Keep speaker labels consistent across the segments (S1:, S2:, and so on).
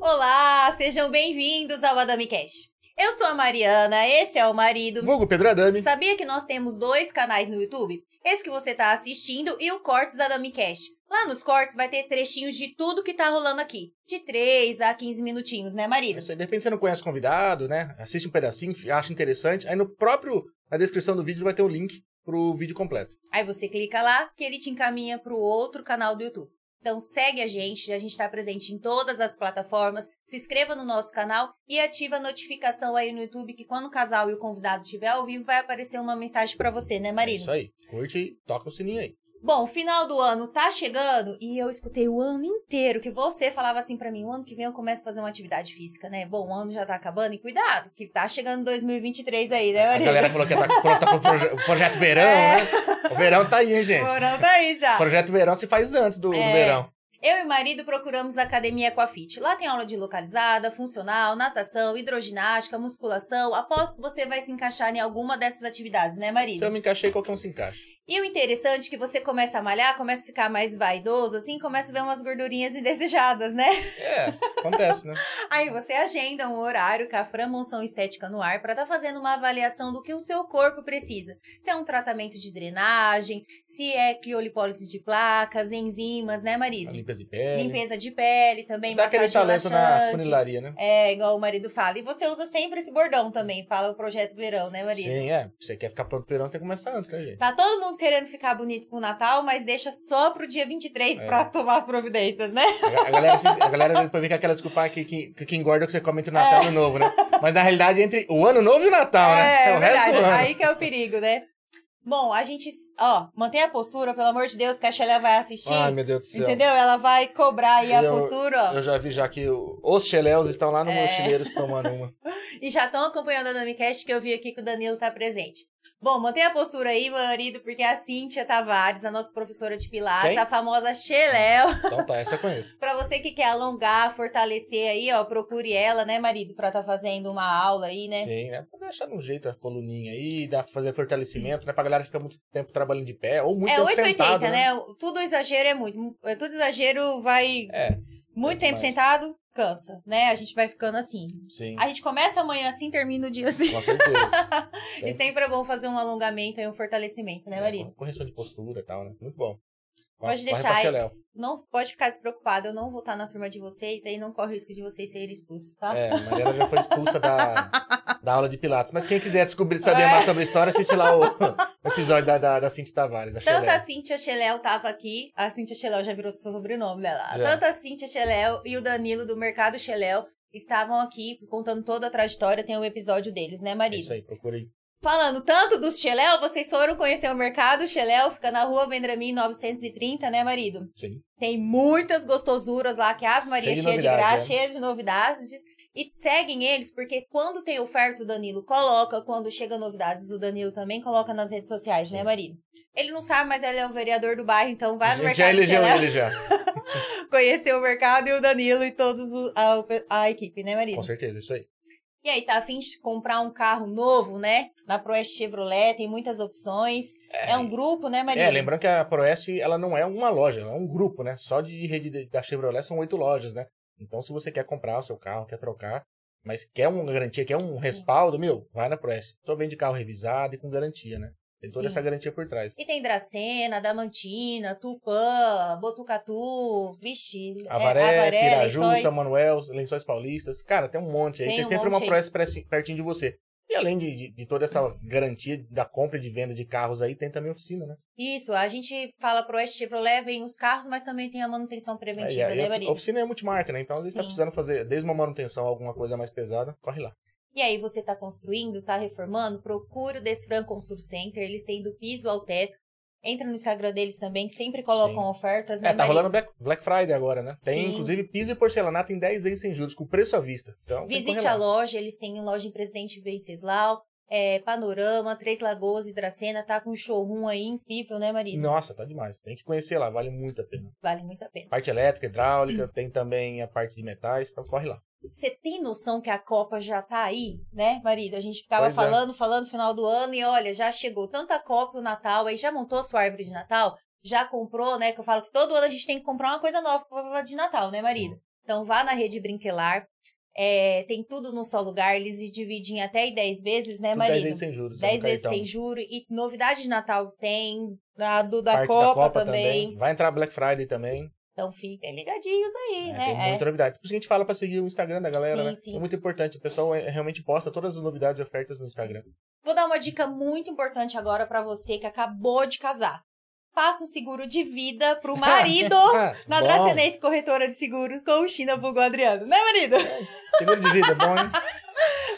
S1: Olá, sejam bem-vindos ao Adami Cash. Eu sou a Mariana, esse é o marido.
S2: Vulgo Pedro Adami.
S1: Sabia que nós temos dois canais no YouTube? Esse que você tá assistindo e o Cortes Adami Cash. Lá nos cortes vai ter trechinhos de tudo que tá rolando aqui. De 3 a 15 minutinhos, né, marido?
S2: É De repente você não conhece o convidado, né? Assiste um pedacinho, acha interessante. Aí no próprio, na descrição do vídeo vai ter um link pro vídeo completo.
S1: Aí você clica lá que ele te encaminha pro outro canal do YouTube. Então segue a gente, a gente está presente em todas as plataformas. Se inscreva no nosso canal e ativa a notificação aí no YouTube que quando o casal e o convidado estiver ao vivo vai aparecer uma mensagem para você, né,
S2: É
S1: marido?
S2: isso aí. Curte e toca o sininho aí.
S1: Bom, o final do ano tá chegando e eu escutei o ano inteiro que você falava assim pra mim, o ano que vem eu começo a fazer uma atividade física, né? Bom, o ano já tá acabando e cuidado, que tá chegando 2023 aí, né,
S2: A
S1: Marido?
S2: galera falou que tá pronta pro proje- o projeto verão,
S1: É.
S2: né? O verão tá aí, hein, gente?
S1: Morão tá aí já.
S2: O projeto verão se faz antes do, do
S1: É.
S2: verão.
S1: Eu e o marido procuramos a Academia Aquafit. Lá tem aula de localizada, funcional, natação, hidroginástica, musculação. Aposto que você vai se encaixar em alguma dessas atividades, né,
S2: Se eu
S1: marido?
S2: me encaixei, qualquer um se encaixa.
S1: E o interessante é que você começa a malhar, começa a ficar mais vaidoso, assim, começa a ver umas gordurinhas indesejadas, né?
S2: É, acontece, né?
S1: Aí você agenda um horário com a Fran Monção Estética no ar para estar fazendo uma avaliação do que o seu corpo precisa. Se é um tratamento de drenagem, se é criolipólise de placas, enzimas, né,
S2: A
S1: marido?
S2: limpeza de pele.
S1: Limpeza de pele também,
S2: Dá aquele
S1: massagem
S2: talento na
S1: relaxante.
S2: funilaria, né?
S1: É, igual o marido fala. E você usa sempre esse bordão também, fala o projeto verão, né, marido?
S2: Sim, é. Se você quer ficar pronto pro verão, tem que começar antes, né, gente?
S1: Tá todo mundo querendo ficar bonito pro Natal, mas deixa só pro dia 23
S2: É.
S1: pra tomar as providências, né?
S2: A ga- A galera, se- a galera depois vem com aquela desculpa "Ah, que, que, que engorda o que você come entre o Natal e o Ano Novo, né? Mas na realidade, entre o Ano Novo e o Natal, né?
S1: É,
S2: o
S1: verdade.
S2: resto do ano.
S1: Aí que é o perigo, né? Bom, a gente, ó, mantém a postura, pelo amor de Deus, que a Shelly vai assistir.
S2: Ai, Ah, meu Deus do céu.
S1: entendeu? Ela vai cobrar aí a
S2: Eu-
S1: postura, ó.
S2: Eu já vi já que o- os cheléus estão lá no
S1: É.
S2: mochileiros tomando uma.
S1: E já estão acompanhando a Namicast que eu vi aqui que o Danilo tá presente. Bom, mantém a postura aí, marido, porque é a Cíntia Tavares, a nossa professora de Pilates,
S2: Quem?
S1: a famosa Xeléu.
S2: Então tá, essa eu conheço.
S1: Pra você que quer alongar, fortalecer aí, ó, procure ela, né, marido, pra tá fazendo uma aula aí, né?
S2: Sim, né? Pra deixar de um jeito a coluninha aí, dá pra fazer fortalecimento, né? Pra galera ficar muito tempo trabalhando de pé, ou muito
S1: é
S2: tempo
S1: 880,
S2: sentado, né?
S1: né? Tudo exagero é muito. É, Tudo exagero vai
S2: É,
S1: muito
S2: muito
S1: tempo
S2: mais.
S1: sentado, cansa, né? A gente vai ficando assim.
S2: sim.
S1: A gente começa amanhã assim, termina o dia assim.
S2: Com certeza.
S1: e sempre é bom fazer um alongamento e um fortalecimento,
S2: É
S1: né, marido?
S2: Correção de postura e tal, né? Muito bom.
S1: Pode
S2: pra
S1: deixar é. aí.
S2: xeléu.
S1: Não pode ficar despreocupado, eu não vou estar na turma de vocês, aí não corre o risco de vocês serem expulsos, tá?
S2: É, a Mariana já foi expulsa da, da aula de Pilates. Mas quem quiser descobrir, saber
S1: É.
S2: mais sobre a história, assiste lá o, o episódio da, da, da Cintia Tavares, da
S1: Tanto
S2: Xelé.
S1: a Cintia Cheléu tava aqui, a Cintia Cheléu já virou sobrenome dela.
S2: Já.
S1: Tanto a Cintia Cheléu e o Danilo do Mercado Cheléu estavam aqui contando toda a trajetória, tem um episódio deles, né,
S2: É
S1: marido?
S2: Isso aí, procurei.
S1: Falando tanto dos Cheléu, vocês foram conhecer o Mercado Cheléu, fica na rua Bendramin 930, né, marido?
S2: Sim.
S1: Tem muitas gostosuras lá, que a Ave Maria
S2: Cheio de
S1: cheia de
S2: novidade,
S1: graça,
S2: é.
S1: cheia de novidades. E seguem eles, porque quando tem oferta, o Danilo coloca. Quando chega novidades, o Danilo também coloca nas redes sociais, né,
S2: Sim.
S1: marido? Ele não sabe, mas ele é o vereador do bairro, então vai
S2: A
S1: no
S2: gente
S1: mercado.
S2: já elegeu
S1: Xeléu,
S2: ele já.
S1: Conhecer o mercado e o Danilo e todos o- a, a equipe, né, marido?
S2: Com certeza, isso aí.
S1: E aí, tá afim de comprar um carro novo, né? Na Proeste Chevrolet, tem muitas opções. É, um grupo, né, marido?
S2: É, lembrando que a Proeste, ela não é uma loja, ela é um grupo, né? Só de rede de- da Chevrolet são oito lojas, né? Então, se você quer comprar o seu carro, quer trocar, mas quer uma garantia, quer um respaldo, meu, vai na Proeste. Só vende carro revisado e com garantia, né? Tem toda
S1: Sim.
S2: essa garantia por trás.
S1: E tem Dracena, Damantina, Tupã, Botucatu, vixe. é,
S2: Avaré, Piraju,
S1: Lençóis.
S2: São Manuel, Lençóis Paulistas. Cara, tem um monte aí.
S1: Tem
S2: Tem,
S1: um
S2: sempre
S1: monte
S2: uma
S1: aí.
S2: Proeste perti- pertinho de você. E além de, de- de toda essa garantia da compra e de venda de carros aí, tem também oficina, né?
S1: Isso, a gente fala pro Oeste Chevrolet, vem os carros, mas também tem a manutenção
S2: Aí,
S1: preventiva,
S2: aí
S1: né,
S2: a ofi-
S1: Marido?
S2: oficina é multimarca, né? Então, às vezes tá
S1: Sim.
S2: precisando fazer desde uma manutenção, alguma coisa mais pesada, corre lá.
S1: E aí, você tá construindo, tá reformando, procura o Desfran Constru Center, eles têm do piso ao teto. Entra no Instagram deles também, que sempre colocam
S2: Sim.
S1: ofertas, né,
S2: É, tá
S1: Marido?
S2: rolando Black, Black Friday agora, né? Tem,
S1: Sim.
S2: inclusive, piso e porcelanato em 10 vezes sem juros, com preço à vista. Então, tem que
S1: Visite
S2: correr
S1: a
S2: lá.
S1: loja, eles têm loja em Presidente Venceslau. é, Panorama, Três Lagoas, Hidracena, tá com um showroom aí incrível, né, Marina?
S2: Nossa, tá demais. Tem que conhecer lá, vale muito a pena.
S1: Vale muito a pena.
S2: Parte elétrica, hidráulica, tem também a parte de metais, então corre lá.
S1: Você tem noção que a Copa já tá aí, né, marido? A gente ficava
S2: Pois é.
S1: falando, falando no final do ano e olha, já chegou tanta Copa o Natal, aí já montou sua árvore de Natal, já comprou, né? Que eu falo que todo ano a gente tem que comprar uma coisa nova pra- de Natal, né, marido? Então vá na rede Brinquelar, é, tem tudo num só lugar, eles dividem até em 10 vezes, né,
S2: Tudo 10
S1: marido?
S2: vezes sem juros. né,
S1: 10 vezes sem juro e novidade de Natal tem, a do da Copa, também.
S2: Vai entrar Black Friday também.
S1: Então fiquem ligadinhos aí,
S2: né?
S1: né?
S2: Tem
S1: É.
S2: muita novidade. Por isso que a gente fala pra seguir o Instagram da galera,
S1: Sim,
S2: né?
S1: sim.
S2: É muito importante. O pessoal é, realmente posta todas as novidades e ofertas no Instagram.
S1: Vou dar uma dica muito importante agora pra você que acabou de casar. Faça um seguro de vida pro marido
S2: Ah,
S1: Oh, na
S2: bom.
S1: Dracenense Corretora de Seguros com o China Bugo Adriano, né, marido?
S2: Seguro de vida, bom, hein?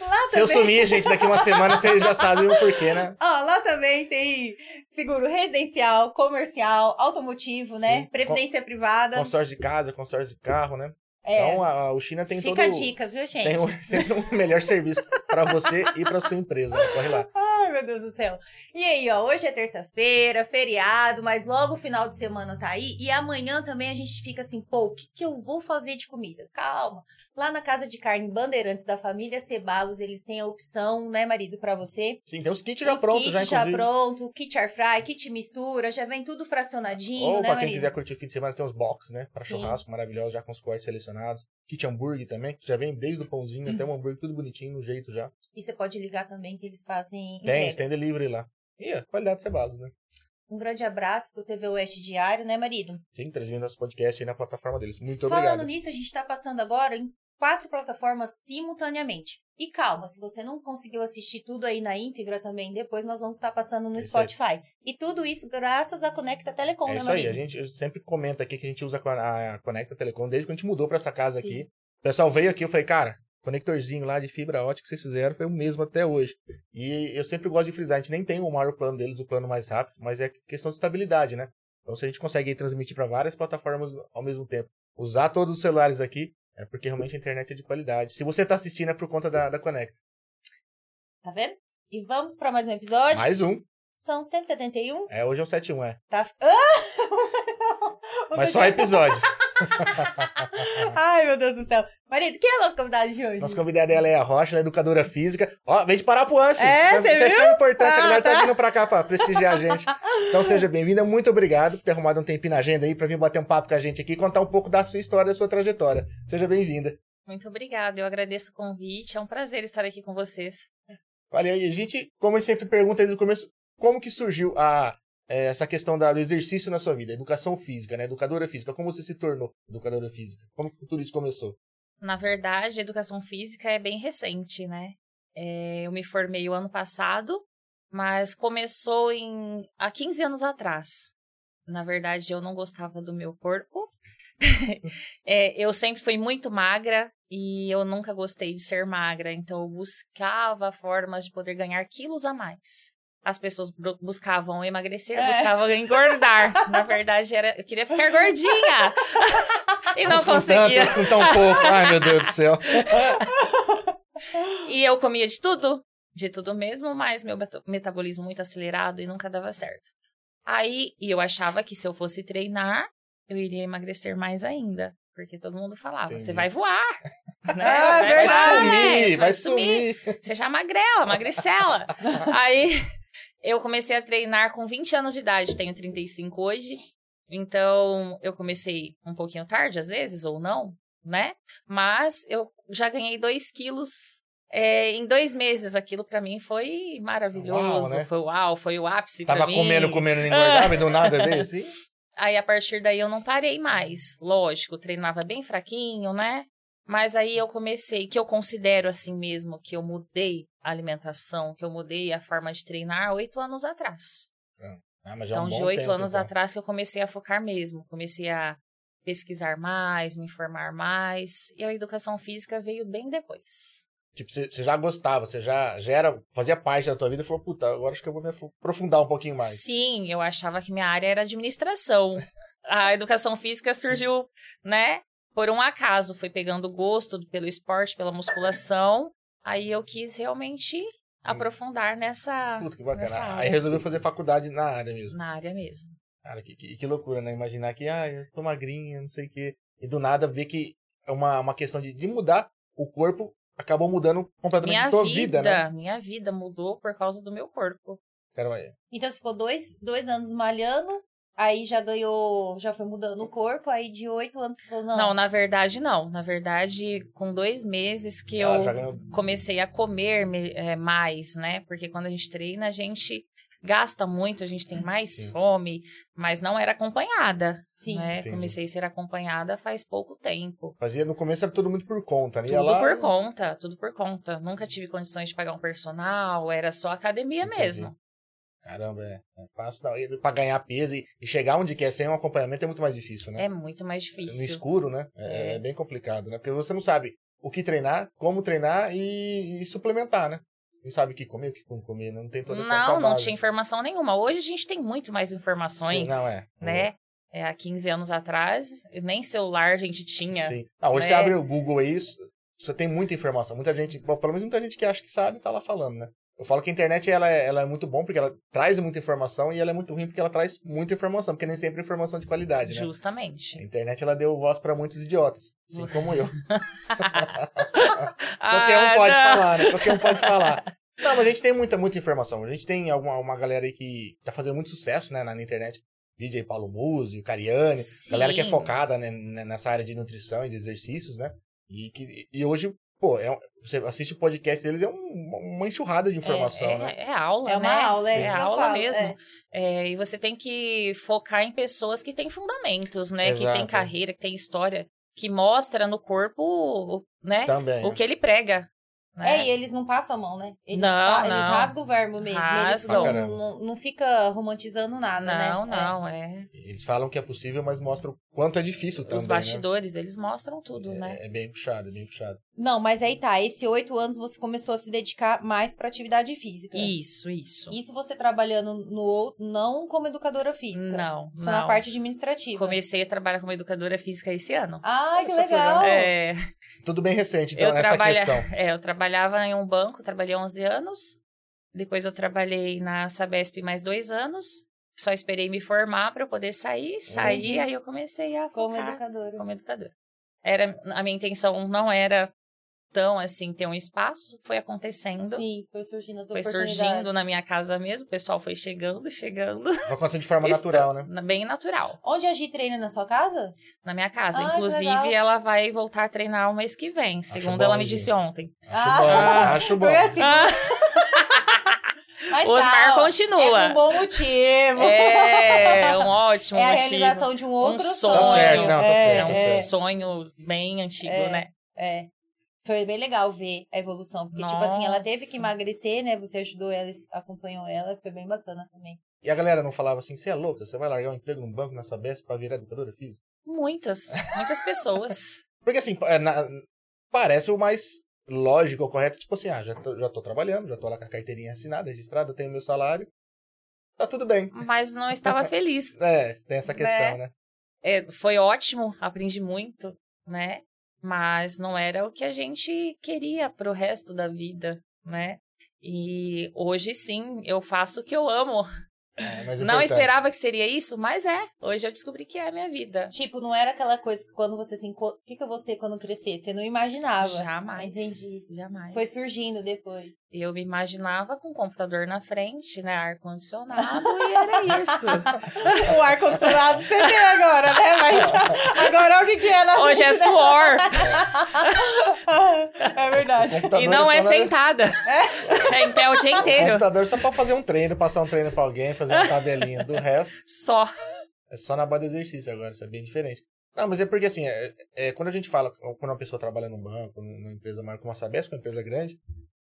S1: Lá
S2: Se eu
S1: também,
S2: sumir, gente, daqui uma semana, vocês já sabem o porquê, né?
S1: ó, lá também tem seguro residencial, comercial, automotivo, né?
S2: Sim.
S1: Previdência privada.
S2: Consórcio de casa, consórcio de carro, né?
S1: é.
S2: Então, a, a- o China tem
S1: Fica
S2: todo...
S1: a dica, viu, gente?
S2: Tem um- sempre um melhor serviço pra você e pra sua empresa. né? Corre lá.
S1: Ai, meu Deus do céu. E aí, ó, hoje é terça-feira, feriado, mas logo o final de semana tá aí. E amanhã também a gente fica assim, pô, o que, que eu vou fazer de comida? Calma. Lá na Casa de Carne Bandeirantes da família Cebalos, eles têm a opção, né, marido, pra você.
S2: Sim, tem os kits já
S1: Os
S2: prontos,
S1: kits
S2: já,
S1: já
S2: inclusive.
S1: pronto, kit air fry, kit mistura, já vem tudo fracionadinho,
S2: Ou
S1: né,
S2: pra quem
S1: marido?
S2: quiser curtir fim de semana, tem uns box, né? Pra
S1: Sim.
S2: churrasco maravilhoso, já com os cortes selecionados. Kit hambúrguer também, que já vem desde o pãozinho até o hambúrguer, tudo bonitinho, no jeito já.
S1: E você pode ligar também que eles fazem
S2: Tem,
S1: entrega.
S2: tem delivery lá. E a qualidade de cebalos, né?
S1: Um grande abraço pro TV Oeste Diário, né, marido?
S2: Sim, transmitindo nosso podcast aí na plataforma deles. Muito
S1: Falando
S2: obrigado.
S1: nisso, a gente está passando agora em quatro plataformas simultaneamente. E calma, se você não conseguiu assistir tudo aí na íntegra também, depois nós vamos estar passando no
S2: É Isso
S1: Spotify. E tudo isso graças à Conecta Telecom,
S2: É
S1: né,
S2: isso aí,
S1: Maria?
S2: a gente sempre comenta aqui que a gente usa a a Conecta Telecom desde que a gente mudou pra essa casa aqui. O pessoal veio aqui, eu falei, cara, conectorzinho lá de fibra ótica que vocês fizeram foi o mesmo até hoje. E eu sempre gosto de frisar, a gente nem tem o maior plano deles, o plano mais rápido, mas é questão de estabilidade, né? Então se a gente consegue aí transmitir pra várias plataformas ao mesmo tempo, usar todos os celulares aqui, é porque realmente a internet é de qualidade. Se você tá assistindo é por conta da, da Conecta.
S1: Tá vendo? E vamos para mais um episódio.
S2: Mais um.
S1: São 171.
S2: É, hoje é um 7-1, é.
S1: Tá... Ah!
S2: Mas só episódio.
S1: Ai, meu Deus do céu. Marido, quem é o nosso convidado de hoje?
S2: Nossa convidada ela é a Rocha, ela é educadora física. Ó, vem de Parapuã, filho.
S1: É, você
S2: é tão importante,
S1: Ah,
S2: a galera tá
S1: tá.
S2: vindo pra cá pra prestigiar a gente. Então seja bem-vinda, muito obrigado por ter arrumado um tempinho na agenda aí pra vir bater um papo com a gente aqui e contar um pouco da sua história, da sua trajetória. Seja bem-vinda.
S3: Muito obrigada, eu agradeço o convite. É um prazer estar aqui com vocês.
S2: Olha, e a gente, como a gente sempre pergunta desde o começo, como que surgiu a, eh, essa questão da- do exercício na sua vida? Educação física, né? Educadora física. Como você se tornou educadora física? Como que tudo isso começou?
S3: Na verdade, a educação física é bem recente, né? É, eu me formei o ano passado, mas começou em há 15 anos atrás. Na verdade, eu não gostava do meu corpo. É, eu sempre fui muito magra e eu nunca gostei de ser magra, então eu buscava formas de poder ganhar quilos a mais. As pessoas bro- buscavam emagrecer,
S1: É.
S3: buscavam engordar. Na verdade, era, eu queria ficar gordinha. e não
S2: Uns com tanto,
S3: conseguia.
S2: outros com tão pouco. Ai, meu Deus do céu.
S3: E eu comia de tudo, de tudo mesmo, mas meu meto- metabolismo muito acelerado e nunca dava certo. Aí, e eu achava que se eu fosse treinar, eu iria emagrecer mais ainda. Porque todo mundo falava,
S2: Entendi.
S3: você vai voar. né?
S1: Ah,
S3: Vai
S2: Vai
S1: verdade. né?
S3: voar,
S2: sumir,
S3: você
S2: vai sumir.
S3: Seja magrela, magricela. Aí eu comecei a treinar com 20 anos de idade, tenho 35 hoje. Então eu comecei um pouquinho tarde, às vezes, ou não, né? Mas eu já ganhei 2 quilos. é, em dois meses, aquilo pra mim foi maravilhoso.
S2: Uau, né?
S3: Foi uau, foi o ápice pra
S2: Tava
S3: mim.
S2: comendo, comendo, não engordava e do nada veio assim.
S3: Aí a partir daí eu não parei mais. Lógico, treinava bem fraquinho, né? Mas aí eu comecei, que eu considero assim mesmo, que eu mudei a alimentação, que eu mudei a forma de treinar oito anos atrás.
S2: Ah, mas já é
S3: Então,
S2: um
S3: de
S2: bom
S3: oito
S2: tempo,
S3: anos
S2: então.
S3: atrás que eu comecei a focar mesmo. Comecei a pesquisar mais, me informar mais. E a educação física veio bem depois.
S2: Tipo, você você já gostava, você já, já era, fazia parte da tua vida e falou, puta, agora acho que eu vou me afro- aprofundar um pouquinho mais.
S3: Sim, eu achava que minha área era administração. a educação física surgiu, né? Por um
S2: Hum.
S3: acaso, foi pegando gosto pelo esporte, pela musculação. Aí eu quis realmente aprofundar nessa,
S2: Puta que bacana.
S3: Ah, Nessa área.
S2: Aí resolveu fazer faculdade na área mesmo.
S3: na área mesmo.
S2: Cara, que, que, que loucura, né? Imaginar que, ah, eu tô magrinha, não sei o quê. E do nada ver que é uma, uma questão de, de mudar o corpo acabou mudando completamente
S3: Minha
S2: a tua
S3: vida,
S2: vida, né?
S3: minha vida mudou por causa do meu corpo.
S2: Cara, vai.
S1: Então você ficou dois, dois anos malhando, aí já ganhou, já foi mudando o corpo, aí de oito anos que você falou, não.
S3: Não, na verdade, não. Na verdade, com dois meses que
S2: Ela
S3: eu
S2: Ah, já ganhou-
S3: comecei a comer me- eh, mais, né? Porque quando a gente treina, a gente gasta muito, a gente tem mais
S2: Ah, Sim.
S3: fome, mas não era acompanhada,
S1: Sim.
S3: né?
S2: Entendi.
S3: Comecei a ser acompanhada faz pouco tempo.
S2: Fazia, no começo era todo mundo por conta, né? Ia
S3: Tudo
S2: lá-
S3: por conta, tudo por conta. Nunca tive condições de pagar um personal, era só academia
S2: Entendi.
S3: mesmo.
S2: Caramba, é, é fácil. Não. E pra ganhar peso e, e chegar onde quer sem um acompanhamento é muito mais difícil, né?
S3: É muito mais
S2: No
S3: difícil.
S2: escuro, né? É,
S3: É.
S2: é bem complicado, né? Porque você não sabe o que treinar, como treinar e, e suplementar, né? Não sabe o que comer, o que não comer, né? não tem toda essa, essa
S3: Não, não
S2: base.
S3: tinha informação nenhuma. Hoje a gente tem muito mais informações,
S2: Sim, não é.
S3: né? É, há 15 anos atrás, nem celular a gente tinha.
S2: Sim. Ah, hoje
S3: né?
S2: você abre o Google aí, s- você tem muita informação. Muita gente, bom, pelo menos muita gente que acha que sabe, tá lá falando, né? Eu falo que a internet ela é, ela é muito bom porque ela traz muita informação e ela é muito ruim porque ela traz muita informação, porque nem sempre é informação de qualidade, né? A
S3: Justamente.
S2: internet ela deu voz pra muitos idiotas, assim
S3: Nossa.
S2: como eu. Qualquer
S3: Ah,
S2: um pode
S3: não.
S2: falar, né? Qualquer um pode falar. Não, mas a gente tem muita, muita informação. A gente tem alguma, uma galera aí que tá fazendo muito sucesso, né, na, na internet. DJ Paulo Musi, Cariani,
S3: Sim.
S2: galera que é focada né, n- nessa área de nutrição e de exercícios, né? E, que, e hoje, pô, é um- você assiste o podcast deles, é um- uma enxurrada de informação,
S3: é,
S2: né?
S3: é aula,
S1: É uma
S3: né?
S1: aula, é
S3: é
S1: isso que eu
S3: aula
S1: falo,
S3: mesmo.
S1: é.
S3: É, e você tem que focar em pessoas que têm fundamentos, né? Que
S2: Exato.
S3: têm carreira, que têm história, que mostra no corpo, né?
S2: Também.
S3: O que ele prega. né?
S1: É, e eles não passam a mão, né? Eles,
S3: Não,
S1: fa- eles
S3: não.
S1: rasgam o verbo mesmo. Eles
S3: Rasgam.
S1: não,
S2: Caramba.
S1: não, não fica romantizando nada, né?
S3: Não,
S1: É.
S3: não, é.
S2: Eles falam que é possível, mas mostram o quanto é difícil também,
S3: Os bastidores, eles mostram tudo,
S2: né?
S3: né?
S2: É, é bem puxado, é bem puxado.
S1: Não, mas aí tá. Esse oito anos você começou a se dedicar mais pra atividade
S2: É.
S1: física.
S3: Isso, isso.
S1: Isso você trabalhando no ou- não como educadora física.
S3: Não,
S1: Só
S3: não.
S1: na é parte administrativa.
S3: Comecei a trabalhar como educadora física esse ano.
S1: Ai, que
S2: Essa coisa,
S1: legal!
S3: É,
S2: Tudo bem recente, então,
S3: Eu
S2: nessa
S3: trabalha-
S2: questão.
S3: é, eu trabalhava em um banco, trabalhei 11 anos. Depois eu trabalhei na Sabesp mais dois anos. Só esperei me formar para eu poder sair. Saí, aí eu comecei a
S1: Como
S3: focar
S1: educadora.
S3: como educadora. Era, a minha intenção não era tão assim ter um espaço, foi acontecendo.
S1: Sim, foi surgindo as
S3: Foi
S1: oportunidades.
S3: surgindo na minha casa mesmo, o pessoal foi chegando, chegando.
S2: Vai acontecer de forma
S3: Isso-
S2: natural, né?
S3: na- Bem natural,
S1: Onde a Gi treina na sua casa?
S3: na minha casa.
S1: Ai, que legal.
S3: Inclusive, ela vai voltar a treinar o mês que vem, segundo ela
S2: bom,
S3: me
S2: gente.
S3: disse ontem.
S2: Acho bom,
S3: Ah.
S2: acho bom.
S1: Foi assim, mas
S3: O Osmar
S1: tá, ó, É
S3: continua.
S1: um bom motivo.
S3: É, um ótimo
S1: É a
S3: motivo.
S1: realização de um outro
S3: sonho.
S1: sonho.
S3: Tá certo, não,
S2: tá
S1: é,
S3: É um
S1: é,
S3: sonho bem antigo,
S1: É.
S3: né?
S1: é. Foi bem legal ver a evolução. Porque, tipo assim, ela teve que
S3: Nossa.
S1: emagrecer, né? Você ajudou ela, acompanhou ela. Foi bem bacana também.
S2: E a galera não falava assim, você é louca, você vai largar um emprego num banco nessa Sabesp pra virar educadora física?
S3: Muitas, muitas pessoas.
S2: Porque assim, pa- na- parece o mais lógico, o correto, tipo assim, ah, já tô, já tô trabalhando, já tô lá com a carteirinha assinada, registrada, tenho meu salário, tá tudo bem.
S3: Mas não estava feliz.
S2: É, tem essa questão,
S3: Né?
S2: né?
S3: É, foi ótimo, aprendi muito, né? Mas não era o que a gente queria pro resto da vida, né? E hoje sim, eu faço o que eu amo.
S2: É, mas
S3: Não
S2: importante.
S3: esperava que seria isso, mas é. Hoje eu descobri que é a minha vida.
S1: Tipo, não era aquela coisa que quando você se encontra. O que, que eu vou ser quando crescer? Você não imaginava.
S3: Jamais.
S1: Entendi.
S3: Jamais.
S1: Foi surgindo depois.
S3: Eu me imaginava com o computador na frente, né? Ar-condicionado, e era isso.
S1: o ar-condicionado você tem agora, né? Mas agora o que, que é na
S3: Hoje é suor
S1: É
S2: O
S1: verdade.
S2: computador
S3: e não é
S2: Tá só na-
S3: sentada. É em pé o dia
S2: O
S3: inteiro.
S2: computador é só pra fazer um treino, passar um treino pra alguém, fazer uma tabelinha. Do resto,
S3: Só.
S2: É só na barra do exercício agora, isso é bem diferente. Não, mas é porque assim, é, é, quando a gente fala, quando uma pessoa trabalha num banco, numa empresa maior como a Sabesp, é uma empresa grande,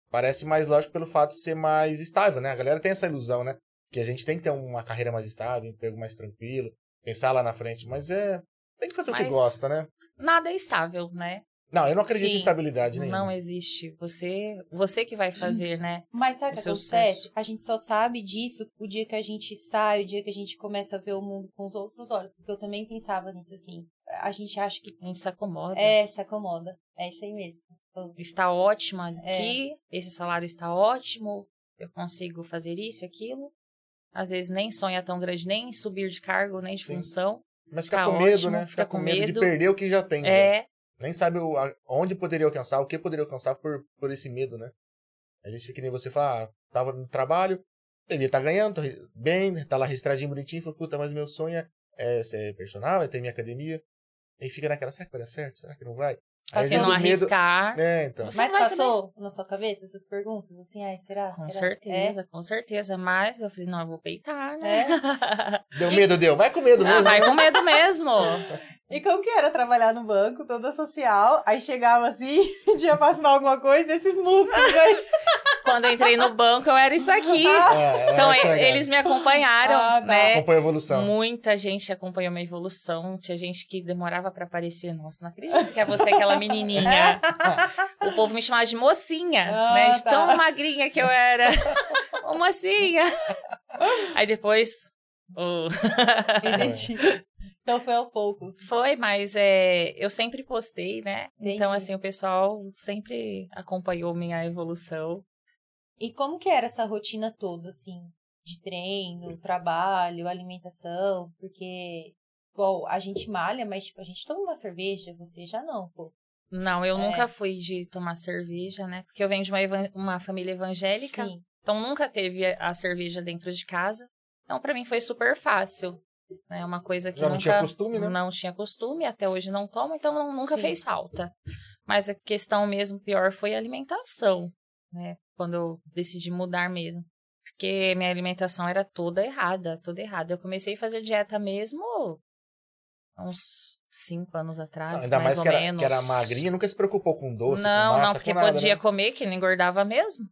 S2: parece mais lógico pelo fato de ser mais estável, né? A galera tem essa ilusão, né? Que a gente tem que ter uma carreira mais estável, um emprego mais tranquilo, pensar lá na frente, mas é. Tem que fazer o que
S3: Mas-
S2: gosta, né?
S3: Nada é estável, né?
S2: Não, eu não acredito
S3: Sim.
S2: em estabilidade nenhuma.
S3: Não é existe. Você, você que vai fazer, né?
S1: Mas sabe
S3: O
S1: o que
S3: seu
S1: acontece?
S3: sucesso.
S1: A gente só sabe disso o dia que a gente sai, o dia que a gente começa a ver o mundo com os outros olhos. Porque eu também pensava nisso assim. A gente acha que
S3: A gente se acomoda.
S1: é, se acomoda. É isso aí mesmo. Eu-
S3: Está ótima
S2: É.
S3: aqui, esse salário está ótimo, eu consigo fazer isso, e aquilo. Às vezes nem sonha tão grande, nem subir de cargo, nem de
S2: Sim.
S3: função.
S2: Mas fica
S3: Tá
S2: com medo,
S3: ótimo,
S2: né?
S3: fica
S2: Fica
S3: com
S2: com medo de
S3: medo.
S2: perder o que já tem. né?
S3: É,
S2: Nem sabe o- a- onde poderia alcançar, o que poderia alcançar por, por esse medo, né? A gente fica que nem você fala, ah, tava no trabalho, devia estar ganhando, tô re- bem, tá lá registradinho bonitinho, falou, puta, mas meu sonho é, é ser personal, é ter minha academia. Aí fica naquela, será que vai dar certo? Será que não vai? Aí, às
S3: você
S1: vezes
S3: não
S2: o medo-
S3: arriscar.
S2: É, então.
S3: Você
S1: Mas
S3: não vai
S1: passou na sua cabeça essas perguntas? Assim, ai, será?
S3: Com
S1: será? É?
S3: certeza, com certeza. Mas eu falei, não, eu vou peitar, né?
S1: É?
S2: Deu medo, deu. Vai com medo
S3: Não,
S2: mesmo.
S3: vai com medo mesmo.
S1: E como que era trabalhar no banco, toda social, aí chegava assim, pedia pra assinar alguma coisa, esses músicos aí.
S3: Quando eu entrei no banco, eu era isso aqui.
S2: É, é,
S3: Então,
S2: vai
S3: e-
S2: estragar.
S3: eles me acompanharam,
S1: Ah, tá.
S3: né?
S2: Acompanha a evolução.
S3: Muita gente acompanhou minha evolução. Tinha gente que demorava pra aparecer. Nossa, não acredito que é você aquela menininha. o povo me chamava de mocinha,
S1: Ah,
S3: né? De
S1: tá.
S3: tão magrinha que eu era. Ô, mocinha! Aí depois... ô,
S1: Entendi. Então foi aos poucos.
S3: Foi, mas é, eu sempre postei, né? Então,
S1: Entendi.
S3: assim, o pessoal sempre acompanhou minha evolução.
S1: E como que era essa rotina toda, assim, de treino, trabalho, alimentação? Porque, igual, a gente malha, mas, tipo, a gente toma uma cerveja, você já não, pô.
S3: Não, eu
S1: É.
S3: nunca fui de tomar cerveja, né? Porque eu venho de uma, evan- uma família evangélica.
S1: Sim.
S3: Então nunca teve a a cerveja dentro de casa. Então pra mim foi super fácil. É né? uma coisa que
S2: Já não
S3: nunca
S2: tinha costume, né?
S3: não tinha costume, até hoje não tomo, então não- nunca
S1: Sim.
S3: fez falta. Mas a questão mesmo pior foi a alimentação, né? Quando eu decidi mudar mesmo. Porque minha alimentação era toda errada, toda errada. Eu comecei a fazer dieta mesmo há uns cinco anos atrás,
S2: Ainda mais
S3: mais ou
S2: que era,
S3: menos.
S2: que era magrinha, nunca se preocupou com doce,
S3: não,
S2: com massa,
S3: não, porque
S2: com nada,
S3: podia
S2: né?
S3: comer, que não engordava mesmo,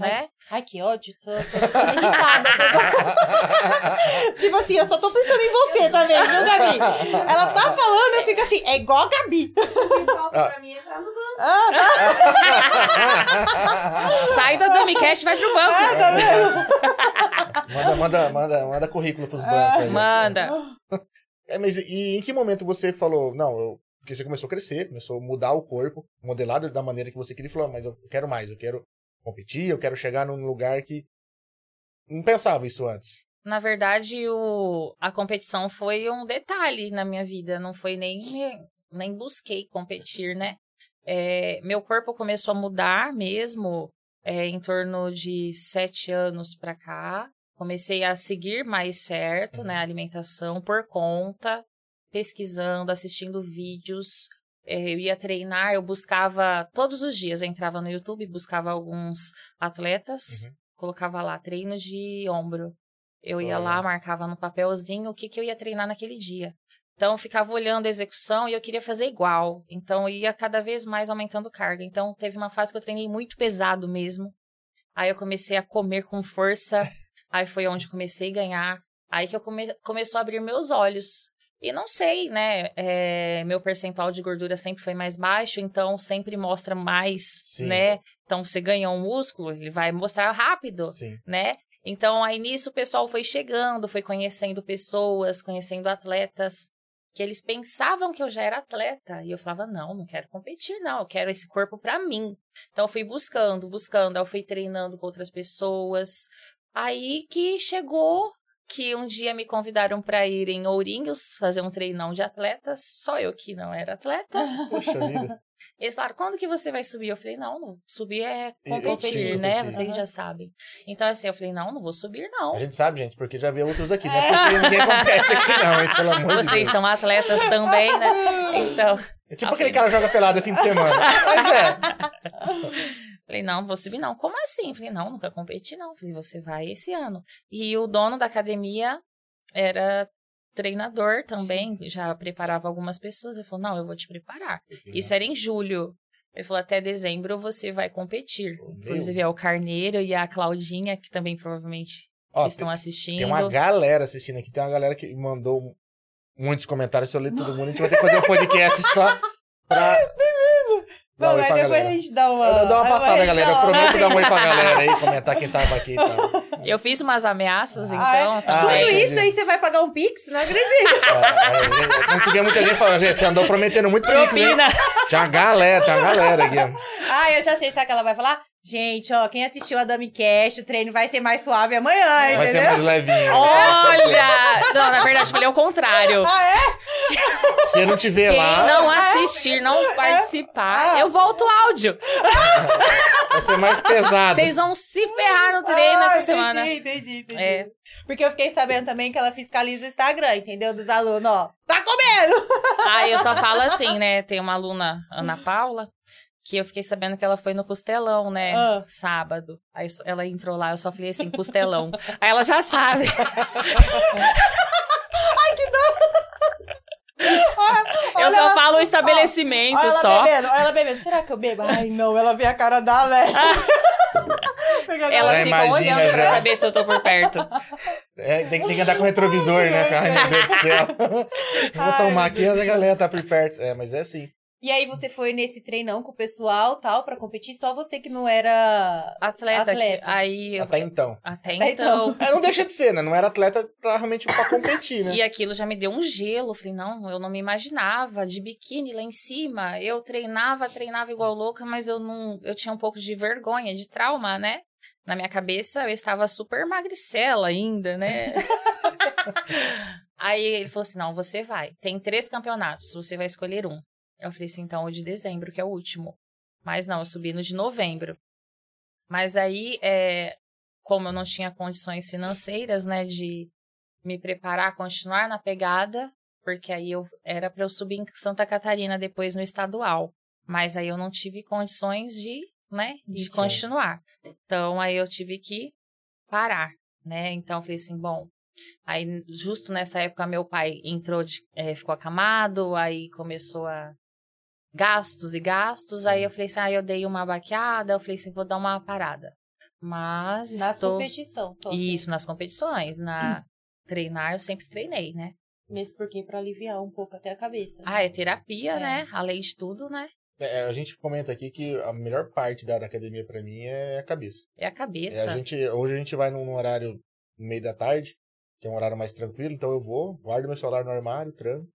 S1: Ai,
S3: né?
S1: Ai, que ódio, tô, tô ficando irritada. tipo assim, eu só tô pensando em você também, viu, Gabi? Ela tá falando, eu fico assim, é igual a Gabi.
S2: Ah.
S4: pra mim é entrar no banco.
S1: Ah,
S3: Sai da Domicast e vai pro banco.
S1: tá vendo?
S2: manda, manda, manda, manda currículo pros bancos. aí.
S3: Manda.
S2: É, mas e em que momento você falou, não, eu- porque você começou a crescer, começou a mudar o corpo, modelado da maneira que você queria, e falou, ah, mas eu quero mais, eu quero competir, eu quero chegar num lugar que não pensava isso antes.
S3: Na verdade, o, a competição foi um detalhe na minha vida. Não foi nem. Nem busquei competir, né? É, meu corpo começou a mudar mesmo é, em torno de sete anos pra cá. Comecei a seguir mais certo, né? A alimentação por conta, pesquisando, assistindo vídeos. É, eu ia treinar, eu buscava todos os dias. Eu entrava no YouTube, buscava alguns atletas,
S2: Uhum.
S3: colocava lá treino de ombro. Eu ia
S2: Olha.
S3: lá, marcava no papelzinho o que, que eu ia treinar naquele dia. Então, eu ficava olhando a execução e eu queria fazer igual. Então, eu ia cada vez mais aumentando carga. Então, teve uma fase que eu treinei muito pesado mesmo. Aí, eu comecei a comer com força. Aí, foi onde eu comecei a ganhar. Aí que eu come... começou a abrir meus olhos. E não sei, né? é, meu percentual de gordura sempre foi mais baixo, então sempre mostra mais,
S2: Sim.
S3: né? Então, você ganha um músculo, ele vai mostrar rápido
S2: Sim.
S3: né? Então, aí nisso o pessoal foi chegando, foi conhecendo pessoas, conhecendo atletas, que eles pensavam que eu já era atleta. E eu falava, não, não quero competir, não, eu quero esse corpo pra mim. Então, eu fui buscando, buscando, aí eu fui treinando com outras pessoas. Aí que chegou que um dia me convidaram pra ir em Ourinhos fazer um treinão de atletas, só eu que não era atleta.
S2: Poxa vida.
S3: Eles falaram, quando que você vai subir? Eu falei, não, não. subir é
S2: E- é
S3: competir,
S2: sim,
S3: né?
S2: competir.
S3: Vocês
S1: Aham.
S3: já sabem. Então, assim, eu falei, não, não vou subir,
S2: A
S3: não.
S2: gente sabe, gente, porque já vê outros aqui, né? Porque ninguém compete aqui não, hein? Pelo amor de
S3: É. Vocês
S2: Deus.
S3: são atletas também, né? Então,
S2: É tipo aquele cara que joga pelada fim de semana. Mas é.
S3: falei, não, não vou subir, não. Como assim? Falei, não, nunca competi, não. Falei, você vai esse ano. E o dono da academia era treinador também, já preparava algumas pessoas. Ele falou, não, eu vou te preparar.
S2: Uhum.
S3: Isso é era em julho. Ele falou, até dezembro você vai competir.
S2: Meu.
S3: Inclusive, é o Carneiro e a Claudinha, que também provavelmente
S2: Ó,
S3: estão assistindo.
S2: Tem uma galera assistindo aqui, tem uma galera que mandou muitos comentários, se eu ler todo mundo, a gente vai ter que fazer um podcast só pra Dá
S1: Não,
S2: um oi
S1: mas depois
S2: pra galera.
S1: a gente dá uma.
S2: Dá- Dá uma passada,
S1: depois a gente
S2: galera. Eu
S1: dá uma-
S2: prometo dar um oi pra galera aí, comentar quem tava aqui e tal.
S3: Eu fiz umas ameaças,
S1: Ah,
S3: então.
S1: é?
S2: Ah,
S3: também.
S1: Tudo
S2: entendi.
S1: isso aí você vai pagar um pix? Não acredito.
S2: É, é, Não tinha muita gente falando, gente, você andou prometendo muito pra mim,
S3: Propina.
S2: Tinha uma galera, tinha uma galera aqui. ó.
S1: ah, eu já sei, sabe o que ela vai falar? Gente, ó, quem assistiu a Dami Cash, o treino vai ser mais suave amanhã,
S2: Vai ser
S1: entendeu?
S2: mais levinho.
S3: Olha! Não, na verdade, eu falei o contrário.
S1: Ah, é?
S2: Se não tiver
S3: Quem
S2: lá,
S3: não assistir,
S1: é.
S3: não
S1: Ah.
S3: participar, eu volto o áudio.
S2: vai ser mais pesado.
S3: Vocês vão se ferrar no treino
S1: Ah,
S3: essa
S1: entendi,
S3: semana.
S1: Entendi, entendi.
S3: É.
S1: Porque eu fiquei sabendo também que ela fiscaliza o Instagram, entendeu? Dos alunos, ó. Tá comendo!
S3: Ah, eu só falo assim, né? Tem uma aluna, Ana Paula, que eu fiquei sabendo que ela foi no Costelão, né?
S1: Ah.
S3: Sábado. Aí eu só- ela entrou lá, eu só falei assim, Costelão. Aí ela já sabe.
S1: Olha,
S3: eu só
S1: ela-
S3: falo o estabelecimento
S1: Olha ela
S3: só.
S1: bebendo, olha ela bebendo. Será que eu bebo? Ai, não, ela vê a cara da Léo.
S3: Ah. Ela
S2: Já
S3: fica
S2: imagina,
S3: olhando pra
S2: já.
S3: saber se eu tô por perto.
S2: É, tem, tem que andar com retrovisor, né? cara? Ai, meu Deus do céu. Vou
S1: Ai,
S2: tomar aqui, a galera tá por perto. É, mas é assim.
S1: E aí você foi nesse treinão com o pessoal, tal, pra competir, só você que não era...
S3: Atleta.
S1: Atleta.
S3: Aí eu-
S2: Até então.
S3: até
S1: Até então.
S3: então.
S2: É, não deixa de ser, né? Não era atleta pra, realmente pra competir, né?
S3: E aquilo já me deu um gelo. Falei, não, eu não me imaginava de biquíni lá em cima. Eu treinava, treinava igual louca, mas eu não. Eu tinha um pouco de vergonha, de trauma, né? Na minha cabeça eu estava super magricela ainda, né? Aí ele falou assim: não, você vai. Tem três campeonatos, você vai escolher um. Eu falei assim, então o de dezembro, que é o último. Mas não, eu subi no de novembro. Mas aí, é, como eu não tinha condições financeiras, né, de me preparar, continuar na pegada, porque aí eu era para eu subir em Santa Catarina depois no estadual. Mas aí eu não tive condições de, né, de
S2: Sim.
S3: continuar. Então aí eu tive que parar, né? Então eu falei assim, bom, Aí, justo nessa época, meu pai entrou, de- eh, ficou acamado, aí começou a gastos e gastos. Aí eu falei assim, ah, eu dei uma baqueada, eu falei assim, vou dar uma parada. Mas
S1: Nas Hum.
S3: estou...
S1: competição, só. assim.
S3: Isso, nas competições, na... Treinar, eu sempre treinei, né?
S1: Mesmo porque pra aliviar um pouco até a cabeça.
S3: Ah, é terapia,
S1: É.
S3: né? Além de tudo, né?
S2: É, a gente comenta aqui que a melhor parte da, da academia pra mim é a cabeça.
S3: É a
S2: É, a
S3: cabeça.
S2: gente, hoje a gente vai num horário no meio da tarde, que é um horário mais tranquilo, então eu vou, guardo meu celular no armário, tranco.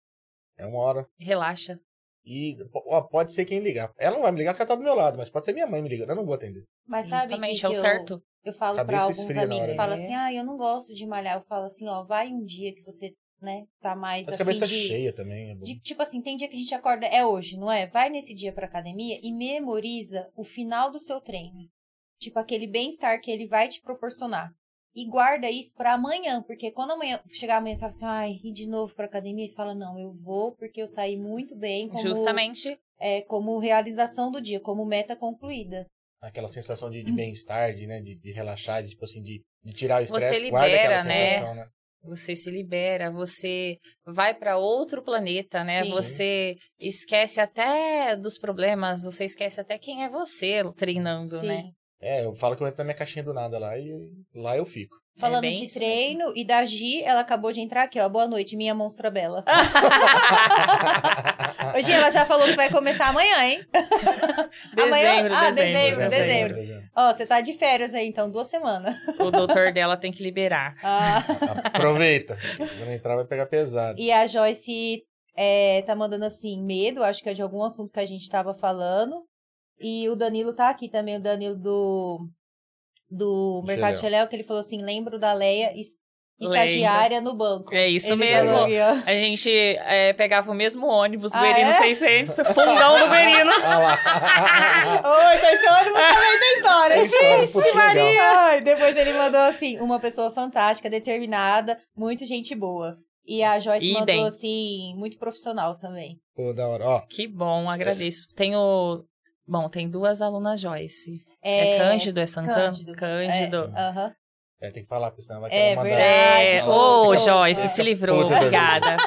S2: É uma hora.
S3: Relaxa.
S2: E ó, pode ser quem ligar. Ela não vai me ligar porque ela tá do meu lado, mas pode ser minha mãe me ligando, eu não vou atender.
S1: Mas sabe
S3: Justamente,
S1: que
S3: é
S1: eu-
S3: o certo.
S1: Eu falo
S2: Cabeça
S1: pra alguns
S2: esfria na
S1: amigos,
S2: hora,
S1: fala
S3: né?
S1: assim, ah, eu não gosto de malhar. Eu falo assim, ó, vai um dia que você, né, tá mais
S2: Mas
S1: afim
S2: cabeça
S1: de...
S2: cheia também. É bom.
S1: de- tipo assim, tem dia que a gente acorda, é hoje, não é? Vai nesse dia pra academia e memoriza o final do seu treino. Tipo, aquele bem-estar que ele vai te proporcionar. E guarda isso pra amanhã, porque quando amanhã chegar amanhã, você fala assim, ai, e de novo pra academia? Você fala, não, eu vou porque eu saí muito bem como,
S3: Justamente.
S1: é, como realização do dia, como meta concluída.
S2: Aquela sensação de, de
S3: Hum.
S2: bem-estar, de, né, de, de relaxar, de, tipo assim, de, de tirar o
S3: Você
S2: estresse, guarda aquela
S3: libera, né?
S2: sensação, né?
S3: Você se libera, você vai para outro planeta, né?
S1: Sim.
S3: Você esquece até dos problemas, você esquece até quem é você treinando,
S1: Sim.
S3: né?
S2: É, eu falo que eu entro na minha caixinha do nada lá e lá eu fico.
S1: Falando
S3: É bem
S1: de
S3: isso mesmo.
S1: treino e da Gi, ela acabou de entrar aqui, ó. Boa noite, minha monstra bela. Ô, Gi, ela já falou que vai começar amanhã, hein? Amanhã- ah, dezembro, dezembro. Ó, você tá de férias aí, então, duas semanas.
S3: O doutor dela tem que liberar.
S1: Ah,
S2: Aproveita. Quando entrar vai pegar pesado.
S1: e a Joyce é, tá mandando assim, medo, acho que é de algum assunto que a gente tava falando. E o Danilo tá aqui também, o Danilo do, do
S2: Do
S1: Mercado
S2: Xeléu.
S1: Cheléu, que ele falou assim: lembro da Leia, es-
S3: Lembro.
S1: estagiária no banco.
S3: É isso
S1: Ele
S3: mesmo.
S1: falou aqui, ó.
S3: A gente é, pegava o mesmo ônibus,
S1: Ah,
S3: Guerino
S1: é?
S3: 600, fundão do Guerino.
S2: Ah lá.
S1: Oi, tá ensinando também tem história.
S2: Tem história, pô, que um legal.
S1: Ai, depois ele mandou assim, uma pessoa fantástica, determinada, muito gente boa. E a Joyce
S3: Idem.
S1: mandou assim, muito profissional também.
S2: Pô, da hora. Ó,
S3: Que bom, agradeço. Tenho. Bom, tem duas alunas Joyce.
S1: É,
S3: É, Cândido, é Santana?
S1: Cândido.
S3: Cândido.
S1: Aham.
S2: é, tem que falar, porque senão vai
S1: É
S2: querer mandar.
S1: verdade.
S3: É,
S2: Ah,
S3: ô,
S1: ficou-
S3: Joyce,
S1: ah.
S3: se livrou,
S2: Puta,
S3: obrigada.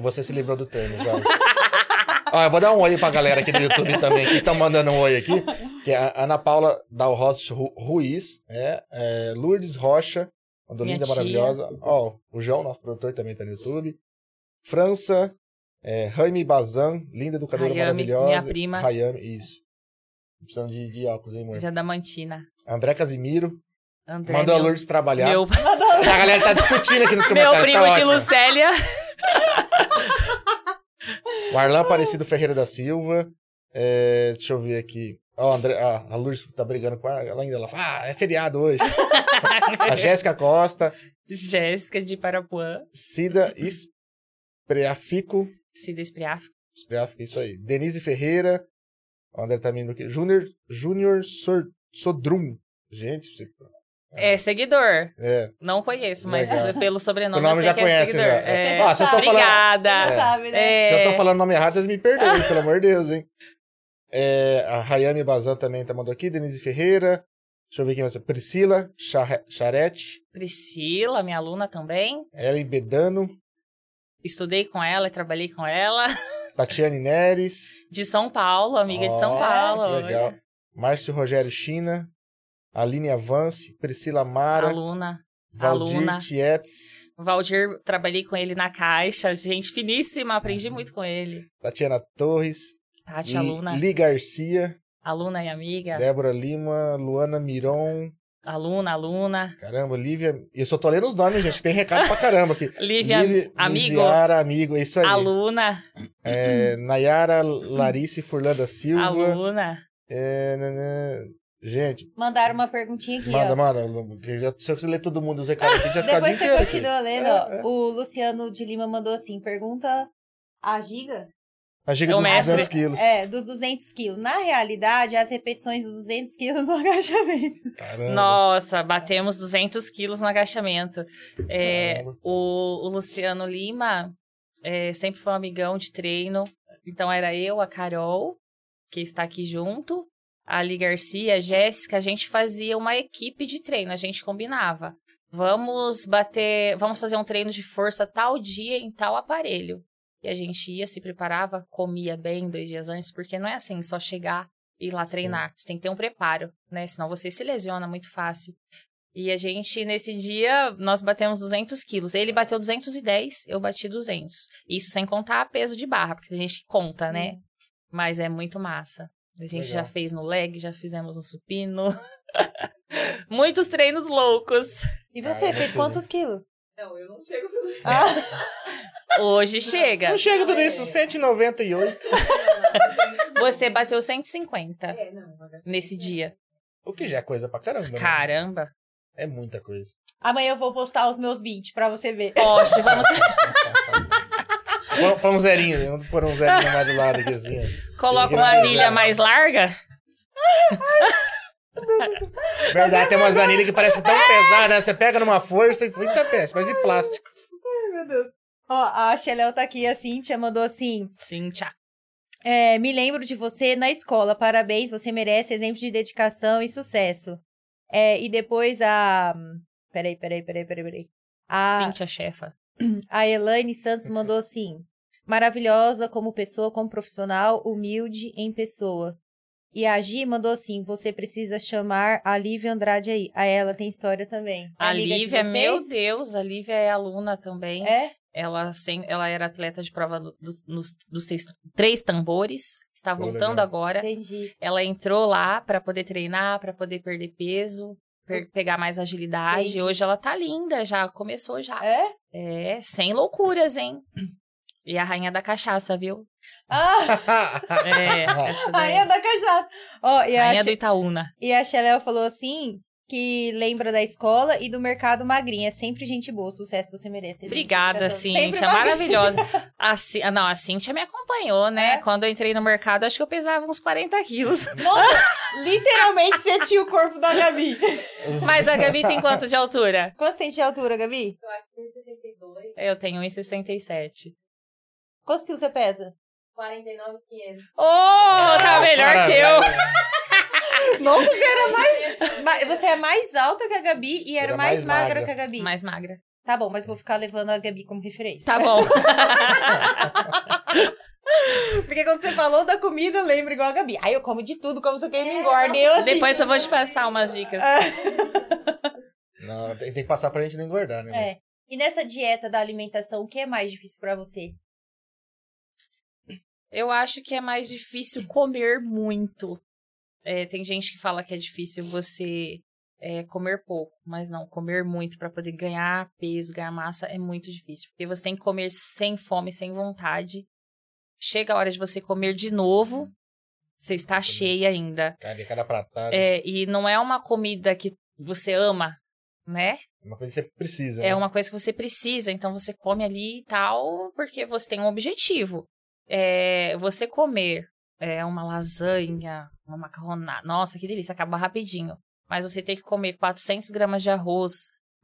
S2: Você se livrou do treino, Jorge. Ó, eu vou dar um oi pra galera aqui do YouTube também, que estão mandando um oi aqui. Que é a Ana Paula Dal Ros- Ru- Ruiz, né? É, Lourdes Rocha, uma
S3: Minha
S2: linda
S3: tia.
S2: maravilhosa. Ó, o João, nosso produtor, também tá no YouTube. França É, Jaime Bazan, linda educadora
S3: Hayami,
S2: maravilhosa.
S3: minha prima.
S2: Hayami, isso. Precisando de, de óculos, hein, amor?
S3: de Adamantina.
S2: André Casimiro,
S3: André,
S2: manda a
S3: meu,
S2: Lourdes trabalhar.
S3: meu,
S2: A galera tá discutindo aqui nos
S3: meu
S2: comentários,
S3: primo
S2: tá
S3: de
S2: ótimo.
S3: Lucélia.
S2: O Arlan Aparecido Ferreira da Silva. É, deixa eu ver aqui. Ó, André, a, a Lourdes tá brigando com a- ela ainda. Ela fala, ah, é feriado hoje. a Jéssica Costa,
S3: Jéssica de Parapuã.
S2: Cida Espreafico.
S3: Cida Espriaf.
S2: Espreafico, isso aí. Denise Ferreira. O André tá vindo aqui. Júnior, Júnior Sor- Sodrum. Gente, você-
S3: É seguidor.
S2: é.
S3: Não conheço, mas
S2: Legal.
S3: pelo sobrenome
S2: O nome
S3: eu sei
S2: já
S3: que é
S2: conhece,
S3: seguidor.
S2: já.
S3: É.
S2: Ó, se eu tô falando-
S3: Obrigada.
S1: Você
S2: É.
S1: sabe, né?
S3: É.
S2: Se eu tô falando nome errado, vocês me perdoem, pelo amor de Deus, hein? É, a Rayane Bazan também tá mandando aqui. Denise Ferreira. Deixa eu ver quem mais. Priscila Charre- Charete.
S3: Priscila, minha aluna também.
S2: Ellen Bedano.
S3: Estudei com ela, trabalhei com ela.
S2: Tatiane Neres.
S3: De São Paulo, amiga de São
S2: Ó,
S3: Paulo. olha.
S2: Legal. Márcio Rogério China. Aline Avance. Priscila Mara.
S3: Aluna. aluna.
S2: Valdir Tietz.
S3: Valdir, trabalhei com ele na Caixa. Gente finíssima, aprendi muito com ele.
S2: Tatiana Torres.
S3: Tati, aluna.
S2: Uhum. Li Garcia.
S3: Aluna e amiga.
S2: Débora Lima. Luana Miron.
S3: Aluna, aluna.
S2: Caramba, Lívia. Eu só tô lendo os nomes, gente. Tem recado pra caramba aqui.
S3: Lívia, amigo.
S2: Liziara, amigo, é isso aí.
S3: Aluna,
S2: É, Nayara Larice Furlanda Silva.
S3: aluna.
S2: É, né, né. Gente,
S1: Mandaram uma perguntinha aqui,
S2: manda,
S1: ó.
S2: manda. que já- Se eu ler todo mundo os recados aqui, já fica o dia
S1: Depois você
S2: inteiro aqui.
S1: continua lendo,
S2: É, é.
S1: ó. O Luciano de Lima mandou assim, pergunta a Giga?
S2: A giga
S3: É o
S2: dos
S3: mestre.
S2: 200 quilos.
S1: É, dos 200 quilos. Na realidade, as repetições dos 200 quilos no agachamento.
S2: Caramba.
S3: Nossa, batemos 200 quilos no agachamento. É,
S2: Caramba.
S3: o, o Luciano Lima é, sempre foi um amigão de treino. Então era eu, a Carol, que está aqui junto, a Ali Garcia, a Jéssica. A gente fazia uma equipe de treino, a gente combinava. Vamos bater, vamos fazer um treino de força tal dia em tal aparelho. E a gente ia, se preparava, comia bem dois dias antes, porque não é assim, só chegar e ir lá
S2: Sim.
S3: treinar. Você tem que ter um preparo, né? Senão você se lesiona muito fácil. E a gente, nesse dia, nós batemos 200 quilos. Ele bateu 210, eu bati 200. Isso sem contar peso de barra, porque a gente conta, né? Mas é muito massa. A gente
S2: Legal.
S3: já fez no leg, já fizemos no supino. Muitos treinos loucos.
S1: E você,
S2: Caramba,
S1: fez quantos quilos?
S3: Não, eu não chego tudo isso.
S1: Ah,
S3: Hoje chega.
S2: Não chega tudo
S3: É.
S2: isso, 198.
S3: Você bateu 150
S1: É,
S3: nesse dia.
S2: O que já é coisa pra caramba. né?
S3: Caramba.
S2: É muita coisa.
S1: amanhã eu vou postar os meus 20 pra você ver.
S3: Poxa, vamos,
S2: Põe- Põe um zerinho, né? vamos pôr um zerinho mais do lado aqui assim. ó.
S3: coloca uma
S2: é.
S3: anilha mais larga.
S2: Verdade, tem umas anilhas que parecem
S3: É.
S2: tão pesadas, né? Você pega numa força e fica péssimo, parece de plástico.
S1: Ó, a Xeléu tá aqui, a Cíntia mandou assim,
S3: Sim, tchau.
S1: É, me lembro de você na escola. Parabéns, você merece exemplo de dedicação e sucesso. É, e depois a. Peraí, peraí, peraí, peraí, peraí. A,
S3: Cíntia, chefa.
S1: a Elaine Santos mandou assim: maravilhosa como pessoa, como profissional, humilde em pessoa. E a Gi mandou assim: você precisa chamar a Lívia Andrade aí. A ela tem história também. É
S3: A
S1: amiga de
S3: Lívia,
S1: vocês?
S3: meu Deus, a Lívia é aluna também.
S1: É?
S3: Ela, sem, ela era atleta de prova do- do- nos- dos três, três tambores. Está
S2: Pô,
S3: voltando
S2: legal.
S3: agora.
S1: Entendi.
S3: Ela entrou lá para poder treinar, para poder perder peso, per- pegar mais agilidade.
S1: Hum. Entendi.
S3: Hoje ela tá linda, já começou já. É,
S1: É?
S3: sem loucuras, hein? E a rainha da cachaça, viu?
S1: Ah,
S3: É, essa daí.
S1: rainha da cachaça. Ó, e a
S3: Rainha
S1: Xi-
S3: do Itaúna.
S1: E a Xeléu falou assim que lembra da escola e do mercado magrinha. Sempre gente boa, sucesso você merece.
S3: Obrigada,
S1: Educação. Sempre tá
S3: Cíntia.
S1: magrinha.
S3: Maravilhosa. A, Ci- ah, não, a Cíntia me acompanhou, né?
S1: É?
S3: Quando eu entrei no mercado, acho que eu pesava uns 40 quilos.
S1: Nossa, literalmente você tinha o corpo da Gabi.
S3: Mas a Gabi tem quanto de altura?
S1: Quanto você tem de altura, Gabi?
S3: Eu acho que tem 62. Eu tenho 1,67.
S1: Quantos quilos você pesa?
S3: 49, 500. Oh,
S1: Ah,
S3: tá melhor que eu.
S1: Nossa, você era mais... ma- Você é mais alta que a Gabi e era,
S2: Era
S1: mais,
S2: mais
S1: magra
S2: magra.
S1: que a Gabi.
S3: Mais magra.
S1: Tá bom, mas vou ficar levando a Gabi como referência.
S3: Tá bom.
S1: Porque quando você falou da comida, eu lembro igual a Gabi. Aí eu como de tudo, como se eu
S3: É,
S1: me engorda. Eu assim...
S3: Depois eu vou te passar umas dicas.
S2: Não, tem, tem que passar pra gente não engordar, né?
S1: É. E nessa dieta da alimentação, o que é mais difícil pra você?
S3: Eu acho que é mais difícil comer muito. É, tem gente que fala que é difícil você é, comer pouco, mas não, comer muito para poder ganhar peso, ganhar massa é muito difícil. Porque você tem que comer sem fome, sem vontade. Chega a hora de você comer de novo, você está cheia ainda.
S2: Cada, cada pratada.
S3: É, e não é uma comida que você ama, né?
S2: Uma coisa que você precisa.
S3: É
S2: né?
S3: uma coisa que você precisa, então você come ali e tal, porque você tem um objetivo. É, você comer é, uma lasanha, uma macarronada, nossa, que delícia, acaba rapidinho. Mas você tem que comer 400 gramas de arroz,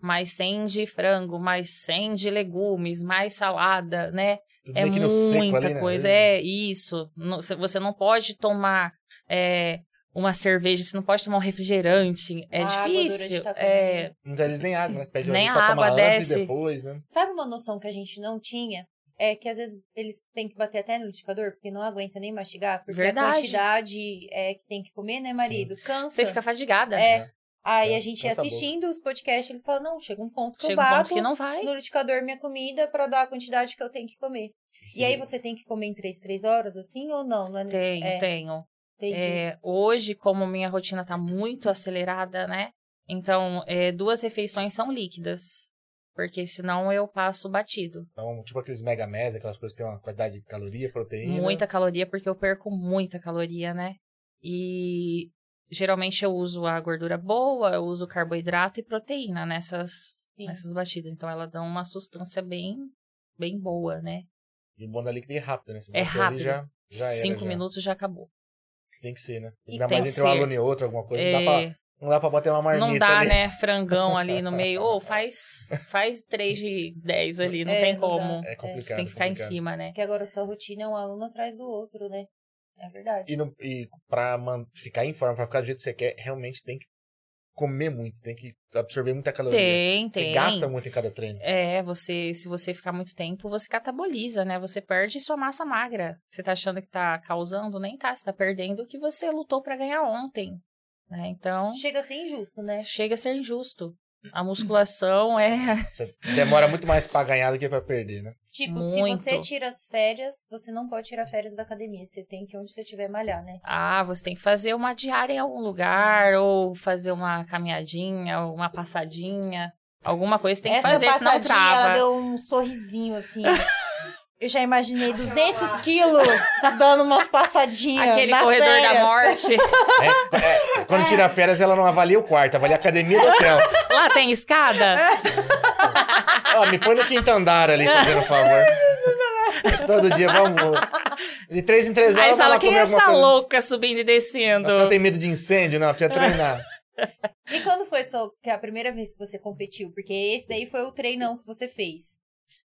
S3: mais 100 de frango, mais 100 de legumes, mais salada, né?
S2: Tudo
S3: É
S2: meio que no
S3: muita
S2: seco ali, né?
S3: coisa, é isso. Não- cê- Você não pode tomar é, uma cerveja, você não pode tomar um refrigerante. É
S1: A tá água
S3: difícil.
S1: durante a
S3: é,
S2: Muitas vezes nem água, né? Pede
S3: Nem
S2: pra
S3: a
S2: tomar
S3: água
S2: antes e
S3: desce.
S2: depois, né?
S1: Sabe uma noção que a gente não tinha? É que às vezes eles têm que bater até no liquidificador, porque não aguenta nem mastigar, porque a
S3: Verdade.
S1: quantidade é, que tem que comer, né, marido? Cansa.
S3: você fica fadigada.
S1: É.
S2: né?
S1: Aí
S2: É,
S1: a gente ia
S2: cansa a boca.
S1: assistindo os podcasts, eles falam, não, chega um ponto que eu
S3: Chega um
S1: bato
S3: ponto que não vai.
S1: no liquidificador minha comida pra dar a quantidade que eu tenho que comer. E aí você tem que comer em 3, 3 horas, assim, ou não? não é...
S3: Tenho,
S1: é,
S3: tenho.
S1: entendi.
S3: É, hoje, como minha rotina tá muito acelerada, né? Então, é, duas refeições são líquidas. Porque senão eu passo batido.
S2: Então, tipo aqueles mega mess, aquelas coisas que tem uma quantidade de caloria, proteína.
S3: Muita caloria, porque eu perco muita caloria, né? E geralmente eu uso a gordura boa, eu uso carboidrato e proteína nessas,
S1: Sim.
S3: nessas batidas. Então, ela dá uma sustância bem, bem boa, né?
S2: E o bom da líquida é rápido, né? Você
S3: É
S2: bateu ali,
S3: rápido.
S2: Já, já era,
S3: Cinco
S2: já.
S3: minutos já acabou.
S2: Tem que ser, né?
S1: E
S2: Ainda
S1: tem
S2: mais
S3: que
S2: entre um
S3: ser.
S2: aluno e outro, alguma coisa. Não,
S3: É,
S2: dá pra, não dá pra bater uma marmita
S3: não dá,
S2: ali.
S3: né? Frangão ali no meio. Ou faz, faz três de 10 ali, não
S1: É,
S3: tem
S1: não
S3: como.
S1: dá.
S2: É complicado.
S3: Você tem que ficar em
S2: complicado.
S3: cima, né?
S1: Porque agora sua rotina é um aluno atrás do outro, né? É verdade.
S2: E, não, e pra man- ficar em forma, pra ficar do jeito que você quer, realmente tem que comer muito, tem que absorver muita caloria.
S3: Tem,
S2: Porque
S3: tem.
S2: gasta muito em cada treino.
S3: É, você, se você ficar muito tempo, você cataboliza, né? Você perde sua massa magra. Você tá achando que tá causando, nem tá, você tá perdendo o que você lutou pra ganhar ontem, né? Então,
S1: Chega a ser injusto, né?
S3: chega a ser injusto. A musculação é
S2: Você demora muito mais pra ganhar do que pra perder, né?
S1: Tipo,
S3: Muito.
S1: se você tira as férias, você não pode tirar férias da academia. Você tem que ir onde você tiver malhar, né?
S3: ah, você tem que fazer uma diária em algum lugar ou fazer uma caminhadinha, ou uma passadinha, alguma coisa tem que
S1: Essa
S3: fazer, senão
S1: passadinha,
S3: trava.
S1: ela deu um sorrisinho, assim. Eu já imaginei 200 quilos dando umas passadinhas
S3: Aquele
S1: nas
S3: corredor
S1: férias.
S3: da morte.
S2: É, é, quando tira férias, ela não avalia o quarto, avalia a academia do hotel.
S3: Lá tem escada?
S1: É,
S2: Ó, me põe no quinto andar ali, fazendo um favor. Todo dia, vamos. De três em três horas,
S3: Aí
S2: vai
S3: você fala,
S2: lá
S3: quem
S2: comer
S3: é
S2: alguma
S3: essa
S2: coisa.
S3: louca subindo e descendo?
S2: Acho que ela tem medo de incêndio, não, ela
S3: É.
S2: precisa treinar.
S1: E quando foi só que é a primeira vez que você competiu? Porque esse daí foi o treinão que você fez.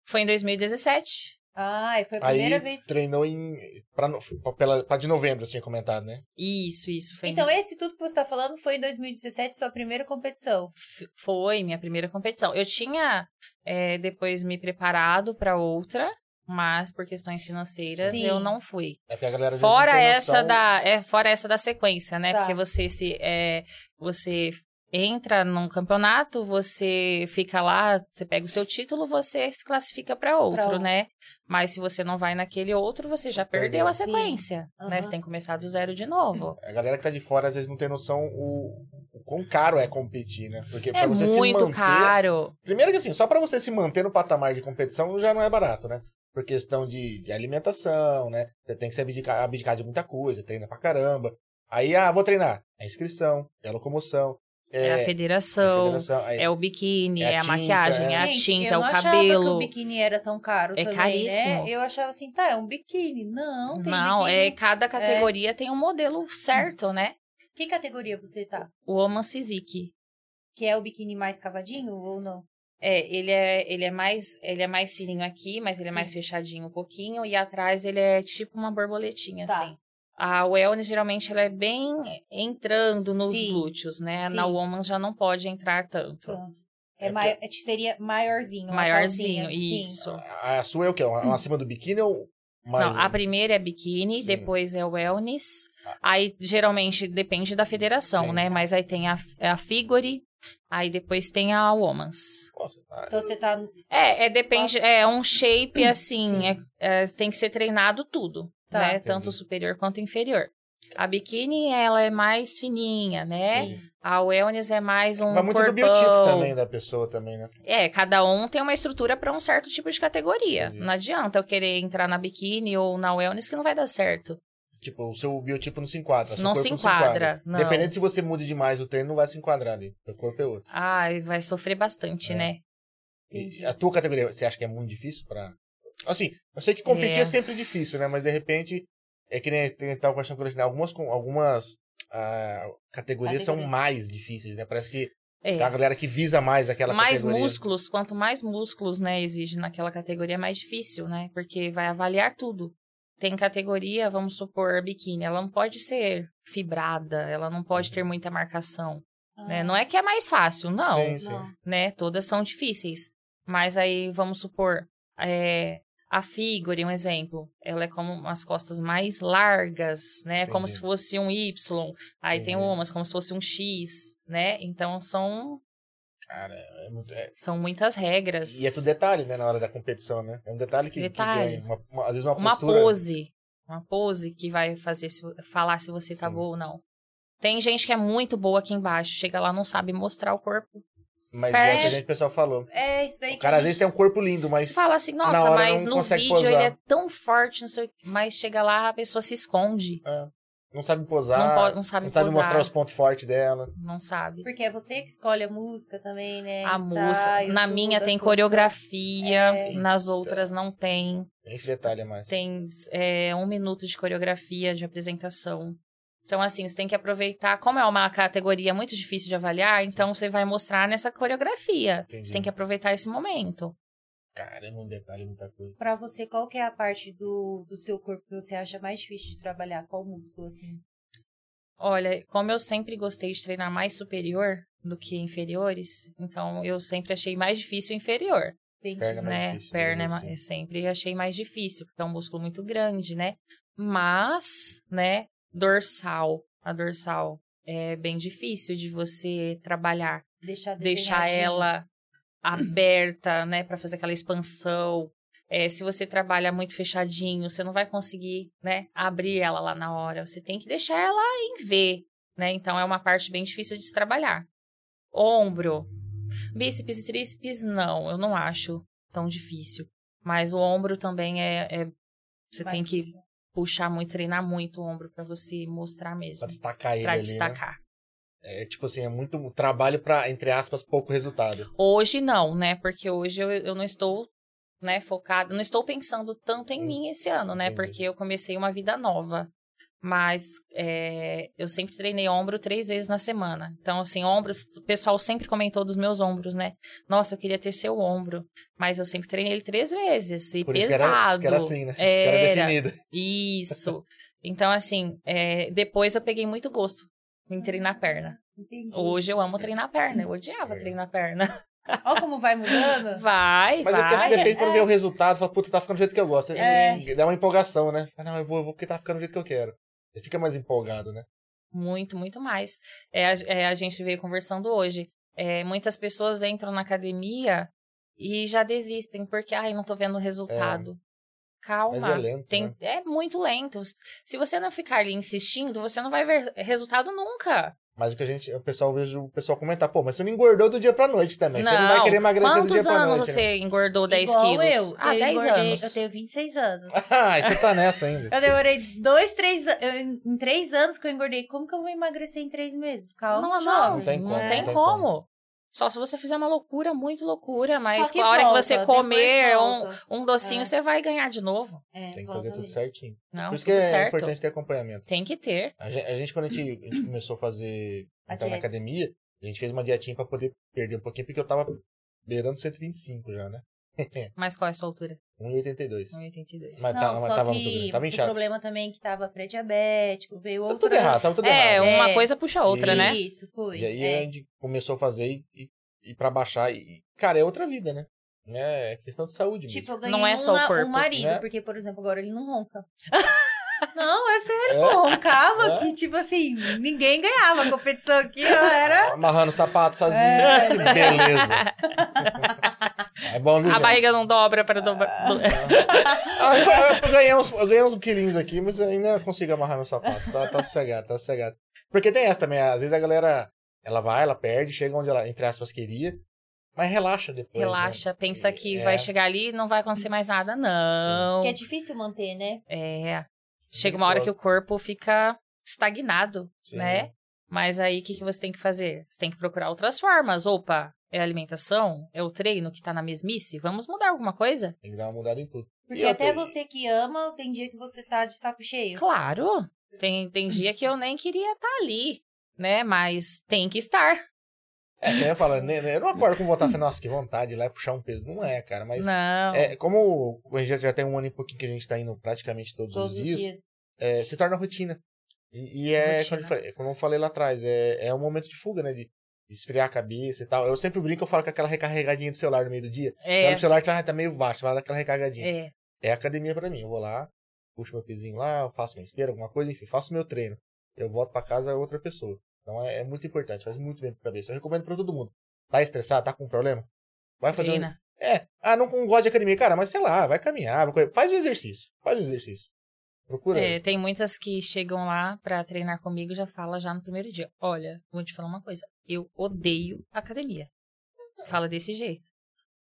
S3: Foi em 2017.
S1: Ah, e foi a
S2: Aí
S1: primeira vez.
S2: treinou em. Pra, no- pra- pela, pra de novembro, eu tinha comentado, né?
S3: Isso, isso. Foi, em-
S1: Então, esse tudo que você tá falando foi em 2017, sua primeira competição.
S3: f- foi minha primeira competição. Eu tinha é, depois me preparado pra outra, mas por questões financeiras
S1: Sim.
S3: eu não fui.
S2: É porque a galera às vezes, não
S3: Fora
S2: tem
S3: essa
S2: noção.
S3: da, é, fora essa da sequência, né?
S1: Tá.
S3: Porque você se é, você entra num campeonato, você fica lá, você pega o seu título, você se classifica pra outro,
S1: outro.
S3: né? Mas se você não vai naquele outro, você já
S2: Perdeu.
S3: perdeu a
S1: Sim.
S3: sequência, né?
S1: Aham.
S3: Você tem que começar do zero de novo.
S2: A galera que tá de fora às vezes não tem noção o, o quão caro é competir, né? Porque
S3: É
S2: pra você
S3: muito
S2: se manter.
S3: caro.
S2: Primeiro que assim, só pra você se manter no patamar de competição já não é barato, né? Por questão de, de alimentação, né? Você tem que se abdicar, abdicar de muita coisa, treina pra caramba. Aí, ah, vou treinar. É a inscrição, é a locomoção, é,
S3: É, a federação,
S2: federação, aí-
S3: é o biquíni,
S2: É a
S3: é a
S2: tinta,
S3: maquiagem, é a
S1: Gente,
S3: tinta, é
S1: eu
S3: o
S1: não achava que o
S3: cabelo.
S1: biquíni era tão caro
S3: É
S1: também, né?
S3: caríssimo.
S1: Eu achava assim, tá, é um biquíni. Não, tem
S3: Não, é
S1: biquíni.
S3: cada categoria tem um modelo certo, né?
S1: Que categoria você tá?
S3: O Woman's Physique.
S1: Que é o biquíni mais cavadinho ou não?
S3: É, ele é, ele é mais, ele é mais fininho aqui, mas ele é mais fechadinho um pouquinho e atrás ele é tipo uma borboletinha
S1: Tá.
S3: assim. A wellness geralmente ela é bem entrando nos
S1: Sim.
S3: glúteos, né? Na
S1: Sim.
S3: woman já não pode entrar tanto.
S1: Pronto. É
S2: É
S1: mai- Seria maiorzinho. uma
S3: Maiorzinho,
S1: calcinha, sim.
S3: isso.
S2: A, a sua é o quê? Uma, uma acima do biquíni ou mais? um?
S3: não, a primeira é biquíni,
S2: Sim.
S3: depois é wellness.
S2: Ah.
S3: Aí geralmente depende da federação,
S2: Sim.
S3: né? Mas aí tem a, a figure, aí depois tem a woman's.
S2: Nossa, tá.
S1: Então você tá.
S3: É, é depende, é um shape assim,
S2: Sim.
S3: é- é, tem que ser treinado tudo.
S1: Tá.
S3: né?
S2: Entendi.
S3: Tanto superior quanto inferior. A biquíni, ela é mais fininha, né?
S2: Sim.
S3: A wellness é mais um
S2: Vai muito do
S3: corpão.
S2: biotipo também da pessoa também, né?
S3: É, cada um tem uma estrutura para um certo tipo de categoria.
S2: Entendi.
S3: Não adianta eu querer entrar na biquíni ou na wellness que não vai dar certo.
S2: Tipo, o seu biotipo não se enquadra. seu
S3: Não
S2: corpo
S3: se enquadra, não.
S2: Dependendo se você muda demais o treino, não vai se enquadrar ali. Teu corpo é outro.
S3: Ai, vai sofrer bastante,
S2: É.
S3: né?
S2: E a tua categoria, você acha que é muito difícil pra. Assim, eu sei que competir é,
S3: É.
S2: sempre difícil, né? Mas de repente, é que nem eu tava conversando com o Regina, algumas, com- algumas ah, categorias são
S1: Categorias.
S2: mais difíceis, né? Parece que
S3: É.
S2: tem a galera que visa mais aquela
S3: mais
S2: categoria.
S3: músculos, quanto mais músculos, né, exige naquela categoria, é mais difícil, né? Porque vai avaliar tudo. Tem categoria, vamos supor, biquíni, ela não pode ser fibrada, ela não pode ter muita marcação, né? Não é que é mais fácil, não,
S2: Sim, sim.
S1: Ah, Não.
S3: né? Todas são difíceis. Mas aí, vamos supor, é, a figure, um exemplo, ela é como umas costas mais largas, né? Como
S2: Entendi.
S3: se fosse um Y. Aí tem
S2: Entendi.
S3: umas como se fosse um X, né? Então, são
S2: Cara, é muito. é-
S3: são muitas regras.
S2: E é tudo detalhe, né? Na hora da competição, né? É um detalhe que, que
S3: Detalhe.
S2: ganha. Uma- uma- às vezes uma,
S3: uma
S2: postura.
S3: pose. Uma pose que vai fazer se, falar se você tá
S2: Sim.
S3: boa ou não. Tem gente que é muito boa aqui embaixo, chega lá não sabe mostrar o corpo.
S2: Mas é o que a
S3: Perde.
S2: gente o pessoal falou.
S1: É isso daí.
S2: O cara
S1: que
S2: às vezes tem um corpo lindo, mas.
S3: Você fala assim,
S2: na
S3: nossa,
S2: hora
S3: mas
S2: não
S3: no
S2: consegue
S3: vídeo
S2: posar."
S3: ele é tão forte, não sei, o quê", mas chega lá a pessoa se esconde,
S2: Não sabe
S3: não,
S2: posar.
S3: po- não sabe
S2: não sabe
S3: posar,
S2: mostrar os pontos fortes dela.
S3: não
S2: um
S3: sabe.
S1: Porque é você que escolhe a música também, né?
S3: A
S1: Ensaio,
S3: moça, na
S1: tudo,
S3: minha
S1: as
S3: tem
S1: posições.
S3: coreografia,
S1: É.
S3: nas outras não tem.
S2: Tem esse detalhe a mais.
S3: tem é, um minuto de coreografia, de apresentação. Então, assim, você tem que aproveitar. Como é uma categoria muito difícil de avaliar, então você vai mostrar nessa coreografia.
S2: Entendi.
S3: Você tem que aproveitar esse momento.
S2: Caramba, um detalhe, muita coisa.
S1: Pra você, qual que é a parte do, do seu corpo que você acha mais difícil de trabalhar? Qual músculo, assim?
S3: Olha, como eu sempre gostei de treinar mais superior do que inferiores, então eu sempre achei mais difícil o inferior.
S1: Entendi.
S2: Perna. É mais
S3: né?
S2: difícil,
S3: Perna é
S2: digamos
S3: ma-
S2: assim.
S3: é sempre achei mais difícil, porque é um músculo muito grande, né? Mas, né, dorsal, a dorsal é bem difícil de você trabalhar,
S1: Deixar,
S3: deixar
S1: desenhadinho.
S3: ela aberta, né, Pra fazer aquela expansão. É, se você trabalha muito fechadinho, você não vai conseguir, né, abrir ela lá na hora. Você tem que deixar ela em V, né? Então é uma parte bem difícil de se trabalhar. Ombro, Bíceps e tríceps, não, eu não acho tão difícil. Mas o ombro também é. é- você tem que puxar muito, treinar muito o ombro pra você mostrar mesmo.
S2: Pra destacar ele
S3: Pra
S2: ali, né?
S3: destacar.
S2: É tipo assim, é muito trabalho pra, entre aspas, pouco resultado.
S3: Hoje não, né? Porque hoje eu, eu não estou né, focada, não estou pensando tanto em
S2: Hum,
S3: mim esse ano, né?
S2: entendi.
S3: Porque eu comecei uma vida nova. Mas é, eu sempre treinei ombro três vezes na semana. Então, assim, ombros, o pessoal sempre comentou dos meus ombros, né? Nossa, eu queria ter seu ombro. Mas eu sempre treinei ele três vezes. E
S2: Por isso que
S3: pesado.
S2: era, isso que era assim, né? Isso que
S3: Era.
S2: era definido.
S3: Isso. Então, assim, é, depois eu peguei muito gosto em treinar perna.
S1: Entendi.
S3: Hoje eu amo treinar perna. Eu odiava
S2: É.
S3: treinar perna.
S1: Olha como vai mudando.
S3: Vai,
S2: Mas é porque
S3: vai.
S2: acho que depende quando
S1: É.
S2: vê o resultado, fala, puta, tá ficando do jeito que eu gosto.
S1: É.
S2: Dá uma empolgação, né? Ah, não, eu vou, eu vou porque tá ficando do jeito que eu quero. Você fica mais empolgado, né?
S3: Muito, muito mais. É, a, é, a gente veio conversando hoje. É, muitas pessoas entram na academia e já desistem, porque, ai, não tô vendo resultado.
S2: Mas
S3: Calma.
S2: é lento.
S3: Tem-
S2: né?
S3: É muito lento. Se você não ficar ali insistindo, você não vai ver resultado nunca.
S2: Mas o que a gente. O pessoal eu vejo o pessoal comentar, pô, mas você não engordou do dia pra noite também. Você não vai
S3: Não.
S2: querer emagrecer do dia
S3: Quantos
S2: pra
S3: anos
S2: noite. né?
S3: você engordou 10
S1: Igual
S3: quilos?
S1: eu.
S3: ah,
S1: eu
S3: 10
S1: engordei-
S3: anos.
S1: Eu tenho 26 anos.
S2: Né? Ah, você tá nessa ainda.
S1: Eu
S3: um
S1: demorei dois, três anos. Em três anos que eu engordei. Como que eu vou emagrecer em três meses? Calma,
S3: Não, não,
S1: jovem.
S2: Não tem então. como,
S3: não é.
S1: né?
S3: tem
S2: não tem
S3: como. Só se você fizer uma loucura, muito loucura, mas
S1: Só
S3: a hora
S1: volta,
S3: que você
S1: depois
S3: comer um,
S1: volta.
S3: um docinho,
S1: É.
S3: você vai ganhar de novo.
S1: É,
S2: Tem que
S1: volta
S2: fazer tudo
S1: mesmo.
S2: certinho.
S3: Não,
S2: Por isso que
S3: tudo
S2: é
S3: certo.
S2: importante ter acompanhamento.
S3: Tem que ter.
S2: A gente, a gente, quando a gente, a gente começou a fazer.
S1: A
S2: entrar na
S1: dieta.
S2: academia, a gente fez uma dietinha pra poder perder um pouquinho, porque eu tava beirando 125 já, né?
S3: Mas qual é a sua altura?
S2: 1,82.
S3: 1,82.
S2: Mas
S1: não,
S2: tá- mas
S1: só
S2: tava no
S1: que
S2: tubo, tava
S1: o
S2: inchado.
S1: problema também é que tava pré-diabético, veio
S2: Tava
S1: outra...
S2: tudo errado, tava tudo
S3: É,
S2: errado.
S3: uma
S1: É.
S3: coisa puxa a outra,
S2: E-
S3: né?
S1: Isso, foi.
S2: E aí
S1: é.
S2: a gente começou a fazer e, e, e pra baixar. E, cara, é outra vida, né? É questão de saúde mesmo.
S1: Tipo, eu ganhei
S3: Não é só o
S1: um, na- um
S3: corpo,
S1: marido,
S2: né?
S1: porque, por exemplo, agora ele não ronca. Não, é sério,
S2: É?
S1: pô, roncava
S2: É?
S1: que, tipo assim, ninguém ganhava. A competição aqui ó, era.
S2: Amarrando sapato sozinho.
S1: É.
S2: Que beleza. É bom, viu,
S3: A
S2: gente?
S3: barriga não dobra pra dobrar.
S2: é.
S3: do-
S2: Ah, eu, eu ganhei uns, eu ganhei uns quilinhos aqui, mas ainda consigo amarrar meu sapato. Tá, tá sossegado, tá sossegado. Porque tem essa também, às vezes a galera, ela vai, ela perde, chega onde ela, entre aspas, queria, mas relaxa depois. né?
S3: Relaxa, pensa que
S2: É.
S3: vai chegar ali e não vai acontecer mais nada, não.
S1: Que é difícil manter, né?
S3: É. Chega uma hora que o corpo fica estagnado,
S2: Sim.
S3: né? Mas aí o que, que você tem que fazer? Você tem que procurar outras formas. Opa, é a alimentação? É o treino que tá na mesmice? Vamos mudar alguma coisa?
S2: Tem que dar uma mudada em tudo.
S1: Porque
S2: E outra,
S1: até você que ama, tem dia que você tá de saco cheio.
S3: Claro! Tem, tem dia que eu nem queria estar ali, né? Mas tem que estar.
S2: É, que eu falo, né, né, eu não acordo com botar fé, nossa, que vontade de ir lá e puxar um peso. Não é, cara, mas.
S3: não.
S2: É, como a gente já- já tem um ano e pouquinho que a gente tá indo praticamente todos,
S1: Todos
S2: os dias,
S1: dias.
S2: é, se torna rotina. E, e é,
S3: Rotina.
S2: como eu falei- como eu falei lá atrás, é, é um momento de fuga, né? De esfriar a cabeça e tal. Eu sempre brinco, eu falo com aquela recarregadinha do celular no meio do dia. Você olha
S3: É,
S2: pro celular e fala, ah, tá meio baixo, vai dar aquela recarregadinha. É.
S3: é.
S2: academia pra mim. Eu vou lá, puxo meu pezinho lá, eu faço minha esteira, alguma coisa, enfim, faço meu treino. Eu volto pra casa é outra pessoa. Então é, é muito importante, faz muito bem pra cabeça. Eu recomendo pra todo mundo. Tá estressado, tá com problema?
S1: Tá
S2: Vai fazer um-
S3: Treina.
S2: é, ah, não gosto de academia. Cara, mas sei lá, vai caminhar, vai correr. faz um exercício, faz um exercício. Procura.
S3: É, tem muitas que chegam lá pra treinar comigo e já fala já no primeiro dia. Olha, vou te falar uma coisa. Eu odeio academia. Fala desse jeito.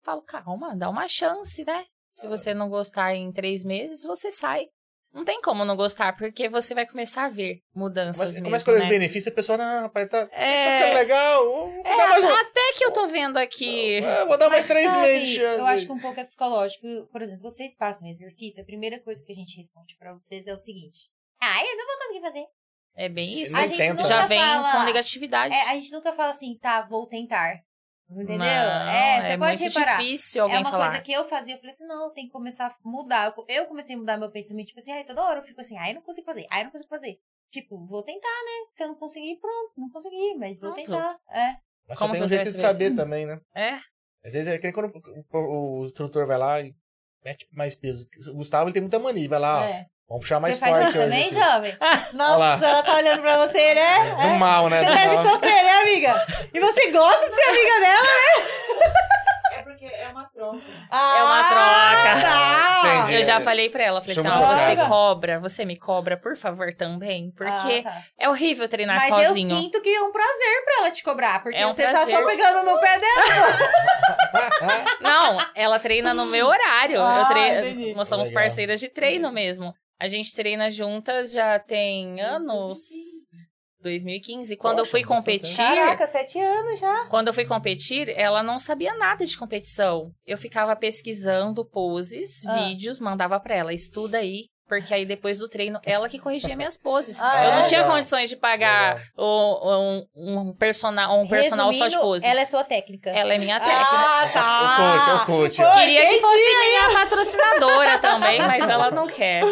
S3: Falo, calma, dá uma chance, né? Se você não gostar em três meses, você sai. Não tem como não gostar, porque você vai começar a ver mudanças
S2: Mas é
S3: mesmo,
S2: começa a colher os
S3: né?
S2: benefícios, a pessoa, não, rapaz, tá, tá ficando
S3: É,
S2: legal. Vou
S3: é,
S2: dar mais, um-
S3: até que eu tô vendo aqui.
S2: é, vou dar mais três
S1: Sabe,
S2: meses de chance.
S1: Eu acho que um pouco é psicológico. Por exemplo, vocês passam exercício, a primeira coisa que a gente responde pra vocês é o seguinte. Ah, eu não vou conseguir fazer.
S3: É bem isso.
S2: Não
S1: a gente
S2: tenta.
S1: nunca
S3: Já vem
S1: um fala...
S3: com negatividade.
S1: É, a gente nunca fala assim, tá, vou tentar. Entendeu?
S3: Não,
S1: é, você pode
S3: muito
S1: reparar.
S3: difícil alguém
S1: é uma
S3: falar.
S1: coisa que eu fazia, eu falei assim, não, tem que começar a mudar. Eu co- Eu comecei a mudar meu pensamento, tipo assim, ai, toda hora eu fico assim, ai, eu não consigo fazer, ai, eu não consigo fazer. Tipo, vou tentar, né? Se eu não conseguir, pronto, não consegui, mas vou
S3: Pronto.
S1: tentar. É.
S2: Mas só
S3: Como
S2: tem
S3: que
S2: um
S3: você
S2: jeito de
S3: vai saber?
S2: saber também, né?
S3: É,
S2: Às vezes é que nem quando o- o, o instrutor vai lá e mete mais peso. O Gustavo ele tem muita mania, vai lá, ó,
S1: é.
S2: vamos puxar Ah, tá mais
S1: Você faz
S2: forte
S1: isso
S2: hoje assim.
S1: também,
S2: aqui.
S1: jovem?
S2: Olha lá.
S1: Nossa, ela tá olhando pra você,
S2: Do
S1: né? É.
S2: mal, né?
S1: Você
S2: Do
S1: deve
S2: mal.
S1: sofrer, né, amiga? E você gosta de ser amiga dela? né?
S4: É porque é uma troca.
S1: Ah,
S3: É troca.
S1: Tá.
S2: Entendi.
S3: Eu já falei pra ela, falei assim,
S2: Chama
S3: ó,
S1: pra
S3: você
S1: casa.
S3: cobra, você me cobra, por favor, também,
S1: Ah,
S3: porque
S1: tá.
S3: é horrível treinar
S1: Mas
S3: sozinho.
S1: eu sinto que é um prazer pra ela te cobrar, porque
S3: É um
S1: você tá só
S3: prazer.
S1: pegando no pé dela.
S3: Não, ela treina no meu horário.
S1: Ah,
S3: eu tre-
S1: entendi.
S3: Nós somos
S2: Legal.
S3: parceiras de treino mesmo. A gente treina juntas já tem anos. 2015, quando eu
S2: Poxa,
S3: fui
S2: bastante
S3: competir,
S1: Caraca, sete anos já.
S3: quando eu fui competir, ela não sabia nada de competição. Eu ficava pesquisando poses,
S1: Ah.
S3: vídeos, mandava pra ela, estuda aí, porque aí depois do treino ela que corrigia minhas poses.
S1: Ah,
S3: eu
S1: é?
S3: não tinha
S2: Legal.
S3: condições de pagar
S2: Legal.
S3: o- um, um personal, um personal
S1: Resumindo,
S3: só de poses.
S1: ela é sua técnica.
S3: Ela é minha técnica.
S1: Ah, tá.
S2: O coach, né? o coach.
S1: Pô,
S3: Queria que
S1: entendi.
S3: fosse minha patrocinadora também, mas ela não quer.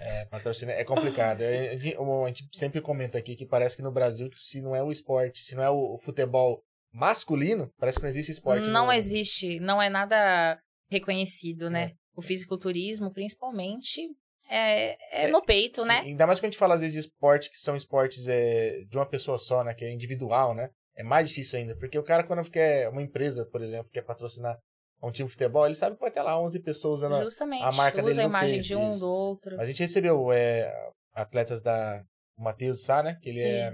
S2: É, patrocínio é complicado. É, a gente- a gente sempre comenta aqui que parece que no Brasil, se não é o esporte, se não é o futebol masculino, parece que não existe esporte. né?
S3: Não
S2: no-
S3: existe, não é nada reconhecido, né? O fisiculturismo, principalmente, é, é
S2: É,
S3: no peito,
S2: Sim,
S3: né?
S2: Ainda mais quando a gente fala, às vezes, de esporte que são esportes é, de uma pessoa só, né? Que é individual, né? É mais difícil ainda. Porque o cara, quando quer uma empresa, por exemplo, quer patrocinar um time de futebol, ele sabe que vai ter lá 11 pessoas usando a-
S3: Justamente.
S2: a marca dele
S3: usa a
S2: no
S3: imagem
S2: peito,
S3: de um
S2: isso.
S3: do outro.
S2: A gente recebeu é, atletas da Matheus Sá, né? Que ele é,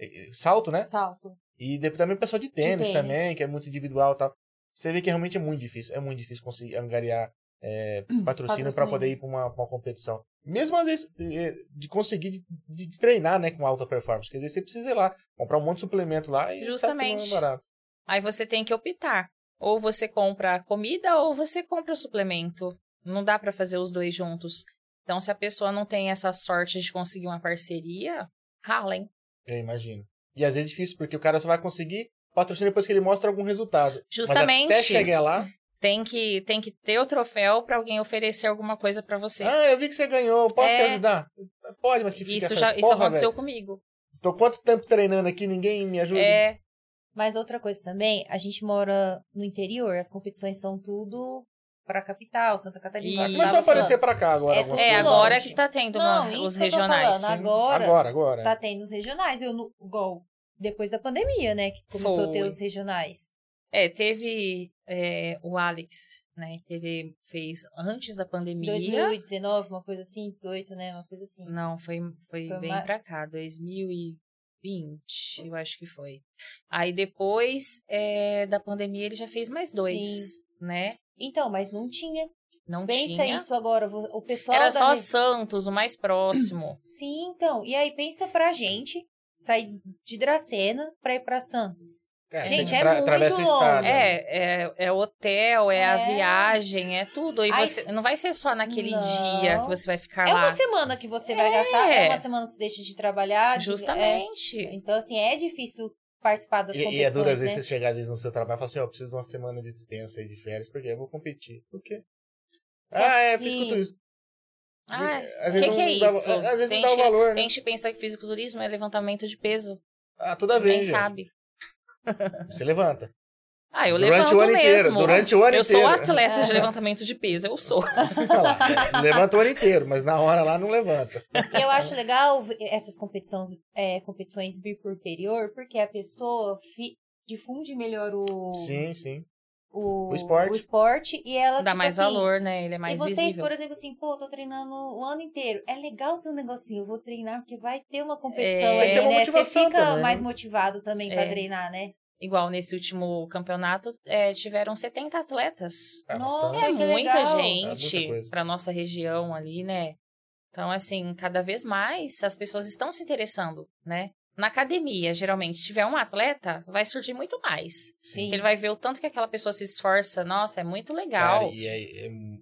S2: é- salto, né?
S1: Salto.
S2: E depois também o pessoal de tênis,
S1: tênis.
S2: também, que é muito individual e tal. Você vê que realmente é muito difícil. É muito difícil conseguir angariar é,
S3: Hum,
S2: patrocínio para
S1: patrocínio.
S2: poder ir para uma, pra uma competição. Mesmo às vezes eh, de conseguir de, de- de treinar né, com alta performance. Porque às vezes você precisa ir lá, comprar um monte de suplemento lá e sabe que não é
S3: Justamente.
S2: barato.
S3: Aí você tem que optar. Ou você compra a comida ou você compra o suplemento. Não dá pra fazer os dois juntos. Então, se a pessoa não tem essa sorte de conseguir uma parceria, rala, hein?
S2: Eu imagino. E às vezes é difícil, porque o cara só vai conseguir patrocínio depois que ele mostra algum resultado.
S3: Justamente.
S2: Mas até chegar lá.
S3: Tem que, tem que ter o troféu pra alguém oferecer alguma coisa pra você.
S2: Ah, eu vi que você ganhou, posso te
S3: É.
S2: ajudar? Pode, mas se fica
S3: isso
S2: essa
S3: já isso
S2: porra,
S3: aconteceu
S2: velho,
S3: comigo.
S2: Tô quanto tempo treinando aqui, ninguém me ajuda.
S3: É,
S1: Mas outra coisa também, a gente mora no interior, as competições são tudo para a capital, Santa Catarina.
S3: Isso.
S1: lá você
S2: Mas vai
S1: tá falando.
S2: aparecer pra cá agora.
S1: É,
S2: algumas
S3: É,
S1: Tudo
S2: coisas.
S3: agora
S1: longe.
S3: que tá está tendo
S1: Não,
S3: uma-
S1: isso
S3: os
S1: que eu tô
S3: regionais.
S1: falando. né?
S2: Sim,
S1: agora.
S2: Agora, agora.
S1: Tá tendo os regionais, eu no igual depois da pandemia, né, que começou a ter
S3: Foi.
S1: os regionais.
S3: É, teve é, o Alex, né? Que ele fez antes da pandemia.
S1: 2019, uma coisa assim, 18, né, uma coisa assim.
S3: Não, foi, foi,
S1: Foi
S3: bem
S1: ma-
S3: pra cá, 2020, eu acho que foi. Aí depois é, da pandemia ele já fez mais dois,
S1: Sim.
S3: né?
S1: Então, mas não tinha.
S3: Não
S1: Pensa
S3: tinha.
S1: isso agora, vo- o pessoal
S3: Era
S1: da
S3: só
S1: regi-
S3: Santos, o mais próximo.
S1: Sim, então. E aí pensa pra gente sair de Dracena pra ir pra Santos.
S2: É,
S1: Gente,
S2: tem-
S1: é muito
S2: atravessa o estado,
S1: longe.
S2: né?
S3: É, é, é hotel, é, a
S1: É.
S3: viagem, é tudo. E
S1: Aí-
S3: você não vai ser só naquele
S1: Não.
S3: dia que você vai ficar
S1: É
S3: lá.
S1: uma semana que você vai gastar, é
S3: É.
S1: uma semana que você deixa de trabalhar. de-
S3: Justamente.
S1: é. Então, assim, é difícil participar das
S2: E,
S1: competições,
S2: e é duro às vezes
S1: né?
S2: você chegar às vezes no seu trabalho e falar assim, ó, eu preciso de uma semana de dispensa aí de férias, porque eu vou competir. Por quê?
S1: Só
S2: ah, é,
S1: que-
S2: fiz culturismo.
S3: Ah,
S2: Às
S3: que
S2: vezes
S3: que é
S2: não dá-
S3: isso?
S2: Às vezes
S3: Tem
S2: não dá o
S3: che-
S2: valor, né?
S3: tem que pensar que fisiculturismo é levantamento de peso.
S2: Ah, toda vez.
S3: Quem
S2: gente.
S3: sabe?
S2: Você levanta.
S3: Ah, eu
S2: durante
S3: levanto
S2: o ano
S3: mesmo. né?
S2: inteiro. Durante o ano
S3: eu
S2: inteiro.
S3: sou atleta de
S1: É. Então,
S3: levantamento de peso, eu sou.
S2: Olha lá, levanta o ano inteiro, mas na hora lá não levanta.
S1: E eu acho legal essas competições, é, competições vir por interior, porque a pessoa fi- difunde melhor o,
S2: Sim, sim.
S1: o,
S2: o esporte.
S1: o esporte e ela
S3: Dá
S1: tipo
S3: mais
S1: assim,
S3: valor, né? Ele é
S1: e
S3: mais
S1: vocês,
S3: visível.
S1: por exemplo, assim, pô, tô treinando o ano inteiro. É legal ter um negocinho, eu vou treinar, porque vai ter uma competição.
S3: É.
S1: ali,
S3: Vai ter
S2: uma
S1: né?
S2: motivação
S1: Você fica
S2: também, né?
S1: mais motivado também pra
S3: É.
S1: treinar, né?
S3: Igual nesse último campeonato, é, tiveram 70 atletas.
S2: Ah,
S1: Nossa,
S2: bastante.
S1: Ai,
S3: É
S1: que legal.
S3: muita
S2: É
S3: gente
S2: muita coisa.
S3: pra nossa região ali, né? Então, assim, cada vez mais as pessoas estão se interessando, né? Na academia, geralmente, se tiver um atleta, vai surgir muito mais.
S1: Sim.
S3: Ele vai ver o tanto que aquela pessoa se esforça. Nossa, é muito legal.
S2: Cara, e aí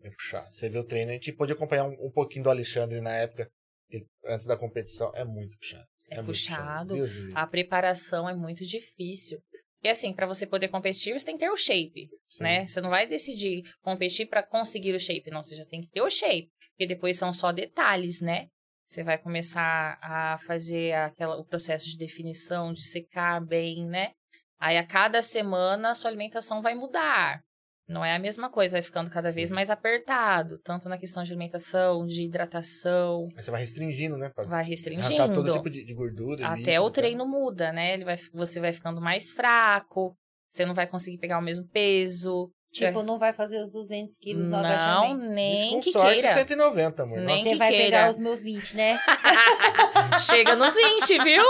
S2: é, é puxado. Você vê o treino, a gente pôde acompanhar um, um pouquinho do Alexandre na época, ele- antes da competição. É muito puxado.
S3: É
S2: muito
S3: puxado.
S2: Deus me livre.
S3: A preparação é muito difícil. E assim, pra você poder competir, você tem que ter o shape,
S2: Sim.
S3: né? Você não vai decidir competir pra conseguir o shape, não. Você já tem que ter o shape, porque depois são só detalhes, né? Você vai começar a fazer aquela, o processo de definição, de secar bem, né? Aí a cada semana a sua alimentação vai mudar. Não é a mesma coisa, vai ficando cada vez
S2: Sim.
S3: mais apertado, tanto na questão de alimentação, de hidratação,
S2: Aí você vai restringindo, né? Pra
S3: vai
S2: arrancar
S3: restringindo.
S2: todo tipo de, de gordura.
S3: Até
S2: líquido,
S3: o
S2: tá?
S3: treino muda, né? Ele vai, você vai ficando mais fraco, você não vai conseguir pegar o mesmo peso.
S1: Tipo, não vai fazer os 200 quilos no
S3: não,
S1: agachamento.
S2: Gente,
S3: nem
S2: com
S3: que
S2: sorte,
S3: queira.
S2: 190, amor.
S3: Nem
S1: Você
S3: que
S1: vai
S3: queira.
S1: pegar os meus 20, né?
S3: Chega nos 20, viu?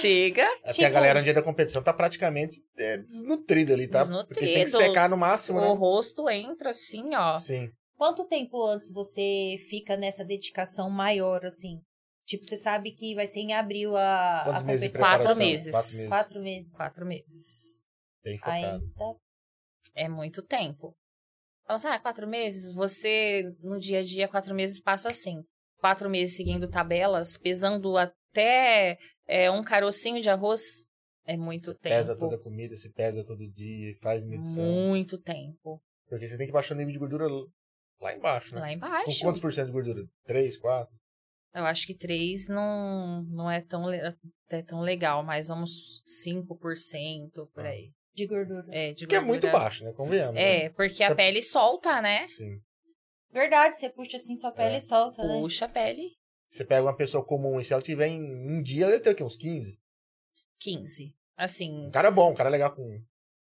S3: Chega.
S2: É porque a
S1: Tipo-
S2: galera no dia da competição tá praticamente é, desnutrida ali, tá? Porque tem que
S3: Desnutrido.
S2: secar no máximo,
S3: O
S2: né?
S3: rosto entra assim, ó.
S2: Sim.
S1: Quanto tempo antes você fica nessa dedicação maior, assim? Tipo, você sabe que vai ser em abril a, a
S2: Quantos meses de
S1: competição.
S2: preparação?
S3: Quatro meses.
S2: Quatro meses.
S1: Quatro meses.
S3: Quatro meses.
S2: Bem focado.
S1: Ainda.
S3: É muito tempo. Fala assim, ah, quatro meses? Você, no dia a dia, quatro meses passa assim. Quatro meses seguindo tabelas, pesando até é, um carocinho de arroz. É muito
S2: Você
S3: tempo.
S2: pesa toda a comida, se pesa todo dia, faz medição.
S3: Muito tempo.
S2: Porque você tem que baixar o nível de gordura lá embaixo, né?
S3: Lá
S2: Com
S3: embaixo.
S2: quantos por cento de gordura? 3, 4?
S3: Eu acho que 3 não, não é tão, le- até tão legal, mas vamos 5% por
S2: Ah.
S3: aí.
S1: De gordura.
S3: É, de
S2: Que é
S3: gordura.
S2: muito baixo, né? Convenhamos. né?
S3: É, porque a pele solta, né?
S2: Sim.
S1: Verdade, você puxa assim sua pele
S2: É.
S1: e solta, né?
S3: Puxa a pele,
S2: Você pega uma pessoa comum e se ela tiver em um dia, ela deve ter o quê? Uns 15?
S3: 15.
S2: Um
S3: Assim,
S2: cara bom, um cara legal com.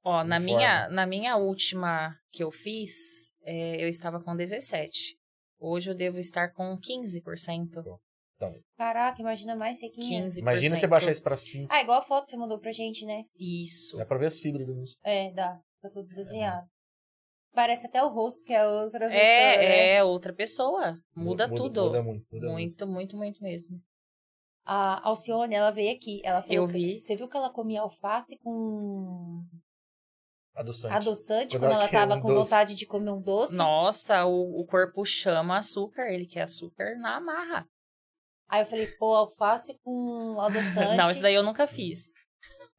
S3: ó, na
S2: Conforme.
S3: minha, na minha última que eu fiz, é, eu estava com 17. Hoje eu devo estar com 15%.
S1: Caraca, imagina mais sequinha.
S3: 15%.
S2: Imagina você baixar isso pra 5.
S1: Ah, igual a foto que você mandou pra gente, né?
S3: Isso.
S2: Dá pra ver as fibras do músculo.
S1: É, dá. Tá tudo desenhado. Parece até o rosto que é a outra pessoa, né?
S3: É, é outra pessoa. Muda, tudo.
S2: Muda muito. Muda muito.
S3: muito, muito, muito mesmo.
S1: A Alcione, ela veio aqui. Ela falou
S3: Eu
S1: que-
S3: vi.
S1: Você viu que ela comia alface com
S2: Adoçante.
S1: adoçante
S2: Quando
S1: quando
S2: ela
S1: ela
S2: quer
S1: tava
S2: um
S1: com
S2: doce.
S1: vontade de comer um doce?
S3: Nossa, o, o corpo chama açúcar, ele quer açúcar na marra.
S1: Aí eu falei, pô, alface com adoçante.
S3: Não, isso daí eu nunca fiz.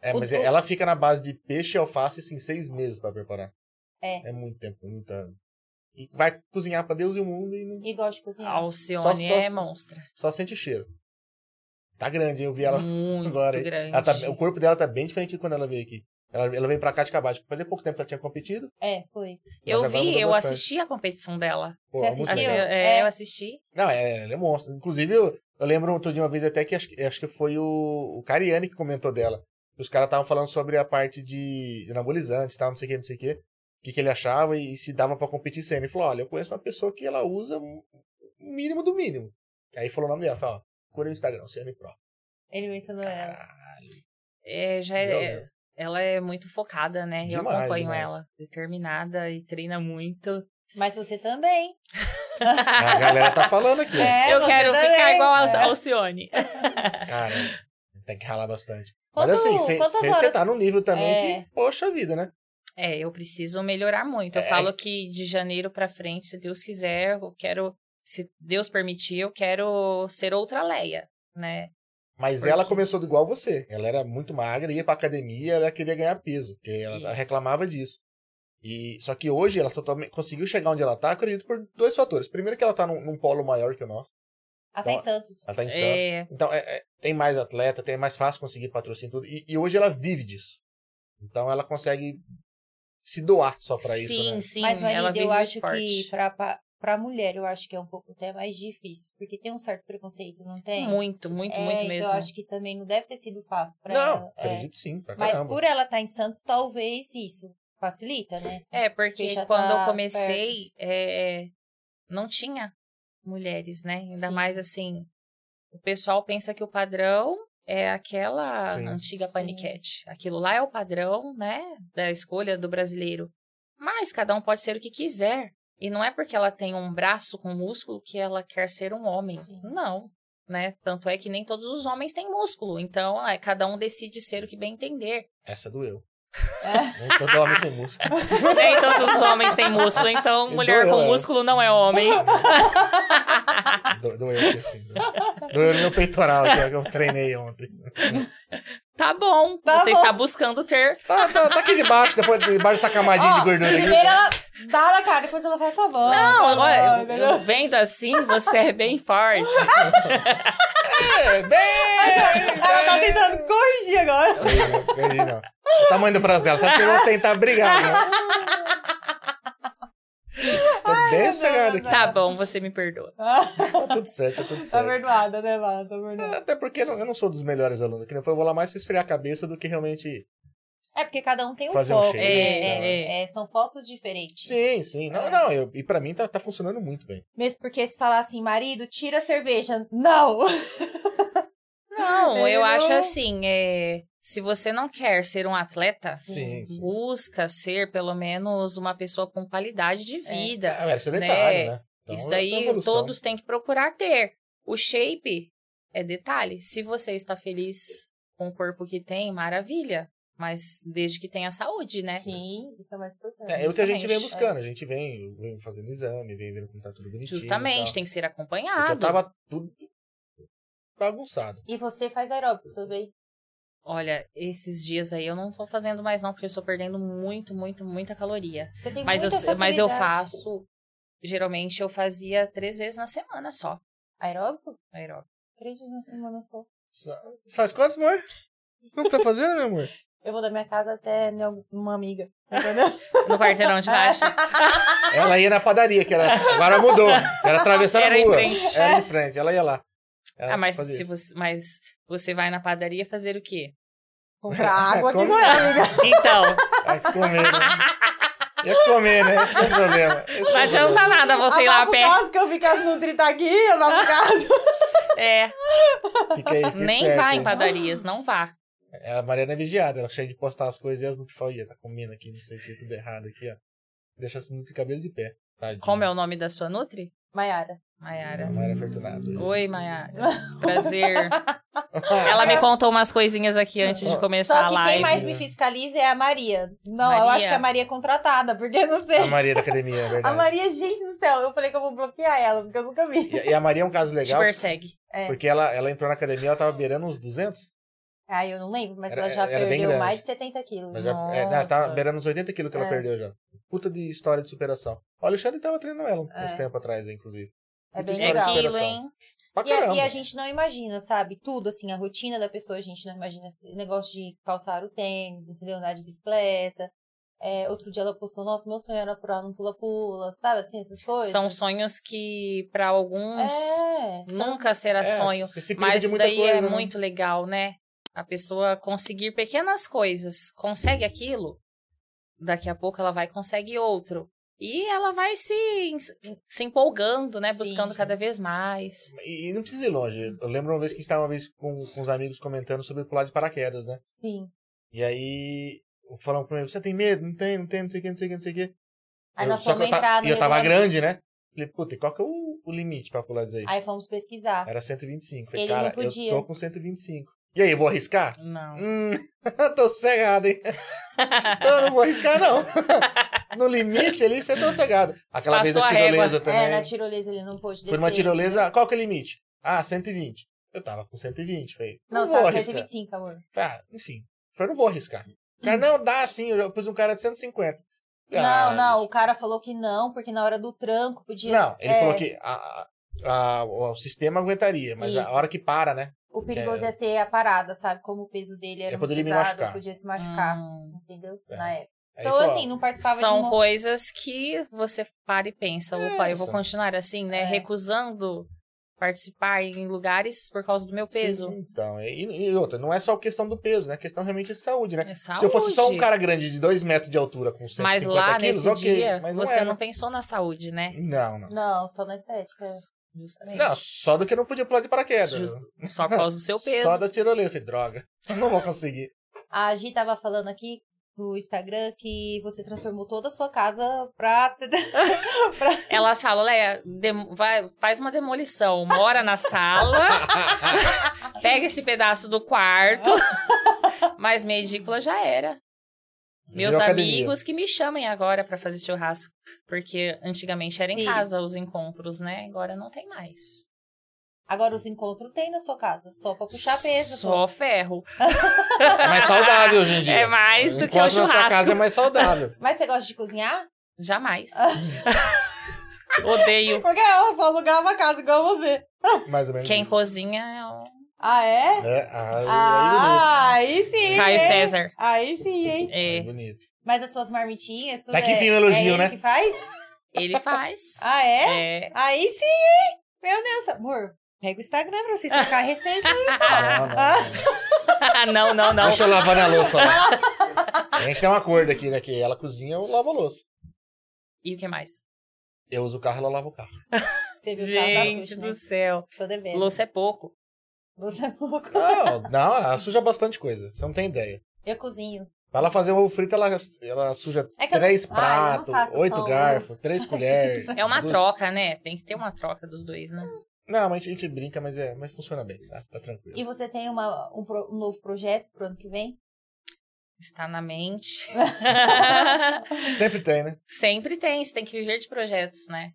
S2: É, mas
S1: O-
S2: é-
S1: o-
S2: ela fica na base de peixe e alface, assim, seis meses pra preparar.
S1: É.
S2: É muito tempo, muito ano. E vai cozinhar pra Deus e o mundo e não-
S1: E gosto de
S3: A
S1: cozinhar.
S3: Alcione
S2: Só- só-
S3: é
S2: só-
S3: monstra.
S2: só sente o cheiro. Tá grande, hein? Eu vi ela.
S3: Muito
S2: agora, hein?
S3: grande.
S2: ela tá- o corpo dela tá bem diferente tá de quando ela veio aqui. Ela, ela veio pra cá de cabate. Fazia pouco tempo que ela tinha competido.
S1: É, foi.
S3: Eu
S2: agora
S3: vi,
S2: mudou
S3: eu
S2: tá bastante.
S3: assisti a competição dela.
S2: Pô,
S1: Você
S2: ela mudou.
S3: Assim,
S1: assistiu?
S3: eu,
S1: É.
S3: é, eu assisti.
S2: Não, é, ela é monstro. Inclusive, eu, eu lembro outro dia uma vez até que acho, que- acho que foi o, o Cariani que comentou dela. Os caras estavam falando sobre a parte de anabolizantes, tal, não sei o que, não sei o que. O que, que ele achava e, se dava pra competir sendo. Ele falou: olha, eu conheço uma pessoa que ela usa o mínimo do mínimo. Aí falou o nome dela, falou, ó, cura no Instagram, CM Pro.
S1: Ele mencionou ela.
S2: Caralho.
S3: É, já
S2: Meu
S3: é-
S2: Deus.
S3: ela é muito focada, né? eu
S2: Demais,
S3: acompanho
S2: demais.
S3: ela. Determinada e treina muito.
S1: Mas você também.
S2: A galera tá falando aqui. ó.
S1: É,
S3: eu
S1: você
S3: quero
S1: também.
S3: ficar igual a
S1: É.
S3: Alcione.
S2: Cara, tem que ralar bastante.
S1: Quanto-
S2: Mas assim, você
S1: quantas horas-
S2: tá num nível também
S1: É.
S2: que, poxa vida, né?
S3: É, eu preciso melhorar muito. Eu
S2: É.
S3: falo que de janeiro pra frente, se Deus quiser, eu quero. Se Deus permitir, eu quero ser outra Leia, né?
S2: Mas
S3: Porque-
S2: ela
S1: é.
S2: começou do igual você. Ela era muito magra, ia pra academia, ela queria ganhar peso, porque ela
S3: Isso.
S2: reclamava disso. E só que hoje ela só tome- conseguiu chegar onde ela tá, eu acredito, por dois fatores. Primeiro que ela tá num, num polo maior que o nosso.
S1: Ela tá em Santos.
S2: Ela tá em Santos.
S3: É,
S2: Então, é- é- tem mais atleta, tem, é mais fácil conseguir patrocínio e tudo. E, e hoje ela vive disso. Então ela consegue se doar só pra isso,
S3: sim,
S2: né?
S3: sim.
S1: Mas,
S3: ela
S1: Vanida,
S3: vive
S1: eu
S3: o
S1: acho
S3: esporte.
S1: que pra, pra, pra mulher, eu acho que é um pouco até mais difícil. Porque tem um certo preconceito, não tem?
S3: Muito, muito,
S1: é,
S3: muito
S1: então
S3: mesmo.
S1: eu acho que também não deve ter sido fácil pra
S2: Não,
S1: ela. é.
S2: acredito sim, pra
S1: Mas
S2: caramba.
S1: por ela estar em Santos, talvez isso facilita, né?
S3: É,
S1: Porque
S3: porque
S1: já
S3: quando
S1: tá
S3: eu comecei, é, não tinha mulheres, né? Ainda
S1: Sim.
S3: mais assim, o pessoal pensa que o padrão é aquela
S2: Sim.
S3: antiga
S1: Sim.
S3: paniquete. Aquilo lá é o padrão, né? Da escolha do brasileiro. Mas cada um pode ser o que quiser. E não é porque ela tem um braço com músculo que ela quer ser um homem.
S1: Sim.
S3: Não, né? Tanto é que nem todos os homens têm músculo. Então, é, cada um decide ser o que bem entender.
S2: Essa doeu.
S1: É.
S2: Nem todo homem tem música.
S3: Nem todos os homens têm músculo, então
S2: Eu
S3: mulher
S2: dou
S3: com
S2: ela.
S3: músculo não é homem.
S2: Do- Doeu aqui, assim. Doeu, doeu no meu peitoral aqui, que eu treinei ontem.
S3: Tá bom,
S1: Tá
S3: você
S1: bom.
S3: está buscando ter.
S2: Tá, tá, tá aqui debaixo, depois debaixo dessa camadinha
S1: Ó,
S2: de gordura aqui.
S1: primeiro ela dá na cara, depois ela fala, tá bom.
S3: Não, é,
S1: tá
S3: olha,
S1: bom,
S3: eu-
S1: entendeu?
S3: eu vendo assim, você é bem forte.
S2: É, bem!
S1: Ela tá
S2: É.
S1: tentando corrigir agora.
S2: Não, Entendi, não. O tamanho do braço dela, sabe que eu vou tentar brigar, né? Tô bem sossegado aqui.
S3: Tá É bom, você me perdoa.
S2: Tá tudo certo, tá tudo
S1: Tá
S2: certo.
S1: perdoada, Ah, né, Vala? Tá perdoada.
S2: Até porque eu não- eu não sou dos melhores alunos, que não foi, eu vou lá mais esfriar a cabeça do que realmente.
S1: É porque cada um tem um
S2: Fazer um
S1: foco.
S2: shape,
S1: né?
S3: né?
S1: É, é, são focos diferentes.
S2: Sim, sim. Não,
S1: É.
S2: não, eu- e pra mim tá, tá funcionando muito bem.
S1: Mesmo porque se falar assim, marido, tira a cerveja. Não!
S3: Não, eu
S1: Eu-
S3: acho assim, é, se você não quer ser um atleta,
S2: Sim, sim.
S3: busca ser pelo menos uma pessoa com qualidade de
S1: É.
S3: vida.
S2: Ah, era sedentário,
S3: Né?
S2: né? Então,
S3: Isso
S2: é uma
S3: daí
S2: evolução.
S3: todos têm que procurar ter. O shape é detalhe. Se você está feliz com o corpo que tem, maravilha. Mas desde que tenha saúde, né?
S1: Sim, isso é mais importante.
S2: É, é o que a gente vem
S3: Justamente,
S2: buscando. A gente vem, vem fazendo exame, vem vendo como tá tudo bonitinho. e
S3: Justamente,
S2: tal.
S3: tem que ser
S2: Porque
S3: acompanhado.
S2: eu tava tudo bagunçado.
S1: E você faz aeróbico também.
S3: Olha, esses dias aí eu não tô fazendo mais não, porque eu estou perdendo muito, muito, muita caloria.
S1: Você tem
S3: Mas eu,
S1: muita
S3: mas eu
S1: facilidade.
S3: faço, geralmente eu fazia três vezes na semana só,
S1: Aeróbico?
S3: aeróbico.
S1: Três dias na semana só.
S2: Você faz quantos, amor? Quanto tá fazendo, meu amor?
S1: Eu vou da minha casa até em alguma amiga. Entendeu?
S3: No quarteirão de baixo.
S2: É, Ela ia na padaria, que era. Agora mudou. Era atravessando
S3: Era
S2: a
S3: em
S2: rua.
S3: frente.
S2: Era em frente, ela ia lá. Ela
S3: ah, mas,
S2: fazia
S3: se
S2: isso.
S3: você, mas você vai na padaria fazer o quê?
S1: Comprar água aqui
S2: Como-
S1: não é, amiga.
S3: Então,
S2: Ia comer, né? Ia comer, né? Esse que é o problema. Esse que
S3: não
S2: é o problema.
S3: adianta nada você ir lá a
S1: Abafa o
S3: pé.
S1: caso que eu ficasse no Trita aqui, abafa o caso.
S3: É,
S2: Fica aí, fica
S3: nem
S2: esperto,
S3: vá em
S2: hein?
S3: padarias, não vá.
S2: A Mariana é vigiada, ela chega de postar as coisas e elas não falam, "Ih, tá comendo aqui, não sei o que, tudo errado aqui, ó. Deixa assim muito cabelo de pé. Tadinha. é
S3: Como é o nome da sua Nutri?
S1: Maiara.
S2: A
S3: Mayara.
S2: Mayara Fortunato.
S3: Oi, Mayara. Prazer. Ela me contou umas coisinhas aqui antes de começar
S1: Só
S3: a
S1: que
S3: live.
S1: quem mais me fiscaliza é a Maria. Não, eu
S3: Maria.
S1: acho que a Maria é contratada, porque eu não sei.
S2: A Maria da academia, é
S1: A
S2: verdade.
S1: Maria, gente do céu, eu falei que eu vou bloquear ela, porque eu nunca vi.
S2: E, e a Maria é um caso
S3: Te
S2: legal,
S3: persegue.
S1: É.
S2: porque ela, ela entrou na academia, ela tava beirando uns 200.
S1: Ah, eu não lembro, mas
S2: Era-
S1: ela já
S2: era bem
S1: perdeu
S2: grande.
S1: mais de 70 quilos.
S2: Mas já, é, não, ela
S3: Nossa.
S2: tava beirando uns 80 quilos que ela
S1: É.
S2: perdeu já. Puta de história de superação. O Alexandre tava treinando ela
S1: É.
S2: uns tempo atrás, hein, inclusive.
S1: É bem
S2: Muita história
S1: legal.
S2: de
S3: aquilo,
S2: superação.
S3: hein?
S2: Pra
S1: E a,
S2: caramba.
S1: e a gente não imagina, sabe? Tudo, assim, a rotina da pessoa, a gente não imagina esse negócio de calçar o tênis, entendeu? Andar de bicicleta. É, outro dia ela postou, nossa, meu sonho era pular num pula-pula, sabe? Assim, essas coisas.
S3: São sonhos que, pra alguns,
S1: É.
S3: nunca será
S2: É,
S3: sonho.
S2: Você se priva
S3: Mas
S2: de
S3: isso
S2: muita
S3: daí
S2: coisa,
S3: é
S2: né?
S3: muito legal, né? A pessoa conseguir pequenas coisas, consegue aquilo, daqui a pouco ela vai e consegue outro. E ela vai se, em- se empolgando, né?
S1: Sim,
S3: Buscando
S1: sim.
S3: cada vez mais.
S2: E, e não precisa ir longe. Eu lembro uma vez que a gente tava uma vez com, com os amigos comentando sobre pular de paraquedas, né?
S1: Sim.
S2: E aí falaram pra mim, você tem medo? Não tem, não tem, não sei o que, não sei o que, não sei o que.
S1: Aí
S2: Eu-
S1: nós
S2: só
S1: fomos
S2: que eu ta-
S1: entrar no
S2: E eu tava
S1: regulamento.
S2: grande, né? Falei, puta, e qual que é o, o limite pra pular disso aí?
S1: Aí fomos pesquisar.
S2: Era 125. Falei,
S1: Ele não
S2: cara,
S1: podia.
S2: eu tô com 125. E aí, eu vou arriscar?
S3: Não.
S2: Hum, tô sossegado, hein? Eu não vou arriscar, não. No limite ali, foi tô sossegado. Aquela
S3: Passou
S2: vez
S3: a
S2: na tirolesa também.
S1: É, na tirolesa ele não pôde descer.
S2: Foi uma tirolesa, qual que é o limite? Ah, 120. Eu tava com 120, falei, não,
S1: Não,
S2: vou
S1: só
S2: arriscar.
S1: 125, amor.
S2: Falei, Ah, enfim, falei, não vou arriscar. O
S3: Uhum.
S2: cara, não, dá assim, eu pus um cara de 150. Falei, ah,
S1: Não, não, o cara falou que não, porque na hora do tranco podia.
S2: Não, ele
S1: é,
S2: falou que a- a- a- o o sistema aguentaria, mas a
S1: Isso.
S2: hora que para, né?
S1: O perigoso é ser a parada, sabe? Como o peso dele era
S2: Eu
S1: muito
S2: poderia me
S1: pesado,
S2: machucar.
S1: podia se machucar,
S3: Hum.
S1: entendeu?
S2: É.
S1: Na época.
S2: Aí
S1: Então,
S2: falou,
S1: assim, não participava de
S3: São
S1: uma...
S3: coisas que você para e pensa, opa, eu vou
S2: Isso.
S3: continuar assim, né?
S1: É.
S3: Recusando participar em lugares por causa do meu
S2: "Sim,
S3: peso.
S2: Então, e, e outra, não é só questão do peso, né? A questão realmente é de saúde, né?
S3: É saúde.
S2: Se eu fosse só um cara grande de 2 metros de altura com 150
S3: mas lá
S2: quilos,
S3: nesse
S2: ok.
S3: dia,
S2: mas não é,
S3: você
S2: era.
S3: não pensou na saúde, né?
S2: Não, não.
S1: Não, só na estética.
S3: Justamente.
S2: Não, só do que eu não podia pular de paraquedas.
S3: é. Justo- Só por causa do seu peso.
S2: Só da tirolesa. Falei, droga, não vou conseguir.
S1: A Gi tava falando aqui no Instagram que você transformou toda a sua casa pra...
S3: Elas falam, Leia, dem- vai- faz uma demolição. Mora na sala, pega esse pedaço do quarto. Mas minha edícula já era. Meus
S2: Virou academia.
S3: amigos que me chamem agora pra fazer churrasco. Porque antigamente era
S1: Sim.
S3: em casa os encontros, né? Agora não tem mais.
S1: Agora os encontros tem na sua casa, só pra puxar peso.
S3: Só ferro.
S2: É mais saudável hoje em dia.
S3: É mais do que o
S2: Enquanto na sua
S3: churrasco.
S2: casa é mais saudável.
S1: Mas você gosta de cozinhar?
S3: Jamais. Odeio.
S1: Porque ela só alugava a casa igual você.
S2: Mais ou menos.
S3: Quem
S2: isso.
S3: cozinha é o
S1: Ah, é?
S2: É, ah,
S1: Ah, aí sim,
S3: Caio
S1: hein?
S3: César.
S1: Aí sim, hein?
S2: aí é bonito. Aí é
S3: É,
S2: bonito.
S1: Mas as suas marmitinhas, tudo
S2: Daqui
S1: é,
S2: vem o elogio,
S1: é ele
S2: né?
S1: que faz?
S3: ele faz.
S1: Ah, é?
S3: É.
S1: Aí sim, hein? Meu Deus, amor. Pega o Instagram pra vocês trocar a receita.
S3: Ah.
S2: Não, não, não.
S3: não, não, não.
S2: Deixa eu lavar a louça lá. A gente tem um acordo aqui, né? Que ela cozinha, eu lavo a louça.
S3: E o que mais?
S2: Eu uso o carro, ela lava o carro.
S1: Você viu o carro da
S3: Gente
S1: Sushi,
S3: do
S1: tá né?
S3: céu.
S1: Tô devendo.
S3: Louça é pouco.
S1: Louça é pouco.
S2: Não, não, ela suja bastante coisa. Você não tem ideia.
S1: Eu cozinho.
S2: Pra ela fazer um ovo frito, ela, ela suja
S1: É que eu-
S2: três
S1: Ah, eu não
S2: pratos,
S1: faço só
S2: oito
S1: um.
S2: garfos, três colheres.
S3: É uma
S2: duas-
S3: troca, né? Tem que ter uma troca dos dois, né?
S2: Não, mas a gente brinca, mas, é, mas funciona bem, tá? Tá tranquilo.
S1: E você tem uma, um, pro- um novo projeto pro ano que vem?
S3: Está na mente.
S2: Sempre tem, né?
S3: Sempre tem. Você tem que viver de projetos, né?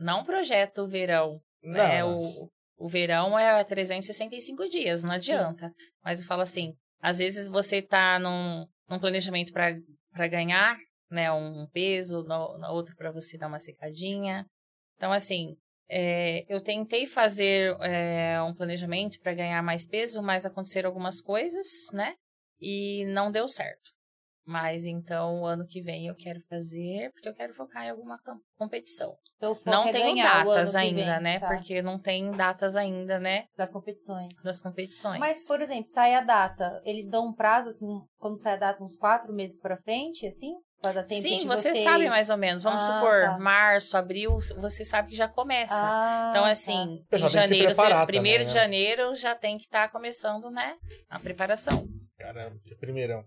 S3: Não projeto verão. Né?
S2: Não.
S3: O, o verão é 365 dias, não
S1: Sim.
S3: adianta. Mas eu falo assim, às vezes você tá num, num planejamento para ganhar, né, um peso, no, na outro para você dar uma secadinha. Então, assim, é, eu tentei fazer é, um planejamento para ganhar mais peso, mas aconteceram algumas coisas, né, e não deu certo. Mas então, o ano que vem eu quero fazer, porque eu quero focar em alguma com- competição.
S1: Então, o foco
S3: Não
S1: é
S3: tenho
S1: ganhar o ano
S3: datas
S1: que vem,
S3: ainda, né?
S1: tá?
S3: Porque não tem datas ainda, né?
S1: Das competições.
S3: Das competições.
S1: Mas, por exemplo, sai a data. Eles dão um prazo, assim, quando sai a data, uns quatro meses pra frente, assim? Pra dar tempo
S3: Sim,
S1: de
S3: você
S1: vocês...
S3: sabe mais ou menos. Vamos
S1: Ah,
S3: supor,
S1: tá.
S3: março, abril, você sabe que já começa.
S1: Ah,
S3: então,
S1: tá.
S3: assim,
S2: Pessoal, tem que
S3: em
S2: se
S3: janeiro,
S2: preparar
S3: primeiro
S2: também,
S3: de
S2: né?
S3: janeiro já tem que estar começando, né? A preparação.
S2: Caramba, que primeirão.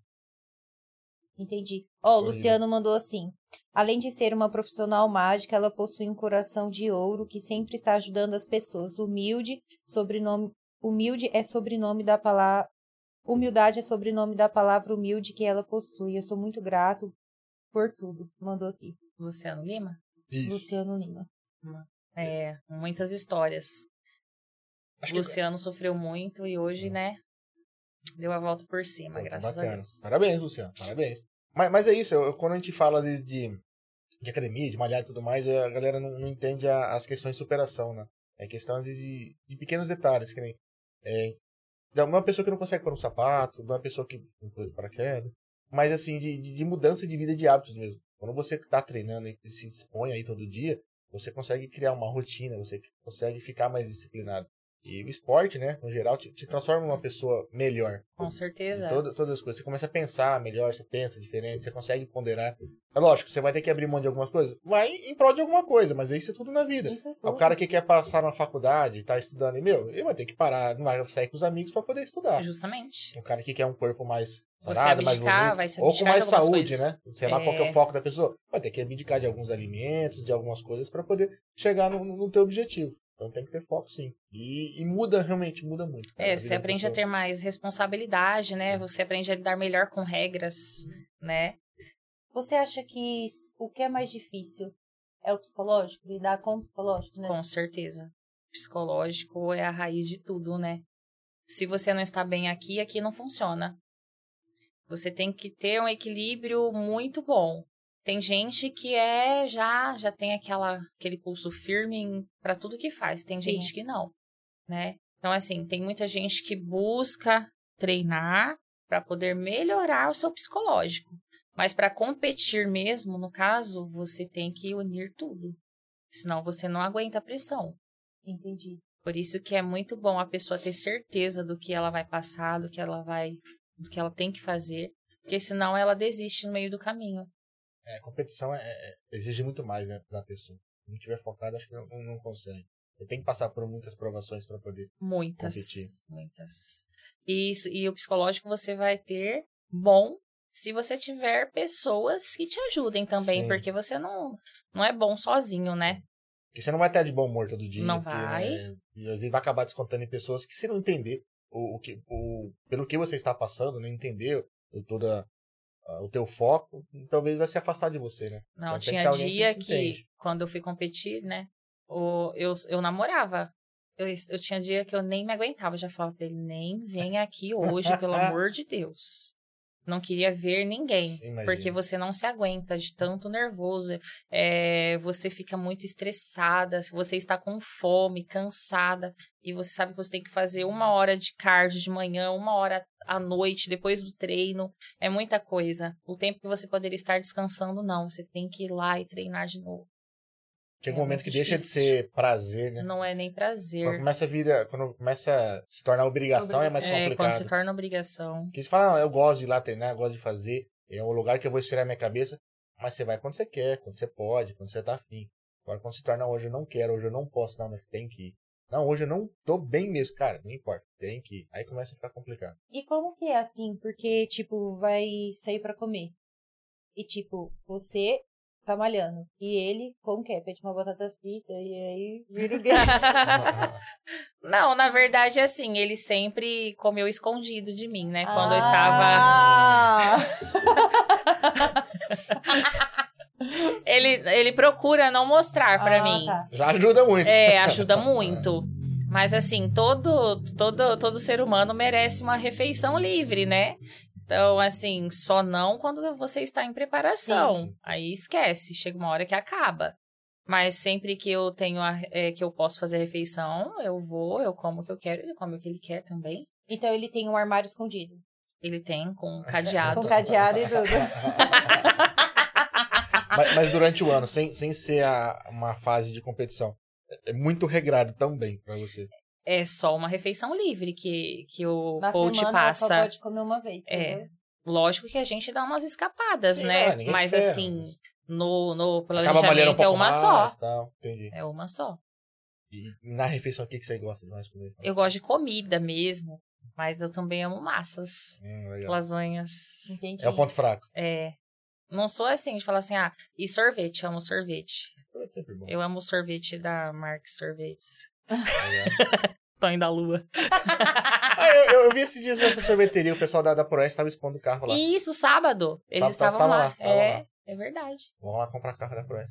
S1: Entendi. Ó, o
S2: Horrível.
S1: Luciano mandou assim. Além de ser uma profissional mágica, ela possui um coração de ouro que sempre está ajudando as pessoas. Humilde, sobrenome. Humilde é sobrenome da palavra. Humildade é sobrenome da palavra humilde que ela possui. Eu sou muito grato por tudo. Mandou aqui.
S3: Luciano Lima?
S2: Isso.
S1: Luciano Lima.
S3: É, muitas histórias.
S2: Acho que-
S3: Luciano sofreu muito e hoje, né? Deu a volta por cima,
S2: Pô, que
S3: graças a
S2: bacana.
S3: Deus.
S2: Parabéns, Luciano, parabéns. Mas, mas é isso, eu- eu- quando a gente fala às vezes de de academia, de malhar e tudo mais, a galera não, não entende a- as questões de superação, né? É questão, às vezes, de, de pequenos detalhes, que nem. É, de uma pessoa que não consegue pôr um sapato, de uma pessoa que não pôr paraquedas, mas assim, de, de, de mudança de vida de hábitos mesmo. Quando você tá treinando e se dispõe aí todo dia, você consegue criar uma rotina, você consegue ficar mais disciplinado. E o esporte, né, no geral, te, te transforma numa pessoa melhor.
S3: Com certeza.
S2: Em todo- todas as coisas. Você começa a pensar melhor, você pensa diferente, você consegue ponderar. É lógico, você vai ter que abrir mão de algumas coisas. Vai em prol de alguma coisa, mas isso é tudo na vida.
S1: Isso é
S2: O cara que quer passar na faculdade, tá estudando, e, meu, ele vai ter que parar, não vai sair com os amigos para poder estudar.
S3: Justamente.
S2: O cara que quer um corpo mais
S3: Você
S2: sarado, mais
S3: abdicar,
S2: bonito,
S3: vai se
S2: ou com
S3: abdicar de
S2: mais
S3: algumas
S2: saúde,
S3: coisas.
S2: né? Sei lá qual que é
S3: É.
S2: o foco da pessoa. Vai ter que abdicar de alguns alimentos, de algumas coisas para poder chegar no, no teu objetivo. Então tem que ter foco, sim. E, e muda, realmente, muda muito. cara, a
S3: É,
S2: vida
S3: você
S2: da
S3: aprende a
S2: pessoa.
S3: ter mais responsabilidade, né?
S2: Sim. Uhum.
S3: Você aprende a lidar melhor com regras, né?
S1: Você acha que s- o que é mais difícil é o psicológico? Lidar com o psicológico, né?
S3: Com certeza. Psicológico é a raiz de tudo, né? Se você não está bem aqui, aqui não funciona. Você tem que ter um equilíbrio muito bom. Tem gente que é já já tem aquela aquele pulso firme para tudo que faz. Tem
S1: Sim.
S3: gente que não, né? Então assim, tem muita gente que busca treinar para poder melhorar o seu psicológico. Mas para competir mesmo, no caso, você tem que unir tudo. Senão você não aguenta a pressão.
S1: Entendi.
S3: Por isso que é muito bom a pessoa ter certeza do que ela vai passar, do que ela vai, do que ela tem que fazer, porque senão ela desiste no meio do caminho.
S2: É, competição é- é- exige muito mais né, da pessoa. Se não tiver focado, acho que não, não consegue. Você tem que passar por muitas provações para poder.
S3: Muitas,
S2: Competir.
S3: muitas. E isso e o psicológico você vai ter bom se você tiver pessoas que te ajudem também,
S2: Sim.
S3: porque você não não é bom sozinho, né?
S2: Porque você não vai estar de bom humor todo dia.
S3: Não
S2: porque, né,
S3: vai.
S2: e às vezes vai acabar descontando em pessoas que, se não entender o, o que, o, pelo que você está passando, não entender o, toda, a- o teu foco, talvez vai se afastar de você, né?
S3: Não,
S2: Então tem que ter
S3: tinha
S2: alguém que
S3: dia
S2: te
S3: que,
S2: entende.
S3: quando eu fui competir, né? o- eu, eu namorava. Eu, eu tinha dia que eu nem me aguentava. eu Já falava pra ele, nem vem aqui hoje, pelo amor de Deus. Não queria ver ninguém.
S2: Imagina.
S3: Porque você não se aguenta de tanto nervoso. é, você fica muito estressada. Você está com fome, cansada. E você sabe que você tem que fazer uma hora de cardio de manhã, uma hora à noite, depois do treino. É muita coisa. O tempo que você poderia estar descansando, não. Você tem que ir lá e treinar de novo.
S2: Chega
S3: é
S2: um momento
S3: muito
S2: que deixa de
S3: difícil.
S2: ser prazer, né?
S3: Não é nem
S2: Quando
S3: prazer.
S2: começa a vir, quando começa a se tornar obrigação, é mais
S3: É, quando
S2: complicado.
S3: se torna obrigação.
S2: Porque você fala, ah, eu gosto de ir lá treinar, eu gosto de fazer, é um lugar que eu vou esfriar minha cabeça, mas você vai quando você quer, quando você pode, quando você tá afim. Agora, quando se torna hoje eu não quero, hoje eu não posso, não, mas tem que ir. Não, hoje eu não tô bem mesmo, cara, não importa, tem que ir. Aí começa a ficar complicado.
S1: E como que é assim? Porque, tipo, vai sair pra comer. E, tipo, você tá malhando. E ele, como que é? Pede uma batata frita e aí vira o guerreiro.
S3: Não, na verdade, assim, ele sempre comeu escondido de mim, né?
S1: Ah.
S3: Quando eu estava.
S1: estava...
S3: Ele, ele procura não mostrar
S1: Ah,
S3: pra mim.
S1: tá.
S2: Já ajuda muito.
S3: É, ajuda muito. Mas assim, todo, todo, todo ser humano merece uma refeição livre, né? Então, assim, só não quando você está em preparação.
S2: Sim, sim.
S3: Aí esquece, chega uma hora que acaba. Mas sempre que eu tenho a- é, que eu posso fazer a refeição, eu vou, eu como o que eu quero, ele come o que ele quer também.
S1: Então ele tem um armário escondido.
S3: Ele tem com um cadeado.
S1: Com cadeado e tudo.
S2: mas, mas durante o ano, sem, sem ser a- uma fase de competição, é- é muito regrado também pra você.
S3: É só uma refeição livre que, que o
S1: Na
S3: coach
S1: semana ela
S3: passa.
S1: só pode comer uma vez.
S3: É.
S1: entendeu?
S3: Lógico que a gente dá umas escapadas,
S2: Sim,
S3: né?
S2: não, ninguém
S3: Mas
S2: ferra.
S3: assim, no, no
S2: Acaba malhando um
S3: planejamento é
S2: pouco
S3: uma
S2: mais,
S3: só.
S2: Tal, entendi.
S3: É uma só.
S2: E na refeição, o que, que você gosta de mais comer?
S3: Eu gosto de comida mesmo, mas eu também amo massas,
S2: Hum, legal.
S3: lasanhas.
S1: Entendi.
S2: É o ponto fraco.
S3: É. Não sou assim de falar assim, ah, e sorvete, eu amo sorvete.
S2: É sempre bom.
S3: Eu amo sorvete da Mark Sorvetes.
S2: Legal.
S3: Tonho da Lua.
S2: Ah, eu, eu- eu vi esses dias nessa sorveteria, o pessoal da, da ProS estava expondo o carro lá.
S3: E isso, sábado. Eles
S2: Sábado então
S3: estavam
S2: tava
S3: lá.
S2: lá, tava
S3: é,
S2: lá.
S3: é verdade.
S2: Vamos lá comprar carro da ProS.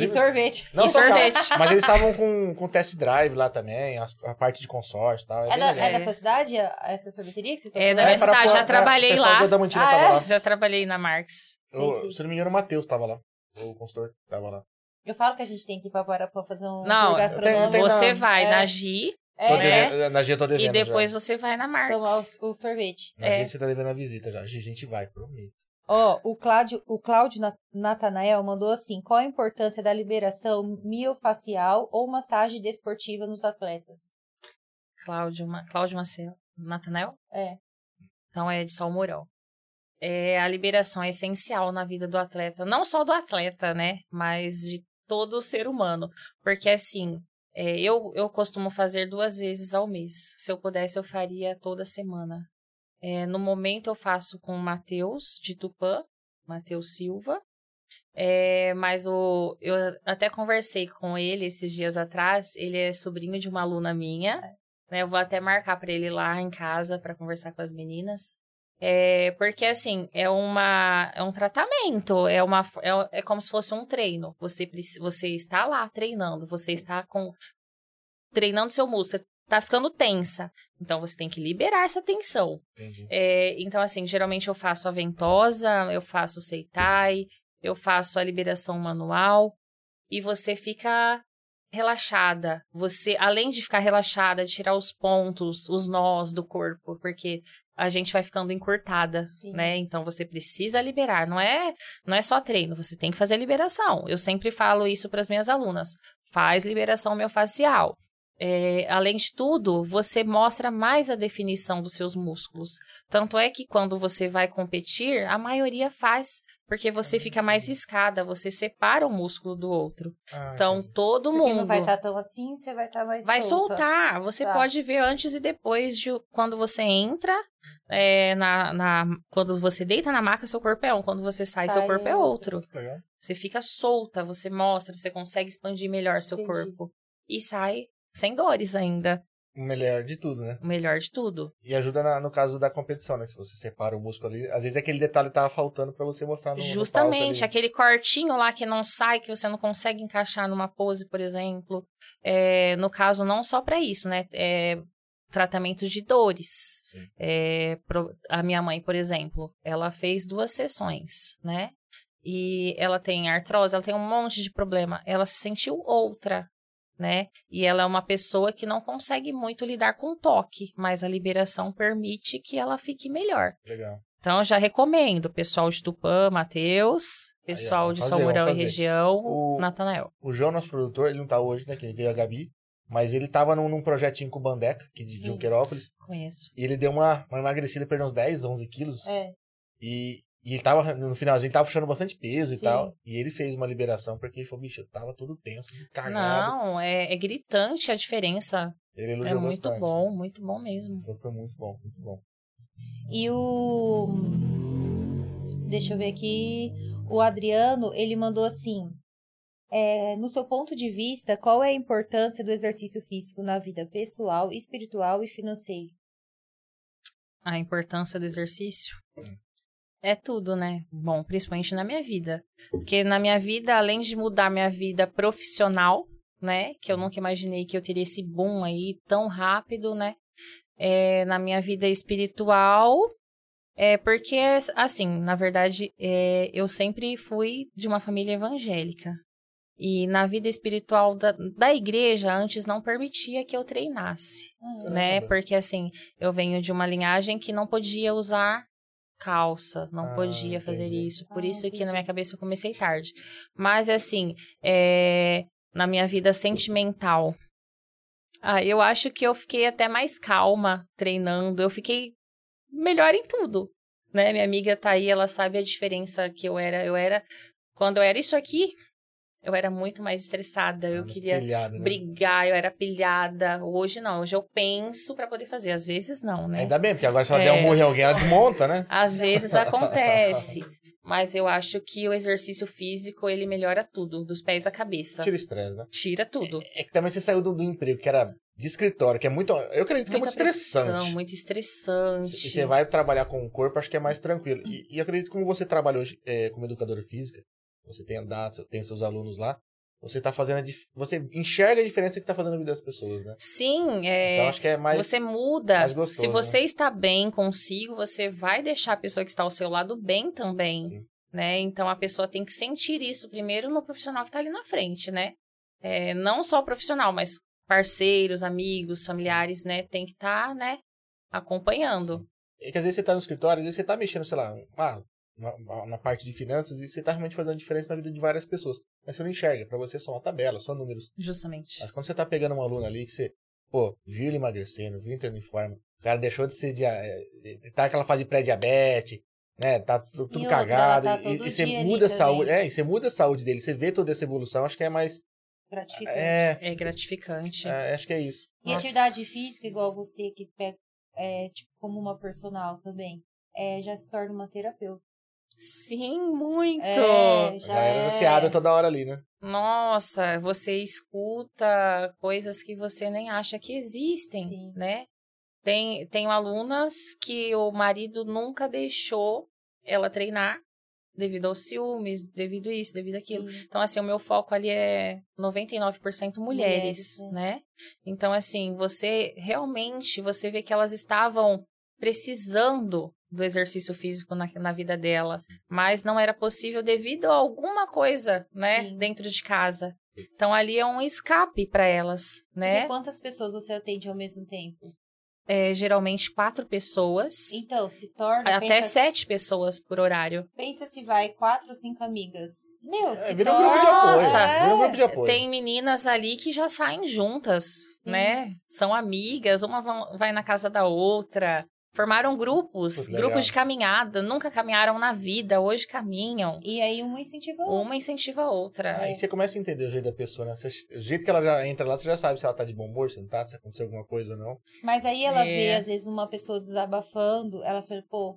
S1: E sorvete.
S2: não
S3: e
S2: só carro,
S3: sorvete.
S2: mas eles estavam com, com test drive lá também, as- a, parte de consórcio e tal. É,
S1: É,
S2: bem
S1: da,
S2: legal.
S1: é da sua cidade, a- essa sorveteria que vocês estão
S3: É da
S1: falando?
S3: minha
S2: É, Parapuã,
S3: cidade, já
S2: né?
S3: trabalhei
S2: O pessoal
S3: lá.
S2: da Mantina
S1: Ah,
S2: tava
S1: é?
S2: lá.
S3: Já trabalhei na Marx.
S2: Eu- se não me engano, o Matheus tava lá. O consultor que tava lá.
S1: Eu falo que a gente tem que ir pra Guarapó fazer um
S3: Não,
S1: tour gastronômico.
S2: tem-
S3: Você
S2: não,
S3: vai
S1: é.
S3: na Gi
S1: É,
S2: Tô
S3: né?
S1: é,
S2: devendo- na G Então, eu tô devendo
S3: e depois
S2: já.
S3: você vai na
S1: tomar
S3: Marx.
S1: o, o sorvete.
S2: Na
S3: é.
S2: G você tá devendo a visita já. Gi, A gente vai, prometo.
S1: Ó, o Cláudio, o Cláudio Na- Natanael mandou assim: qual a importância da liberação miofacial ou massagem desportiva nos atletas?
S3: Cláudio, Ma- Cláudio Marcel, Nathanael?
S1: É.
S3: Então é de Salmourão. É, a liberação é essencial na vida do atleta, não só do atleta, né? Mas de todo ser humano. Porque assim, é, eu, eu costumo fazer duas vezes ao mês. Se eu pudesse, eu faria toda semana. É, no momento eu faço com o Matheus de Tupã, Matheus Silva. É, mas o, eu até conversei com ele esses dias atrás. Ele é sobrinho de uma aluna minha. Né, eu vou até marcar para ele lá em casa para conversar com as meninas. É, porque assim, é uma é um tratamento, é uma é, um- é como se fosse um treino. Você preci- você está lá treinando, você está com treinando seu músculo, você tá ficando tensa. Então você tem que liberar essa tensão.
S2: Entendi.
S3: É, então, assim, geralmente eu faço a ventosa, eu faço o seitai, eu faço a liberação manual e você fica relaxada. Você, além de ficar relaxada, tirar os pontos, os nós do corpo, porque a gente vai ficando encurtada,
S1: Sim.
S3: né? Então você precisa liberar, não é, não é só treino, você tem que fazer liberação. Eu sempre falo isso para as minhas alunas. Faz liberação miofascial. É, além de tudo, você mostra mais a definição dos seus músculos. Tanto é que quando você vai competir, a maioria faz, porque você fica mais
S1: Hum.
S3: riscada, você separa um músculo do outro.
S2: Ah,
S3: Então,
S2: entendi.
S3: todo
S1: Porque
S3: mundo
S1: não vai estar tão assim, você vai estar mais
S3: vai
S1: solta.
S3: soltar. Você
S1: Tá.
S3: pode ver antes e depois de quando você entra, é, na, na- quando você deita na maca, seu corpo é um, quando você sai, seu
S1: Sai
S3: corpo é
S1: outro.
S3: outro.
S2: Legal.
S3: Você fica solta, você mostra, você consegue expandir melhor seu
S1: Entendi.
S3: corpo. E sai sem dores ainda.
S2: O melhor de tudo, né?
S3: O melhor de tudo.
S2: E ajuda na- no caso da competição, né? Se você separa o músculo ali, às vezes aquele detalhe tava faltando pra você mostrar no no
S3: Justamente,
S2: palco
S3: aquele cortinho lá que não sai, que você não consegue encaixar numa pose, por exemplo. É, no caso, não só pra isso, né? É, tratamento de dores.
S2: Sim.
S3: É, pro- a minha mãe, por exemplo, ela fez duas sessões, né? E ela tem artrose, ela tem um monte de problema. Ela se sentiu outra, né? E ela é uma pessoa que não consegue muito lidar com toque, mas a liberação permite que ela fique melhor.
S2: ali. Legal.
S3: Então, eu já recomendo. Pessoal de Tupã,
S2: Aí,
S3: Matheus.
S2: ó,
S3: Pessoal
S2: vamos
S3: de
S2: fazer,
S3: São Mourão e
S2: vamos fazer.
S3: região,
S2: O-
S3: Natanael.
S2: O João, nosso produtor, ele não tá hoje, né? Que veio a Gabi. Mas ele tava num, num projetinho com o Bandeca, aqui de, de
S1: Sim.
S2: Junquerópolis.
S3: Conheço.
S2: E ele deu uma, uma emagrecida, perdeu uns 10, 11 quilos.
S1: É.
S2: E, e ele tava, no finalzinho, tava puxando bastante peso e
S1: Sim.
S2: tal. E ele fez uma liberação, porque ele falou, bicho, eu tava todo tenso, tudo cagado.
S3: Não, é, é gritante a diferença.
S2: Ele
S3: É
S2: elogiou
S3: muito
S2: bastante. né?
S3: bom, muito bom mesmo.
S2: Foi, foi muito bom, muito bom.
S1: E o. Deixa eu ver aqui. O Adriano, ele mandou assim: é, no seu ponto de vista, qual é a importância do exercício físico na vida pessoal, espiritual e financeira?
S3: A importância do exercício. É tudo, né? Bom, principalmente na minha vida. Porque na minha vida, além de mudar minha vida profissional, né? Que eu nunca imaginei que eu teria esse boom aí tão rápido, né? É, na minha vida espiritual, É porque, assim, na verdade, é, eu sempre fui de uma família evangélica. E na vida espiritual da, da igreja, antes não permitia que eu treinasse,
S1: Ah,
S3: né?
S2: Caramba.
S3: Porque, assim, eu venho de uma linhagem que não podia usar calça, não
S2: Ah,
S3: podia fazer
S2: entendi.
S3: isso. Por
S1: Ah,
S3: isso que
S1: entendi.
S3: na minha cabeça eu comecei tarde. Mas, assim, é, na minha vida sentimental, ah, eu acho que eu fiquei até mais calma treinando. Eu fiquei melhor em tudo, né? Minha amiga tá aí, ela sabe a diferença que eu era. Eu era quando eu era isso aqui, eu era muito mais estressada. Eu
S2: Mas
S3: queria
S2: pilhado, né?
S3: brigar, eu era pilhada. Hoje não, hoje eu penso pra poder fazer. Às vezes não, né?
S2: Ainda bem, porque agora se ela
S3: É.
S2: der um murro em alguém, ela desmonta, né?
S3: Às vezes acontece, mas eu acho que o exercício físico ele melhora tudo, dos pés à cabeça.
S2: Tira o estresse, né?
S3: Tira tudo.
S2: É que também você saiu do, do emprego que era de escritório, que é muito. Eu acredito que é muito
S3: pressão,
S2: estressante.
S3: Muito estressante.
S2: E você vai trabalhar com o corpo, acho que é mais tranquilo. E, e acredito que como você trabalha hoje é, como educadora física, você tem andado, tem seus alunos lá, você tá fazendo a dif- Você enxerga a diferença que tá fazendo na vida das pessoas, né?
S3: Sim, é.
S2: Então acho que é mais.
S3: você muda.
S2: mais gostoso,
S3: Se você está bem consigo, você vai deixar a pessoa que está ao seu lado bem também.
S2: Sim.
S3: né? Então a pessoa tem que sentir isso primeiro no profissional que está ali na frente, né? É, não só o profissional, mas parceiros, amigos, familiares, né? Tem que estar, né? Acompanhando.
S2: É que às vezes você tá no escritório, às vezes você tá mexendo, sei lá, ah, na, na- na parte de finanças e você tá realmente fazendo diferença na vida de várias pessoas. Mas você não enxerga, pra você é só uma tabela, só números.
S3: Justamente.
S2: Mas quando você tá pegando um aluno ali que você, pô, viu ele emagrecendo, viu entrando em forma, o cara deixou de ser, dia, eh, eh, tá aquela fase de pré-diabetes, né, tá tu- tudo
S1: outra,
S2: cagado,
S1: ela tá
S2: e,
S1: todo
S2: e você
S1: dia ali
S2: muda a saúde,
S1: também.
S2: é, e você muda a saúde dele, você vê toda essa evolução, acho que é mais,
S1: gratificante.
S2: é,
S3: É gratificante.
S2: é, acho que é isso.
S1: E
S3: Nossa.
S1: atividade física, igual você que pega, é, tipo, como uma personal também, é, já se torna uma terapeuta.
S3: Sim, muito.
S1: É, já
S2: Já era
S1: é.
S2: anunciada toda hora ali, né?
S3: Nossa, você escuta coisas que você nem acha que existem,
S1: Sim.
S3: né? Tem, tenho alunas que o marido nunca deixou ela treinar devido aos ciúmes, devido isso, devido aquilo.
S1: Sim.
S3: Então, assim, o meu foco ali é 99% mulheres,
S1: Mulheres, né?
S3: né? Então, assim, você realmente, você vê que elas estavam precisando do exercício físico na, na vida dela, mas não era possível devido a alguma coisa, né,
S1: Sim.
S3: dentro de casa. Então, ali é um escape para elas,
S1: E
S3: né?
S1: quantas pessoas você atende ao mesmo tempo?
S3: É, geralmente quatro pessoas,
S1: Então, se torna.
S3: até
S1: pensa,
S3: sete pessoas por horário.
S1: pensa se vai quatro ou cinco amigas. Meu, se
S2: É, vira um
S1: torna- é.
S2: grupo de apoio,
S3: Nossa.
S2: vira um grupo de apoio.
S3: Tem meninas ali que já saem juntas, né? São amigas, uma vão- vai na casa da outra. Formaram grupos,
S2: Pô, que legal.
S3: grupos de caminhada, nunca caminharam na vida, hoje caminham.
S1: E aí uma incentiva a outra.
S3: Uma incentiva a outra.
S2: Aí você começa a entender o jeito da pessoa, né? Você- o jeito que ela já entra lá, você já sabe se ela tá de bom humor, se não tá, se aconteceu alguma coisa ou não.
S1: Mas aí ela
S3: É.
S1: vê, às vezes, uma pessoa desabafando, ela fala, pô,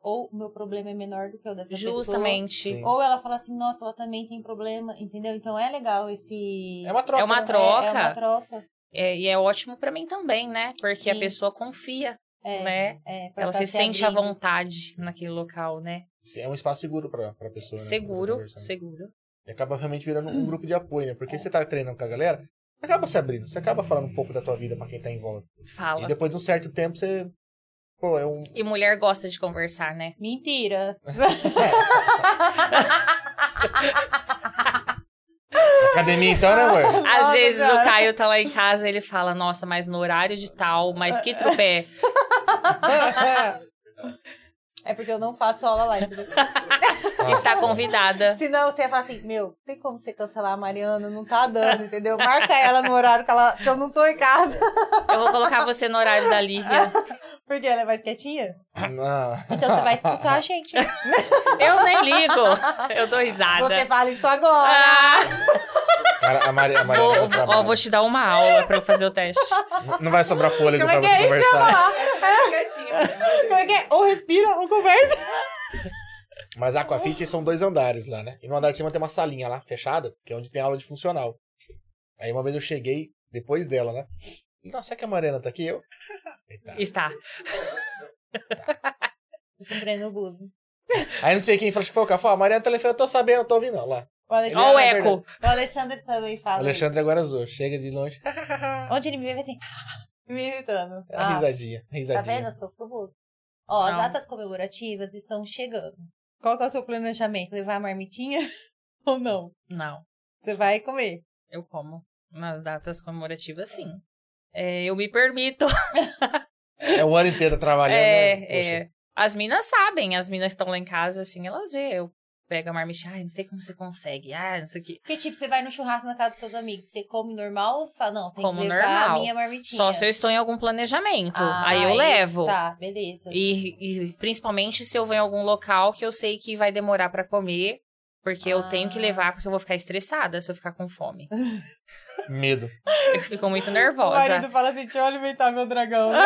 S1: ou o meu problema é menor do que o dessa
S3: Justamente.
S2: Sim.
S1: pessoa. Ou ela fala assim, nossa, ela também tem problema, entendeu? Então é legal esse.
S2: É uma troca.
S3: É uma
S2: né?
S3: troca.
S1: É, é uma troca.
S3: É, e é ótimo pra mim também, né? Porque a
S1: Sim.
S3: pessoa confia,
S1: É,
S3: né?
S1: é, pra
S3: Ela
S1: tá
S3: se sente à
S1: abrindo.
S3: vontade naquele local, né?
S2: É um espaço seguro pra, pra pessoa. né? Pra
S3: Seguro,
S2: conversar.
S3: seguro.
S2: E acaba realmente virando
S1: Hum.
S2: um grupo de apoio, né? Porque você tá treinando com a galera, você acaba se abrindo, você acaba falando um pouco da tua vida pra quem tá em volta. E
S3: Fala.
S2: depois de um certo tempo, você. Pô, é um.
S3: E mulher gosta de conversar, né?
S1: Mentira.
S2: Academia então, né, amor?
S3: Às
S1: Nossa,
S3: vezes
S1: cara.
S3: o Caio tá lá em casa ele fala, nossa, mas no horário de tal, mas que trupé.
S1: É porque eu não faço aula lá, entendeu?
S3: Está
S2: Nossa.
S3: convidada.
S1: Senão você fala assim, meu, tem como você cancelar a Mariana? Não tá dando, entendeu? Marca ela no horário que, ela, que eu não tô em casa.
S3: Eu vou colocar você no horário da Lívia.
S1: Porque ela é mais quietinha.
S2: Não.
S1: Então você vai expulsar a gente.
S3: Eu nem ligo. Eu dou risada.
S1: Você fala isso agora.
S3: Ah,
S2: Cara, a Maria, a Maria
S3: vou,
S2: não,
S3: vou- ó, vou te dar uma aula pra eu fazer o teste.
S2: não vai sobrar fôlego
S1: Como é
S2: pra
S1: que
S2: você
S1: é isso?
S2: conversar.
S1: Como é que é? Ou respira, ou conversa.
S2: Mas a Aquafit são dois andares lá, né? E no andar de cima tem uma salinha lá, fechada, que é onde tem aula de funcional. Aí uma vez eu cheguei, depois dela, né? Nossa, é que a Mariana tá aqui? Eu. Eita.
S3: Está.
S1: Você treina o bullying.
S2: Aí não sei quem falou, acho que foi o cara. Falou, a Mariana telefone, eu tô sabendo, eu tô ouvindo. Ó lá.
S1: O Alexandre,
S3: Ó o
S2: é
S3: eco.
S1: o Alexandre também
S2: O
S1: fala.
S2: Alexandre agora azul, chega de longe.
S1: isso. Onde ele me vê, vai assim, me irritando.
S2: É
S1: Ah,
S2: risadinha,
S1: tá
S2: risadinha.
S1: vendo? Eu sofro bullying. Ó, as
S3: Não.
S1: datas comemorativas estão chegando. Qual que é o seu planejamento? Levar a marmitinha ou não?
S3: Não,
S1: Você vai comer.
S3: eu como. Nas datas comemorativas, sim. É, eu me permito.
S2: É o ano inteiro trabalhando. né?
S3: É,
S2: Poxa.
S3: é. As minas sabem, as minas estão lá em casa, assim, elas vê. Eu pego a marmicha, ai, não sei como você consegue. Ah, não sei o quê.
S1: Porque, tipo, você vai no churrasco na casa dos seus amigos, você come normal ou você fala, não, tem
S3: Como
S1: que levar a
S3: normal.
S1: minha marmitinha?
S3: Só se eu estou em algum planejamento.
S1: Ah,
S3: aí eu
S1: aí
S3: levo.
S1: Tá, beleza.
S3: E, e principalmente se eu vou em algum local que eu sei que vai demorar pra comer, porque eu
S1: Ah.
S3: tenho que levar, porque eu vou ficar estressada se eu ficar com fome.
S2: Medo.
S3: Eu fico muito nervosa.
S1: fala assim, deixa eu alimentar meu dragão.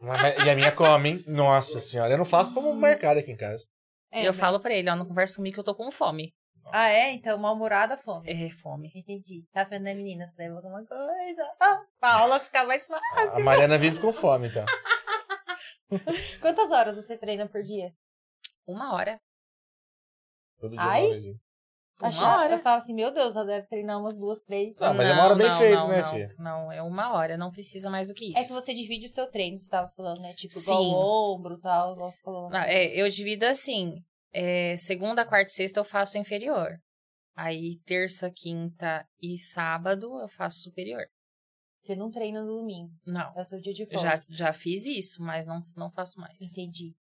S2: Mas- mas- E a minha come, hein? Nossa senhora, eu não faço pra um mercado aqui em casa.
S1: É,
S3: eu
S1: mas-
S3: falo pra ele, ó, não conversa comigo que eu tô com fome.
S1: Ah, é? Então, mal-humorada fome.
S3: É fome.
S1: Entendi. Tá vendo, né, menina? Você leva alguma coisa. Ah, pra aula ficar mais
S2: A
S1: fácil.
S2: Mariana vive com fome, então.
S1: Quantas horas você treina por dia?
S3: Uma hora.
S2: Todo dia é um
S1: Ai.
S2: uma vezinha.
S3: Uma
S1: Achava-
S3: hora.
S1: Eu falava assim, meu Deus, ela deve treinar umas duas, três.
S2: Ah, mas é uma hora bem
S3: não,
S2: feita,
S3: não,
S2: né,
S3: não,
S2: filha?
S3: Não, é uma hora, não precisa mais do que isso.
S1: É que você divide o seu treino, você tava falando, né? Tipo, igual
S3: Sim.
S1: o ombro e tal, igual você falou.
S3: Ah, é, eu divido assim. é, segunda, quarta e sexta eu faço inferior. Aí terça, quinta e sábado eu faço superior.
S1: Você não treina no domingo,
S3: Não.
S1: é o seu dia de
S3: eu
S1: folga.
S3: Já, já fiz isso, mas não, não faço mais.
S1: Entendi.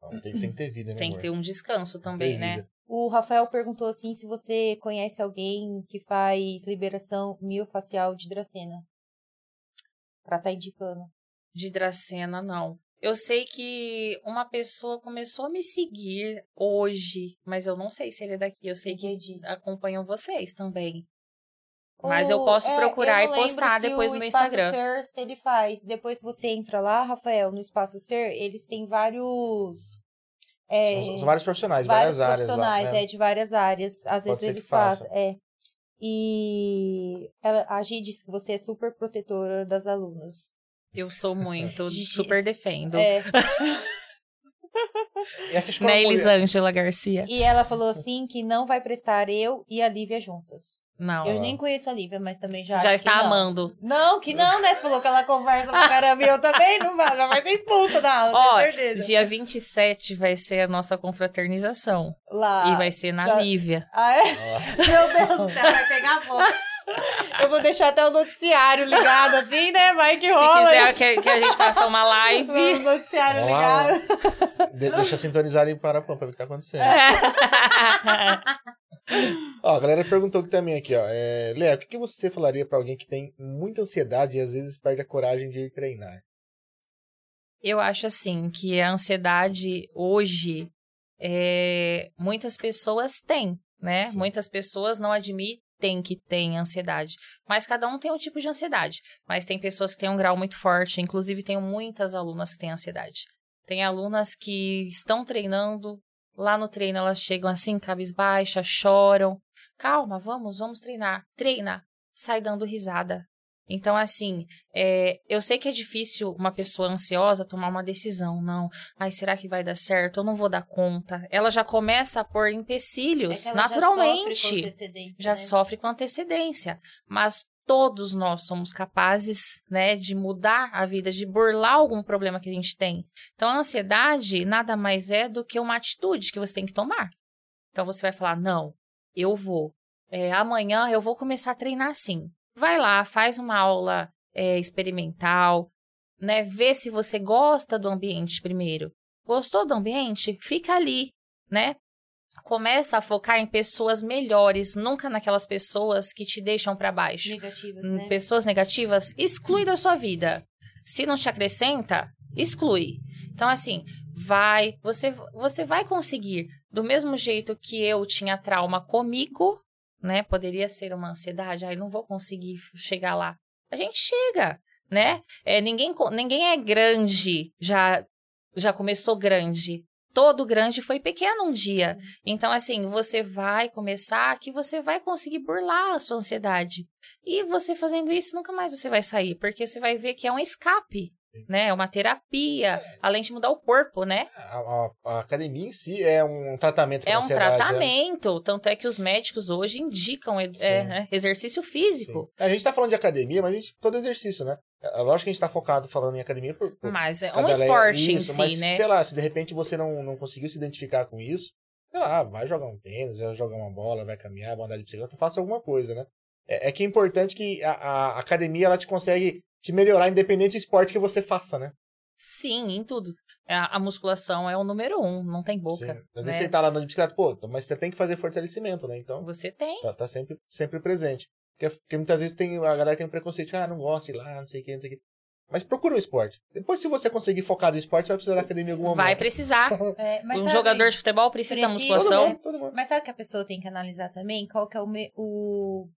S2: Não, tem, tem que ter vida, né?
S3: Tem que ter um descanso também, né?
S1: O Rafael perguntou assim se você conhece alguém que faz liberação miofacial de Dracena. Pra tá indicando.
S3: De Dracena, não. Eu sei que uma pessoa começou a me seguir hoje, mas eu não sei se ele é daqui. Eu sei que
S1: Entendi.
S3: acompanham vocês também. Mas eu
S1: O-
S3: posso
S1: é,
S3: procurar
S1: eu não
S3: e postar
S1: lembro se
S3: depois
S1: o
S3: no meu
S1: Espaço
S3: Instagram.
S1: Ser, se ele faz. Depois que você entra lá, Rafael, no Espaço Ser, eles têm vários. é,
S2: São, são vários profissionais,
S1: vários
S2: várias áreas
S1: profissionais,
S2: lá. né?
S1: é, de várias áreas. Às vezes
S2: ser que
S1: eles fazem.
S2: façam.
S1: É. E ela, a Gi disse que você é super protetora das alunas.
S3: Eu sou muito,
S1: Gi-
S3: super defendo.
S1: É.
S2: É que acho que é uma
S3: Né,
S2: mulher-
S3: Elisângela Garcia?
S1: E ela falou assim que não vai prestar eu e a Lívia juntas.
S3: Não.
S2: Ah.
S1: Eu nem conheço a Lívia, mas também já.
S3: Já,
S1: acho que
S3: está
S1: não.
S3: amando.
S1: Não, que não, né? Você falou que ela conversa pra caramba e eu também não vai, ela vai ser expulsa da aula,
S3: Ó,
S1: tenho certeza.
S3: Dia 27 vai ser a nossa confraternização.
S1: Lá.
S3: e vai ser na
S1: já-
S3: Lívia.
S1: Ah, é?
S2: Ah,
S1: Meu Deus do céu, vai pegar fogo. Eu vou deixar até o noticiário ligado assim, né? Vai que
S3: Se
S1: rola.
S3: quiser que, que a gente faça uma
S1: Vamos,
S3: live.
S1: noticiário
S2: Olá.
S3: É
S1: ligado.
S2: de- deixa sintonizado e parar pra ver o que tá acontecendo. Ó, a galera perguntou aqui também aqui, ó. É, Léa, o que, que você falaria pra alguém que tem muita ansiedade e às vezes perde a coragem de ir treinar?
S3: Eu acho assim que a ansiedade hoje é, muitas pessoas têm, né?
S2: Sim.
S3: Muitas pessoas não admitem que têm ansiedade. Mas cada um tem um tipo de ansiedade. Mas tem pessoas que têm um grau muito forte. Inclusive, tenho muitas alunas que têm ansiedade. Tem alunas que estão treinando. Lá no treino elas chegam assim, cabisbaixa, choram. Calma, vamos, vamos treinar. Treina. Sai dando risada. Então, assim, é, eu sei que é difícil uma pessoa ansiosa tomar uma decisão, não. Ai, será que vai dar certo? Eu não vou dar conta. Ela já começa a pôr
S1: É
S3: empecilhos, naturalmente. Já sofre com antecedência. Mas todos nós somos capazes, né, de mudar a vida, de burlar algum problema que a gente tem. Então, a ansiedade nada mais é do que uma atitude que você tem que tomar. Então, você vai falar, não, eu vou. É, amanhã eu vou começar a treinar sim. Vai lá, faz uma aula é, experimental, né? Vê se você gosta do ambiente primeiro. Gostou do ambiente? Fica ali, né? Começa a focar em pessoas melhores, nunca naquelas pessoas que te deixam para baixo.
S1: Negativas,
S3: Hum,
S1: né?
S3: Pessoas negativas, exclui da sua vida. Se não te acrescenta, exclui. Então, assim, vai, você, você vai conseguir. Do mesmo jeito que eu tinha trauma comigo, né? Poderia ser uma ansiedade, ai, não vou conseguir chegar lá. A gente chega, né? É, ninguém, co- ninguém é grande, já, já começou grande. Todo grande foi pequeno um dia.
S1: Uhum.
S3: Então, assim, você vai começar que você vai conseguir burlar a sua ansiedade. E você fazendo isso, nunca mais você vai sair, porque você vai ver que é um escape, né? É uma terapia, além de mudar o corpo, né?
S2: A, a- a academia em si é um tratamento pra
S3: É um
S2: ansiedade, né?
S3: tratamento. Tanto é que os médicos hoje indicam é,
S2: Sim.
S3: é, né, exercício físico.
S2: Sim. A gente tá falando de academia, mas a gente, todo exercício, né? É lógico que a gente tá focado falando em academia por, por
S3: Mas é um
S2: cada le-
S3: esporte
S2: isso,
S3: em si,
S2: mas,
S3: né?
S2: Sei lá, se de repente você não, não conseguiu se identificar com isso, sei lá, vai jogar um tênis, vai jogar uma bola, vai caminhar, vai andar de bicicleta, faça alguma coisa, né? É, é que é importante que a, a academia ela te consegue te melhorar independente do esporte que você faça, né?
S3: Sim, em tudo. A, a musculação é o número um, não tem boca.
S2: Sim. Às vezes
S3: né?
S2: você tá lá andando de bicicleta, pô, mas você tem que fazer fortalecimento, né? Então,
S3: Você tem.
S2: tá, tá sempre, sempre presente. Porque, porque muitas vezes tem, a galera tem um preconceito, ah, não gosto de ir lá, não sei o que, não sei o que. Mas procura o esporte. Depois, se você conseguir focar no esporte, você vai precisar da academia em algum
S3: Vai
S2: momento.
S3: precisar.
S1: É, mas
S3: um
S1: sabe-
S3: jogador de futebol precisa, da
S1: Precisa. é.
S2: Todo
S3: musculação.
S2: mundo, todo mundo.
S1: Mas sabe que a pessoa tem que analisar também qual que é o, me- o,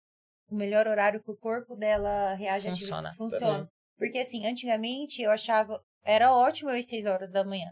S1: o melhor horário que o corpo dela reage à ativi-
S3: Funciona.
S1: Funciona. Porque assim, antigamente eu achava. Era ótimo eu ir 6 horas da manhã.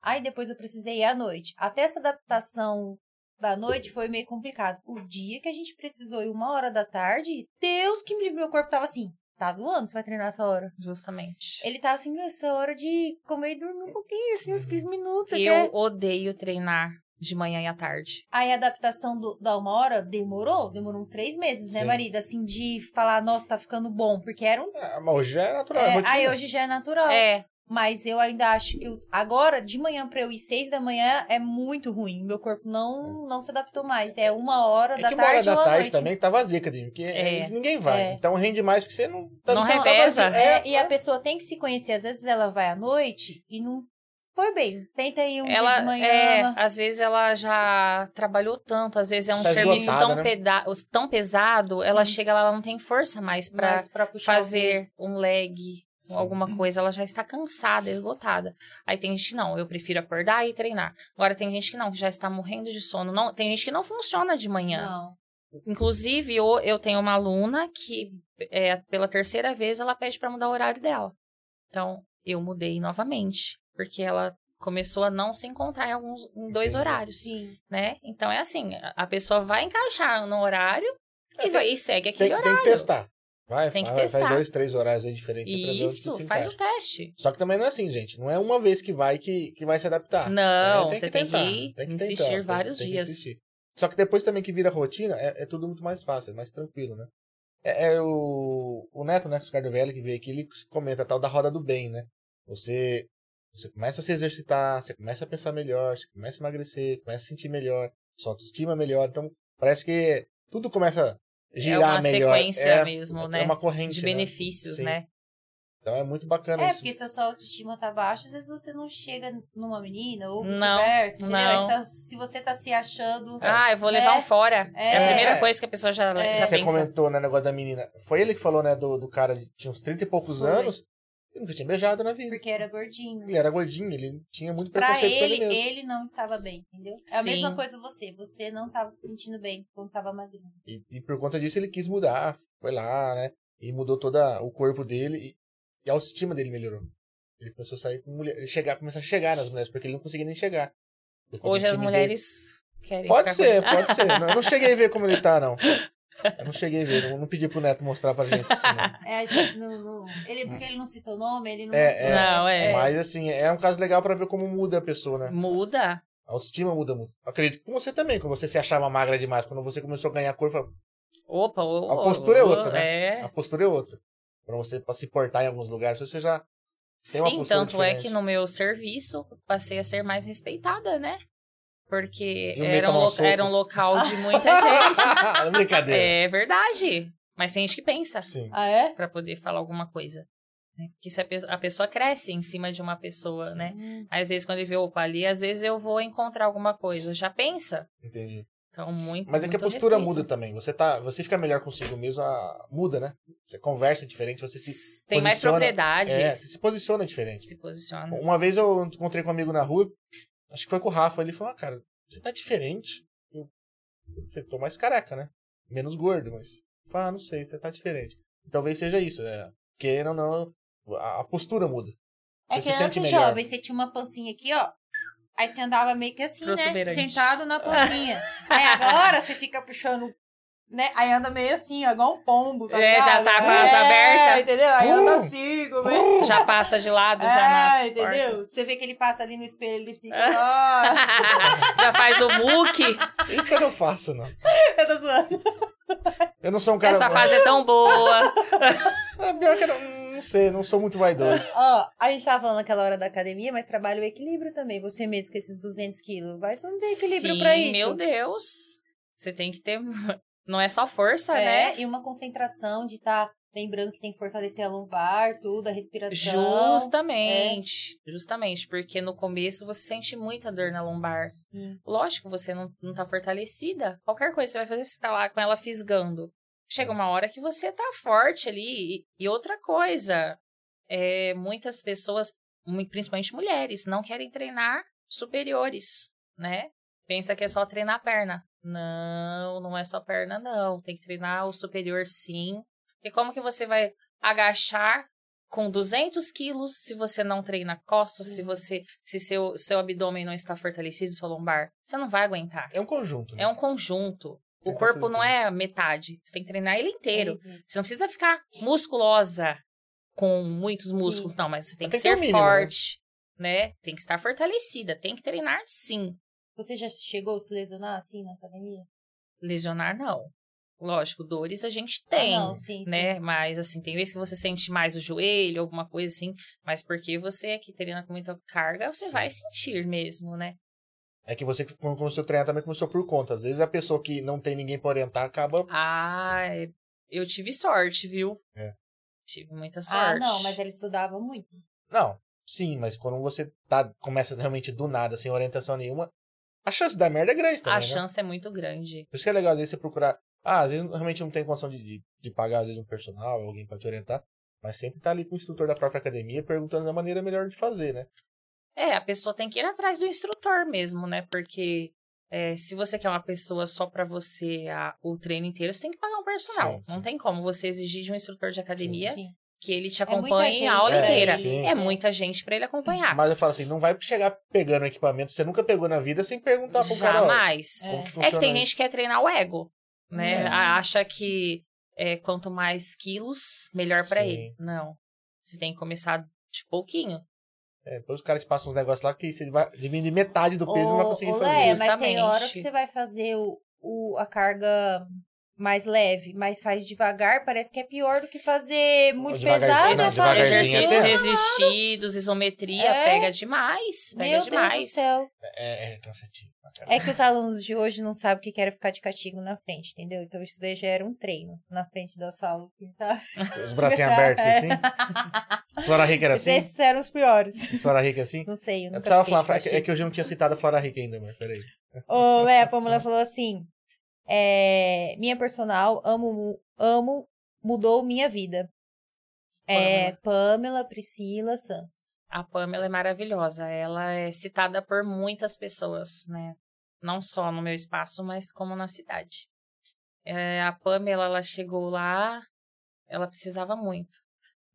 S1: Aí depois eu precisei ir à noite. Até essa adaptação da noite foi meio complicado. O dia que a gente precisou ir uma hora da tarde, Deus que me livre, meu corpo tava assim. Tá zoando, você vai treinar essa hora.
S3: Justamente.
S1: Ele tava assim, meu, essa é hora de comer e dormir um pouquinho, assim, uns 15 minutos. você quer?
S3: Eu odeio treinar de manhã e à tarde.
S1: Aí a adaptação do- da uma hora demorou, demorou uns três meses, né,
S2: Sim.
S1: marido? Assim, de falar, nossa, tá ficando bom, porque era um.
S2: Ah, mas hoje já é natural.
S1: É,
S2: rotina.
S1: aí hoje já é natural.
S3: É,
S1: Mas eu ainda acho. Eu, agora, de manhã pra eu ir seis da manhã é muito ruim. Meu corpo não, não se adaptou mais. É uma hora
S2: É
S1: da
S2: que uma hora
S1: tarde
S2: da
S1: ou à
S2: tarde
S1: noite.
S2: também tá vazia, cadê? Porque
S3: É.
S2: ninguém vai.
S1: É.
S2: Então rende mais porque você não tá
S3: Não
S2: tá- tá
S3: reveza.
S2: vazio.
S1: É, e a pessoa tem que se conhecer. Às vezes ela vai à noite e não foi bem. Tenta ir um dia
S3: ela
S1: de manhã.
S3: é, às vezes ela já trabalhou tanto, às vezes é um
S2: Tá
S3: serviço
S2: esgotada,
S3: tão,
S2: né?
S3: peda- tão pesado, ela
S1: Sim.
S3: chega lá, ela não tem força mais pra
S1: Uhum. mas pra puxar o
S3: fazer
S1: peso.
S3: um leg,
S2: Sim.
S3: alguma coisa, ela já está cansada, esgotada. Aí tem gente que não, eu prefiro acordar e treinar. Agora tem gente que não, que já está morrendo de sono. Não, tem gente que não funciona de manhã.
S1: Não.
S3: Inclusive, eu, eu tenho uma aluna que, é, pela terceira vez, ela pede para mudar o horário dela. Então, eu mudei novamente, porque ela começou a não se encontrar em, alguns, em dois
S2: Entendi.
S3: horários,
S1: Sim.
S3: né? Então, é assim, a- a pessoa vai encaixar no horário
S2: É,
S3: e, vai, e segue
S2: Tem,
S3: aquele
S2: tem
S3: horário.
S2: que testar. Vai,
S3: Tem que
S2: faz, faz
S3: testar.
S2: dois, três horários aí diferentes pra ver o que
S3: Isso,
S2: se
S3: faz
S1: um
S2: encaixa.
S3: o teste.
S2: Só que também não é assim, gente. Não é uma vez que vai que, que vai se adaptar.
S3: Não,
S2: É,
S3: você
S2: que
S3: tem
S2: tentar,
S3: que
S2: tem
S3: insistir
S2: tentar, tem-
S3: vários
S2: tem que
S3: dias.
S2: insistir. Só que depois também que vira rotina, é, é tudo muito mais fácil, é mais tranquilo, né? É, é o, o Neto, né, Ricardo Velho, que veio aqui, ele comenta a tal da roda do bem, né? Você, você começa a se exercitar, você começa a pensar melhor, você começa a emagrecer, começa a sentir melhor, sua autoestima melhor. Então, parece que tudo começa a girar
S3: é uma
S2: melhor.
S3: sequência
S2: é,
S3: mesmo,
S2: é
S3: né?
S2: uma corrente,
S3: de
S2: né?
S3: benefícios,
S2: Sim.
S3: né?
S2: Então é muito bacana
S1: É,
S2: isso.
S1: porque se a sua autoestima tá baixa, às vezes você não chega numa menina ou
S3: Não,
S1: vice-versa, entendeu?
S3: não.
S1: É só Se você tá se achando.
S3: Ah, eu vou levar
S1: É.
S3: um fora. É,
S1: É.
S3: a primeira
S2: É.
S3: coisa que a pessoa já,
S1: É.
S3: já
S2: Você
S3: pensa.
S2: comentou, né, negócio da menina. Foi ele que falou, né, do, do cara de tinha uns 30 e poucos
S1: Foi.
S2: anos e nunca tinha beijado na vida.
S1: Porque era gordinho.
S2: Ele era gordinho, ele tinha muito
S1: Pra
S2: É, preconceito com
S1: ele,
S2: ele mesmo.
S1: ele não estava bem, entendeu? É a
S3: Sim.
S1: mesma coisa você. Você não estava se sentindo bem quando estava magrinho.
S2: E, e por conta disso ele quis mudar, foi lá, né, e mudou todo o corpo dele e, e a autoestima dele melhorou. Ele começou a sair com mulher, ele chegar, começar a chegar nas mulheres, porque ele não conseguia nem chegar. Por conta
S3: Hoje
S2: do
S3: as
S2: time dele.
S3: mulheres querem.
S2: Pode
S3: ficar
S2: ser,
S3: com-
S2: pode ser. Não, eu não cheguei a ver como ele tá, não. Eu não cheguei a ver, não, não pedi pro Neto mostrar pra gente assim, né. isso, não.
S1: É, a gente não. não- ele, porque ele não citou nome, ele não.
S2: É,
S1: mostrou.
S2: é.
S3: Não, é.
S2: Mas assim, é um caso legal pra ver como muda a pessoa, né?
S3: Muda.
S2: A autoestima muda muito. Eu acredito que com você também, quando você se achava magra demais, quando você começou a ganhar cor, fala,
S3: Opa, o,
S2: A postura é
S3: o-
S2: outra, né?
S3: É.
S2: a postura é outra. Pra você pra se portar em alguns lugares, você já. tem uma
S3: Sim,
S2: postura
S3: tanto é que
S2: diferente.
S3: no meu serviço passei a ser mais respeitada, né? Porque
S2: E o
S3: era
S2: meio
S3: um,
S2: tomar um
S3: lo-
S2: soco.
S3: era um local de muita gente.
S2: Brincadeira.
S3: é verdade. Mas tem gente que pensa assim,
S2: Sim.
S1: Ah, é?
S3: pra poder falar alguma coisa. né? Porque se a, pe- a pessoa cresce em cima de uma pessoa, né?
S1: Hum.
S3: Às vezes, quando ele vê, opa, ali, às vezes eu vou encontrar alguma coisa. Já pensa?
S2: Entendi.
S3: Então, muito.
S2: Mas é que a
S3: muito
S2: postura
S3: respeito.
S2: muda também. Você, tá, você fica melhor consigo mesmo, a- muda, né? Você conversa diferente, você se.
S3: Tem mais
S2: posiciona-
S3: propriedade.
S2: É, você se posiciona diferente.
S3: Se posiciona.
S2: Uhum. Uma vez eu encontrei com um amigo na rua, acho que foi com o Rafa, ele falou, ah, cara, você tá diferente. Eu falei, tô mais careca, né? Menos gordo, mas. Eu falei, ah, não sei, você tá diferente. Talvez seja isso, né? Porque não, não, a, a postura muda.
S1: É que
S2: Você se sente
S1: antes,
S2: melhor.
S1: jovem, você tinha uma pancinha aqui, ó. Aí você andava meio que assim, né?
S3: Protuberante.
S1: Sentado na pancinha. aí agora você fica puxando. Né? Aí anda meio assim, ó, igual um pombo. Tá
S3: É, já
S1: ligado?
S3: tá com as
S1: É,
S3: abertas.
S1: Entendeu? Aí anda
S2: Uh!
S1: assim, como é-
S3: Já passa de lado, já
S1: É,
S3: nasce.
S1: entendeu? Você vê que ele passa ali no espelho, ele fica.
S3: Ah.
S1: ó,
S3: já faz o muque.
S2: Isso é eu não faço, não.
S1: eu tô zoando.
S2: Eu não sou um cara.
S3: Essa fase é tão boa.
S2: É, pior que eu não, não sei, não sou muito vaidoso.
S1: Ó, a gente tava falando aquela hora da academia, mas trabalha o equilíbrio também. Você mesmo com esses 200 quilos. Vai, você não tem equilíbrio
S3: Sim,
S1: pra isso.
S3: Meu Deus. Você tem que ter. Não é só força,
S1: É,
S3: né?
S1: E uma concentração de estar lembrando que tem que fortalecer a lombar, tudo, a respiração. né?
S3: Justamente. Justamente. Porque no começo você sente muita dor na lombar.
S1: Hum.
S3: Lógico, você não, não tá fortalecida. Qualquer coisa que você vai fazer, você tá lá com ela fisgando. Chega uma hora que você tá forte ali. E, e outra coisa, é, muitas pessoas, mu- principalmente mulheres, não querem treinar superiores, né? Pensa que é só treinar a perna. Não, não é só perna, não. Tem que treinar o superior, sim. E como que você vai agachar com 200 quilos se você não treina costas, se
S1: Uhum.
S3: você se seu, seu abdômen não está fortalecido, sua lombar, você não vai aguentar.
S2: É um conjunto. Né?
S3: É um conjunto. O
S2: Exatamente.
S3: corpo não é a metade. Você tem que treinar ele inteiro. Você não precisa ficar musculosa com muitos
S1: Sim.
S3: músculos, não, mas você tem
S2: Mas
S3: que
S2: tem que ter um
S3: ser
S2: mínimo, né?
S3: forte, né? Tem que estar fortalecida, tem que treinar sim.
S1: Você já chegou a se lesionar assim na academia?
S3: Lesionar, não. Lógico, dores a gente tem.
S1: Ah, não, sim, sim.
S3: né? Mas assim, tem vezes que você sente mais o joelho, alguma coisa assim, mas porque você é quiterina com muita carga, você
S2: Sim.
S3: vai sentir mesmo, né?
S2: É que você que começou a treinar também começou por conta. Às vezes a pessoa que não tem ninguém pra orientar acaba.
S3: Ah, é- eu tive sorte, viu?
S2: É.
S3: Tive muita
S1: Ah,
S3: sorte.
S1: não, mas ele estudava muito.
S2: Não, sim, mas quando você tá, começa realmente do nada, sem orientação nenhuma, a chance da merda é grande também.
S3: A
S2: né?
S3: chance é muito grande.
S2: Por isso que é legal, às vezes, você procurar. Ah, às vezes realmente não tem condição de, de, de pagar, às vezes, um personal, alguém pra te orientar. Mas sempre tá ali com o instrutor da própria academia perguntando a maneira melhor de fazer, né?
S3: É, a pessoa tem que ir atrás do instrutor mesmo, né? Porque é, se você quer uma pessoa só pra você a- o treino inteiro, você tem que pagar um personal.
S2: Sim,
S3: Não
S2: sim.
S3: tem como você exigir de um instrutor de academia
S1: Sim.
S3: que ele te
S1: É muita
S3: acompanhe
S1: gente,
S3: a aula
S1: né?
S3: inteira.
S2: É, sim.
S3: É muita gente pra ele acompanhar.
S2: Mas eu falo assim, não vai chegar pegando um equipamento que você nunca pegou na vida sem perguntar pro tá cara. ó,
S3: Jamais.
S2: Como que
S3: É
S2: funciona
S3: que tem
S2: isso?
S3: gente que quer treinar o ego, né?
S2: É.
S3: A- Acha que é, quanto mais quilos, melhor pra
S2: Sim.
S3: ele. Não. Você tem que começar de pouquinho.
S2: É, depois os caras te passam uns negócios lá que você vai diminuir metade do peso e não vai conseguir
S1: Ô, ô,
S2: fazer.
S1: Léa,
S2: isso.
S1: mas tem
S3: Justamente.
S1: hora que você vai fazer o, o- a carga mais leve, mas faz devagar, parece que é pior do que fazer muito pesado.
S2: devagarzinho, não,
S1: eu
S3: Esses
S1: falo,
S2: devagarzinho é
S3: exercícios
S2: até.
S1: "Gente,
S3: resistidos, isometria,
S1: É.
S3: pega demais. Pega
S1: Meu Deus
S3: demais.
S1: do céu.
S3: né?
S2: É, é cansativo. pra caralho.
S1: É que os alunos de hoje não sabem que querem ficar de castigo na frente, entendeu? Então isso daí já era um treino na frente da sala. Tá?
S2: Os bracinhos abertos aqui, assim. Flora Rica era assim?
S1: Esses eram os piores.
S2: Flora Rica assim?
S1: Não sei, eu
S2: Eu
S1: nunca
S2: precisava
S1: fiquei de
S2: falar, é que- é
S1: castigo.
S2: que hoje eu não tinha citado a Flora Rica ainda, mas peraí.
S1: Ô, Lé, a Pamela falou assim: é, minha personal, amo, mu- amo, mudou minha vida. É, Pamela Priscila Santos.
S3: A Pamela é maravilhosa. Ela é citada por muitas pessoas, né? Não só no meu espaço, mas como na cidade. É, a Pamela, ela chegou lá, ela precisava muito.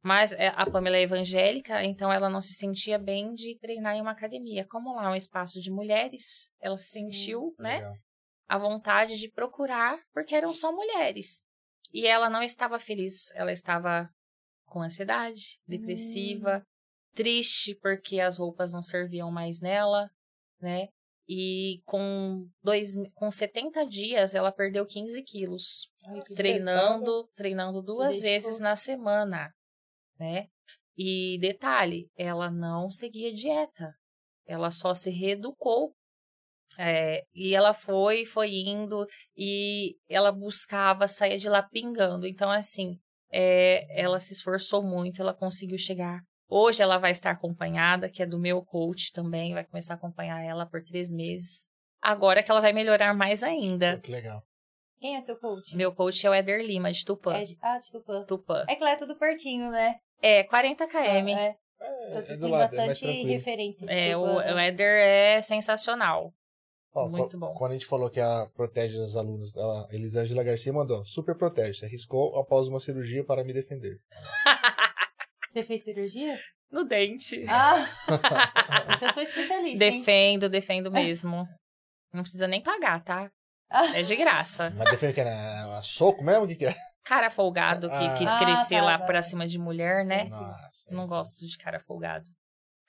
S3: Mas é, a Pamela é evangélica, então ela não se sentia bem de treinar em uma academia. Como lá é um espaço de mulheres, ela se sentiu, né?
S2: Legal.
S3: a vontade de procurar, porque eram só mulheres. E ela não estava feliz, ela estava com ansiedade, depressiva, triste porque as roupas não serviam mais nela, né? E com, dois, com 70 dias ela perdeu 15 quilos
S1: Ai, que
S3: treinando, treinando duas
S1: dedicou.
S3: vezes na semana, né? E detalhe, ela não seguia dieta, ela só se reeducou. É, e ela foi, foi indo, e ela buscava, saía de lá pingando. Então, assim, é, ela se esforçou muito, ela conseguiu chegar. Hoje ela vai estar acompanhada, que é do meu coach também, vai começar a acompanhar ela por três meses. Agora que ela vai melhorar mais ainda.
S1: Né?
S2: Pô, Que legal.
S1: Quem é seu coach?
S3: Meu coach é o Éder Lima, de Tupã.
S1: É de- ah, de Tupã.
S3: Tupã.
S1: É que lá é tudo pertinho, né?
S3: É, 40 km.
S1: É,
S2: É,
S1: vocês
S2: é do
S1: têm
S2: lado, é mais
S1: bastante
S2: tranquilo.
S1: referência de
S3: É, o,
S1: Tupã, né?
S3: o Éder é sensacional.
S2: Ó,
S3: Muito
S2: qu-
S3: bom.
S2: Quando a gente falou que ela protege as alunas, a Elisângela Garcia mandou, super protege, se arriscou após uma cirurgia para me defender.
S1: Você fez cirurgia?
S3: No dente.
S1: Ah, você sou especialista, hein?
S3: defendo,
S1: É.
S3: defendo mesmo. Não precisa nem pagar, tá?
S1: Ah.
S3: É de graça.
S2: Mas defender que era a soco mesmo? O que, que é?
S3: Cara folgado que
S2: Ah.
S3: quis
S1: Ah,
S3: crescer
S1: tá,
S3: lá
S1: tá.
S3: pra cima de mulher,
S1: É?
S3: né?
S2: Nossa.
S3: Não gosto de cara folgado.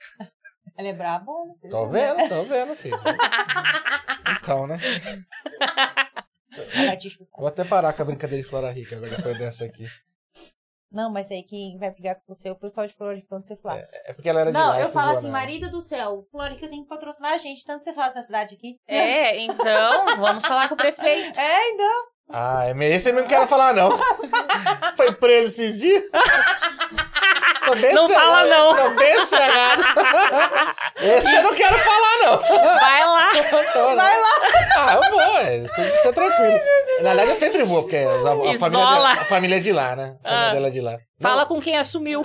S1: Ela é braba? né?
S2: Tô vendo, tô vendo, filho. então, né?
S1: Ela é tipo, vai te chutar.
S2: Vou até parar com a brincadeira de Flora Rica agora depois dessa aqui.
S1: Não, mas aí quem vai brigar com você é o pessoal de Floripa, você fala.
S2: É né? porque ela era de
S1: Não,
S2: lá,
S1: eu
S2: tô
S1: falo
S2: zoando
S1: assim,
S2: ela.
S1: marida do céu, Florica tem que patrocinar a gente, tanto você fala dessa cidade aqui.
S3: É, então, vamos falar com o prefeito.
S1: É, então.
S2: Ah, é me- esse eu não quero falar, não. Foi preso esses dias. Tô bem
S3: Não
S2: serrado,
S3: fala, não.
S2: Tô bem serrado. Esse eu não quero falar,
S3: Vai lá.
S2: não. Tô,
S1: Vai
S2: né?
S1: lá.
S2: Ah, eu vou. é, Isso, isso é tranquilo. Na verdade, eu sempre vou, porque a, a família,
S3: Isola.
S2: dela- a família é de lá, né? A família
S3: Ah.
S2: dela é de lá. Não,
S3: Fala com quem assumiu.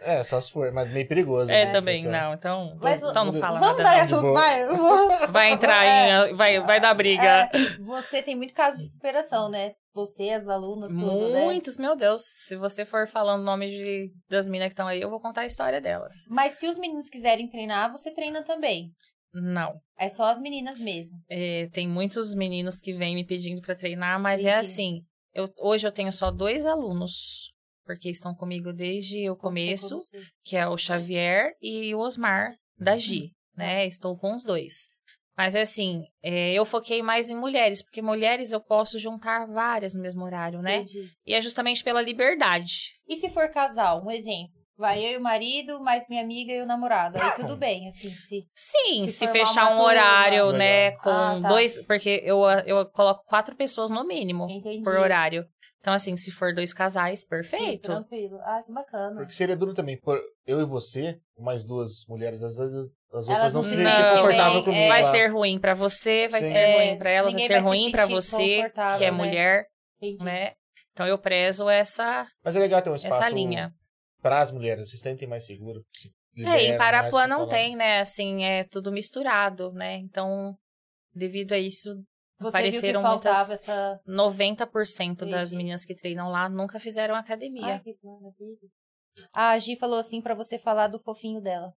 S2: É, só se for, mas meio perigoso.
S3: É,
S2: né,
S3: também,
S2: pessoal?
S3: não. Então,
S1: Mas o-
S3: então não fala
S1: Vamos
S3: nada.
S1: dar
S2: não.
S1: assunto,
S2: De boa.
S1: vai. eu vou.
S3: não. Vai entrar em. Vai, vai dar briga.
S1: É, você tem muito caso de superação, né? Você, as alunas, tudo, né?
S3: Muitos, meu Deus. Se você for falando o nome de, das minas que estão aí, eu vou contar a história delas.
S1: Mas se os meninos quiserem treinar, você treina também.
S3: Não.
S1: É só as meninas mesmo.
S3: É, tem muitos meninos que vêm me pedindo pra treinar, mas é
S1: Entendi.
S3: assim. eu- hoje eu tenho só dois alunos, porque estão comigo desde o começo,
S1: Uhum.
S3: que é o Xavier e o Osmar da Gi, né? Estou com os dois. Mas assim, é, eu foquei mais em mulheres, porque mulheres eu posso juntar várias no mesmo horário, né?
S1: Entendi.
S3: E é justamente pela liberdade.
S1: E se for casal, um exemplo. Vai eu e o marido, mais minha amiga e o namorado. Aí tudo bem, assim, se.
S3: Sim,
S1: Se
S3: se,
S1: formar
S3: fechar
S1: uma
S3: um
S1: turma.
S3: horário,
S2: Legal.
S3: né, com
S1: Ah, tá.
S3: dois, porque eu, eu coloco quatro pessoas no mínimo
S1: Entendi.
S3: por horário. Então assim, se for dois casais,
S1: Sim,
S3: perfeito.
S1: tranquilo. Ah, que bacana.
S2: Porque seria duro também, por eu e você, mais duas mulheres, às vezes as outras
S1: Elas
S2: não
S1: não
S2: se
S1: se
S2: sentem
S3: sentem
S2: confortáveis
S1: bem,
S2: comigo.
S1: é.
S3: vai
S2: lá.
S3: ser ruim pra você, vai
S2: Sim.
S3: ser
S1: É,
S3: ruim pra elas, vai
S1: ninguém
S3: ser
S1: vai se
S3: ruim pra
S1: sentir
S3: você que
S1: confortável,
S3: é
S1: né?
S3: mulher,
S1: Entendi.
S3: né? Então eu prezo essa
S2: Mas é legal ter um espaço
S3: essa linha.
S2: para as mulheres, se sentem mais seguras. se
S3: É,
S2: liberam
S3: em
S2: mais
S3: Parapuã
S2: pra
S3: não
S2: falar.
S3: tem, né? Assim, é tudo misturado, né? Então, devido a isso,
S1: Você viu que
S3: apareceram
S1: faltava
S3: muitas
S1: essa.
S3: 90% das
S1: Entendi.
S3: meninas que treinam lá nunca fizeram
S1: Ai,
S3: academia.
S1: que maravilha. A Gi falou assim pra você falar do fofinho dela.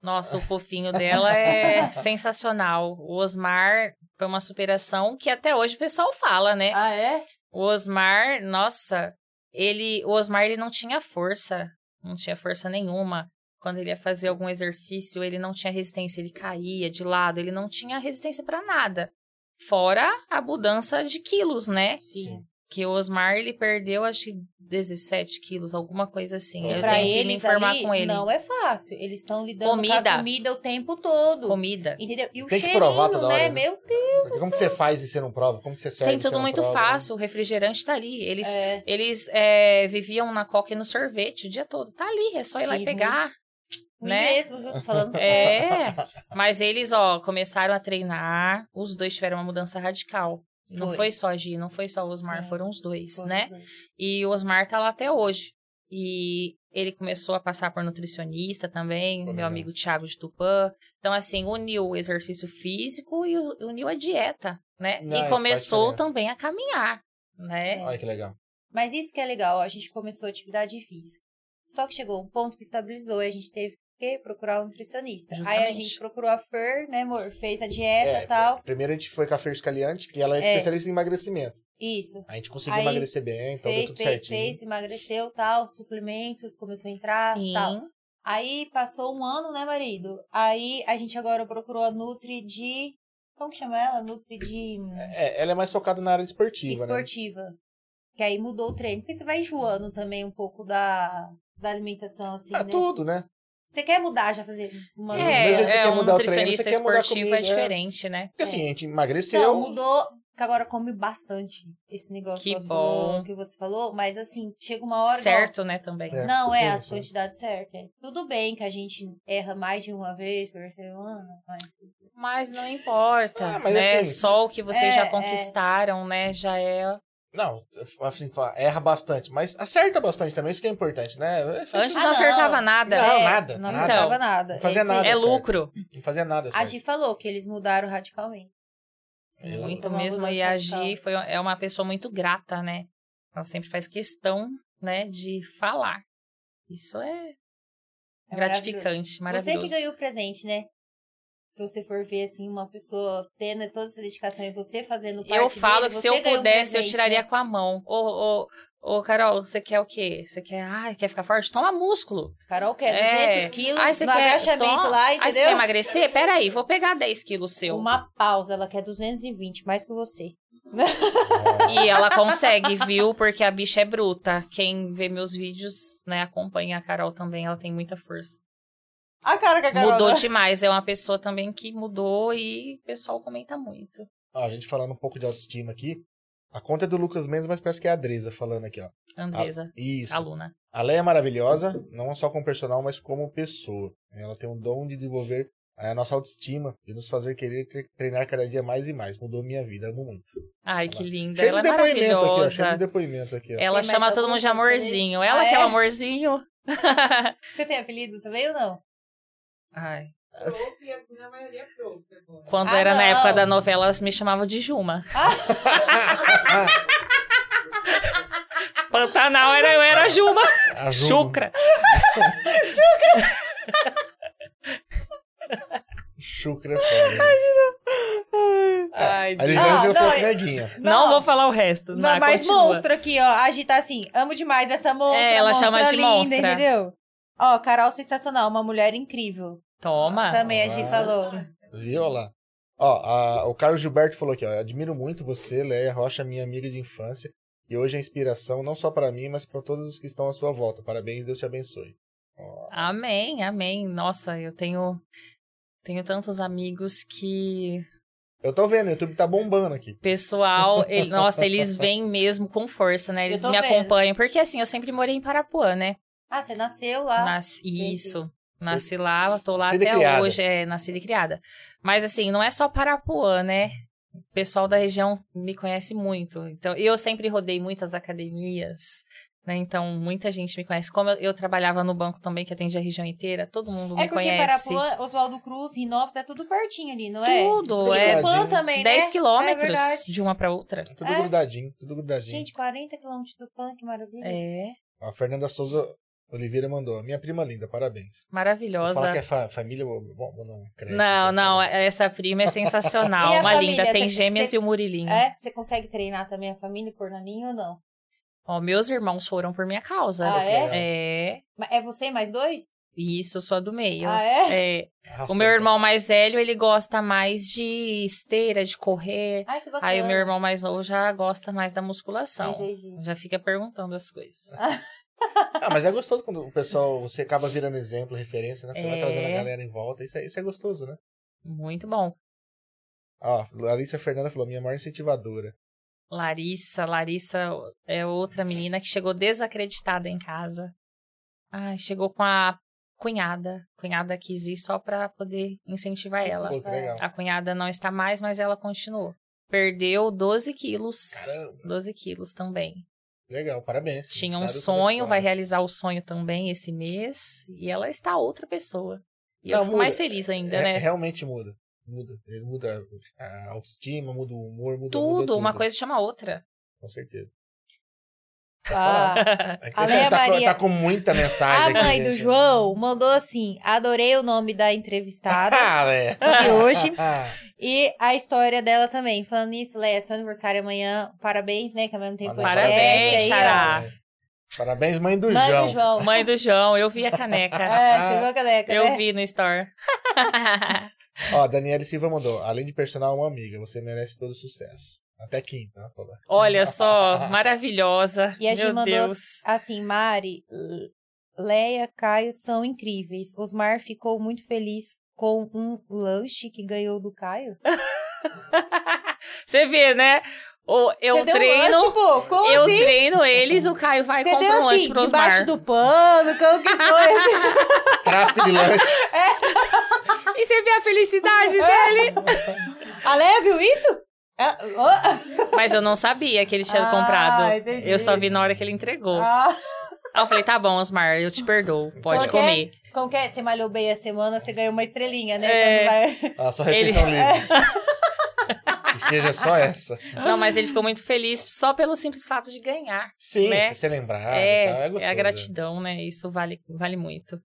S3: Nossa, o fofinho dela é sensacional. O Osmar foi uma superação que até hoje o pessoal fala, né?
S1: Ah, é?
S3: O Osmar, nossa, ele, o Osmar ele não tinha força, não tinha força nenhuma. Quando ele ia fazer algum exercício, ele não tinha resistência, ele caía de lado, ele não tinha resistência pra nada. Fora a mudança de quilos, né?
S2: Sim.
S3: Que o Osmar ele perdeu acho que 17 quilos, alguma coisa assim. Eu
S1: Pra
S3: tenho que me
S1: eles
S3: informar
S1: ali,
S3: com ele.
S1: não é fácil. Eles estão lidando com a
S3: Comida.
S1: comida o tempo todo.
S3: Comida.
S1: Entendeu? E o
S2: Tem que
S1: cheirinho,
S2: provar toda
S1: né?
S2: hora, né?
S1: Meu Deus.
S2: Porque Como que você faz e você não prova? Como que você serve
S3: Tem
S2: e você
S3: tudo
S2: não
S3: muito
S2: é prova? né?
S3: fácil, o refrigerante tá ali. Eles,
S1: É.
S3: eles é, viviam na coca e no sorvete o dia todo. Tá ali, é só ir lá
S1: Que
S3: e pegar.
S1: Né?
S3: Né?
S1: Mesmo, viu? Tô falando sério.
S3: É, mas eles, ó, começaram a treinar, os dois tiveram uma mudança radical. Não
S1: Foi.
S3: foi, só a Gi, não foi só o Osmar,
S1: Sim.
S3: foram os dois,
S1: Pois
S3: né?
S1: é.
S3: E o Osmar tá lá até hoje. E ele começou a passar por nutricionista também,
S2: Pô,
S3: meu
S2: legal.
S3: amigo Thiago de Tupã. Então, assim, uniu o exercício físico e o- uniu a dieta, né?
S2: Não, faz
S3: e começou
S2: diferença.
S3: também a caminhar, né?
S2: Olha que legal.
S1: Mas isso que é legal, ó, a gente começou a atividade física. Só que chegou um ponto que estabilizou e a gente teve que procurar um nutricionista. Aí a
S3: Justamente.
S1: gente procurou a Fer, né, amor? Fez a dieta
S2: É,
S1: e tal.
S2: Primeiro a gente foi com a Fer Scaliante, que ela é,
S1: É.
S2: especialista em emagrecimento.
S1: Isso.
S2: A gente conseguiu
S1: Aí,
S2: emagrecer bem, então
S1: fez,
S2: deu tudo
S1: fez,
S2: certinho.
S1: fez, emagreceu, tal, suplementos, começou a entrar, tal. Aí passou um ano, né, marido? Aí a gente agora procurou a Nutri de. Como que chama ela? Nutri de
S2: É, ela é mais focada na área esportiva, né?
S1: esportiva. Que aí mudou o treino. Porque você vai enjoando também um pouco da, da alimentação, assim,
S2: Ah,
S1: né?
S2: tudo, né?
S1: Você quer mudar, já fazer uma.
S2: Mas se você
S3: É, é
S2: quer
S3: um
S2: mudar o treino,
S3: nutricionista
S2: você quer mudar a
S3: esportivo
S2: comida, é.
S3: é diferente, né?
S2: Porque assim, a gente
S3: é
S2: emagreceu.
S1: Não, mudou. Que agora come bastante esse negócio
S3: um Que
S1: você falou-
S3: bom.
S1: que você falou. Mas assim, chega uma hora. igual-
S3: Certo, né, também.
S2: É,
S1: Não, é
S2: sim,
S1: as
S2: sim.
S1: quantidades certas. é. Tudo bem que a gente erra mais de uma vez por semana, mas.
S3: Mas não importa,
S2: Ah, mas
S3: né?
S2: assim-
S3: Só o que vocês
S1: É,
S3: já
S1: é.
S3: conquistaram, né? Já é.
S2: Não, assim, fala, erra bastante, mas acerta bastante também, isso que é importante, né? É feito-
S3: Antes
S1: Ah,
S3: não,
S1: não.
S3: acertava nada.
S2: Não,
S1: É,
S2: nada,
S1: Não
S2: nada.
S1: acertava nada.
S2: Não fazia
S1: Esse-
S2: nada. assim,
S3: é
S2: certo.
S3: lucro.
S2: Não fazia nada
S1: A
S2: certo.
S1: Gi falou que eles mudaram radicalmente.
S2: Eu-
S3: Muito
S1: Uma
S3: mesmo. E
S1: mudança
S3: a
S1: radical.
S3: Gi foi, é uma pessoa muito grata, né? Ela sempre faz questão, né, de falar. Isso é,
S1: É
S3: gratificante,
S1: Você
S3: maravilhoso.
S1: que ganhou o presente, né? Se você for ver, assim, uma pessoa tendo toda essa dedicação e você fazendo parte
S3: Eu falo
S1: dele,
S3: que
S1: você
S3: se eu
S1: ganhou um
S3: pudesse, eu
S1: presente,
S3: tiraria
S1: né?
S3: com a mão. Ô, ô, ô, Carol, você quer o quê? Você quer, ai, quer ficar forte? Toma músculo.
S1: Carol quer
S3: É.
S1: 200 quilos
S3: Ai, você
S1: no
S3: quer,
S1: agachamento
S3: toma.
S1: lá,
S3: Ai, você quer
S1: entendeu?
S3: emagrecer? Peraí, vou pegar 10 quilos seu.
S1: Uma pausa, ela quer 220, mais que você.
S3: E ela consegue, viu? Porque a bicha é bruta. Quem vê meus vídeos, né, acompanha a Carol também, ela tem muita força.
S1: A cara que a
S3: Mudou demais, é uma pessoa também que mudou e o pessoal comenta muito.
S2: Ó, a gente falando um pouco de autoestima aqui. A conta é do Lucas Mendes, mas parece que é a Dresa falando aqui, ó.
S3: Andresa,
S2: Ah, Isso.
S3: aluna.
S2: A Leia é maravilhosa, não só como personal, mas como pessoa. Ela tem o dom de desenvolver é, a nossa autoestima, de nos fazer querer tre- treinar cada dia mais e mais. Mudou minha vida, amo muito.
S3: Ai, que linda.
S2: Cheio
S3: ela
S2: de
S3: é
S2: depoimento aqui, ó.
S3: maravilhosa. É.
S2: Cheio de depoimentos aqui, ó.
S3: Ela
S1: Tem mais
S3: chama todo
S1: alguma
S3: mundo de
S1: coisa aí?
S3: amorzinho. Ela
S1: tá Ah,
S3: que é
S1: é?
S3: o amorzinho.
S1: Você tem apelido também ou não?
S3: Ai.
S4: Prof, e a- na maioria é prof agora.
S3: Quando
S1: Ah,
S3: era na época
S1: não.
S3: da novela, elas me chamavam de Juma.
S1: Ah,
S3: Pantanal era, tá eu era Juma.
S2: A Ju-
S3: Chucra.
S2: Chucra é foda. É, A
S3: Ai, Deus.
S1: Ah,
S2: Elisângela
S1: não,
S2: falou
S1: é-
S2: que neguinha.
S3: Não vou falar o resto.
S1: Não,
S3: Não, é
S1: mas
S3: continua.
S1: monstro aqui, ó. A Gi tá assim, amo demais essa monstra.
S3: É, ela
S1: monstra
S3: chama de
S1: linda,
S3: monstra.
S1: entendeu? Ó, Carol sensacional, uma mulher incrível.
S3: Toma.
S1: Também a Gi
S2: Ah.
S1: falou.
S2: Viu Olha lá? Ó, a- o Carlos Gilberto falou aqui, ó. Admiro muito você, Leia Rocha, minha amiga de infância. E hoje é inspiração não só para mim, mas para todos os que estão à sua volta. Parabéns, Deus te abençoe. Ó,
S3: Amém, amém. Nossa, eu tenho tenho tantos amigos que
S2: eu tô vendo, o YouTube tá bombando aqui.
S3: pessoal, ele- nossa, eles vêm mesmo com força, né? Eles
S1: Eu tô
S3: me
S1: vendo.
S3: acompanham, porque assim, eu sempre morei em Parapuã, né?
S1: Ah, você nasceu lá.
S3: Nas-
S1: entendi.
S3: isso. Nasci lá, tô lá
S2: Nascida e
S3: até
S2: criada.
S3: hoje, é, nascida e criada. Mas assim, não é só Parapuã, né? O pessoal da região me conhece muito. Então, eu sempre rodei muitas academias, né? Então, muita gente me conhece. Como eu, eu trabalhava no banco também, que atende a região inteira, todo mundo
S1: É
S3: me
S1: porque
S3: conhece.
S1: Parapuã, Oswaldo Cruz, Rinópolis, é tudo pertinho ali, não é?
S3: Tudo,
S1: E
S3: é
S1: Tupã também, né?
S3: 10
S1: É
S3: quilômetros
S1: verdade.
S3: de uma pra outra.
S2: Tá Tudo
S1: É?
S2: grudadinho, tudo grudadinho.
S1: Gente, 40 quilômetros do Pan, que maravilha.
S3: É,
S2: A Fernanda Souza Oliveira mandou. Minha prima linda, parabéns. Vou falar
S3: maravilhosa.
S2: que é fa- família. Bom, bom, não, credo.
S3: Não, não, essa prima é sensacional,
S1: E a
S3: uma
S1: família?
S3: linda. Tem
S1: Você-
S3: gêmeas
S1: você-
S3: e o Murilinho.
S1: É? Você consegue treinar também a família e pôr na linha ou não?
S3: Ó, meus irmãos foram por minha causa.
S1: Ah, é?
S3: É,
S1: Ma- É você e mais dois?
S3: isso, eu sou a do meio.
S1: Ah, é?
S3: É,
S2: Arrastou,
S3: o meu irmão
S2: cara.
S3: mais velho, ele gosta mais de esteira, de correr.
S1: Ai, que bacana.
S3: Aí o meu irmão mais novo já gosta mais da musculação.
S1: Entendi.
S3: Já fica perguntando as coisas.
S2: Ah, mas é gostoso quando o pessoal, você acaba virando exemplo, referência, né? Você vai
S3: É.
S2: trazendo a galera em volta. Isso é, isso é gostoso, né?
S3: Muito bom.
S2: Ó, Larissa Fernanda falou, minha maior incentivadora.
S3: Larissa, Larissa é outra menina que chegou desacreditada em casa. Ai, chegou com a cunhada. Cunhada quis ir só pra poder incentivar ela. É.
S2: Pô, que legal.
S3: A cunhada não está mais, mas ela continuou. Perdeu 12 quilos.
S2: Caramba.
S3: 12 quilos também.
S2: Legal, parabéns.
S3: Tinha um
S2: Sabe o que eu
S3: sonho,
S2: falo.
S3: vai realizar o sonho também esse mês. E ela está outra pessoa. E eu
S2: Não,
S3: fico
S2: muda.
S3: mais feliz ainda,
S1: É,
S2: Re-
S3: né?
S2: É, Realmente muda. Muda. Ele Muda a autoestima, muda o humor, muda
S3: tudo,
S2: muda
S3: uma coisa chama a outra.
S2: Com certeza.
S1: Ah.
S2: É que
S1: A Leia
S2: tá, com-
S1: Maria-
S2: tá com muita
S1: A
S2: mensagem aqui, né,
S1: mãe do
S2: gente.
S1: João mandou assim: adorei o nome da entrevistada
S2: Ah, Leia.
S1: de hoje
S2: Ah,
S1: e a história dela também. Falando nisso, Léa, seu aniversário amanhã, parabéns, né? Que ao mesmo tempo
S2: mandou
S3: Parabéns,
S1: podcast aí, ó.
S3: Xará.
S2: Parabéns, mãe do
S1: Mãe
S2: João.
S1: do João.
S3: Mãe do João, eu vi a caneca.
S1: É, você viu a caneca, né?
S3: eu vi no store.
S2: Ó, a Daniela Silva mandou. Além de personal, uma amiga. Você merece todo o sucesso. Até quinta. ó, falou.
S3: Olha só, maravilhosa.
S1: E a Gi
S3: Meu
S1: mandou-
S3: Deus.
S1: Assim, Mari, L- Leia, Caio são incríveis. Osmar ficou muito feliz com um lanche que ganhou do Caio.
S3: Você vê, né? O- Eu
S1: Você deu
S3: treino.
S1: um lanche, pô? Como
S3: Eu
S1: assim?
S3: treino eles, o Caio vai e
S1: Você
S3: compra
S1: deu
S3: um lanche
S1: assim,
S3: pro
S1: debaixo
S3: Osmar.
S1: do pano, como que foi?
S2: Tráfico de lanche.
S3: E você vê a felicidade dele.
S1: A Leia viu isso? Ah, ó.
S3: Mas eu não sabia que ele tinha
S1: Ah,
S3: comprado.
S1: entendi.
S3: Eu só vi na hora que ele entregou.
S1: Ah,
S3: Aí eu falei, tá bom, Osmar, eu te perdoo. Pode
S1: Ok.
S3: comer.
S1: como que é? Você malhou bem a semana, você ganhou uma estrelinha, né?
S3: É.
S1: Quando vai-
S2: A sua refeição
S3: Ele-
S2: Ah, livre. que seja só essa.
S3: Não, mas ele ficou muito feliz só pelo simples fato de ganhar.
S2: Sim,
S3: Né?
S2: se você lembrar.
S3: é,
S2: e tal, é,
S3: é
S2: gostoso, né?
S3: a gratidão, né? Isso vale, vale muito.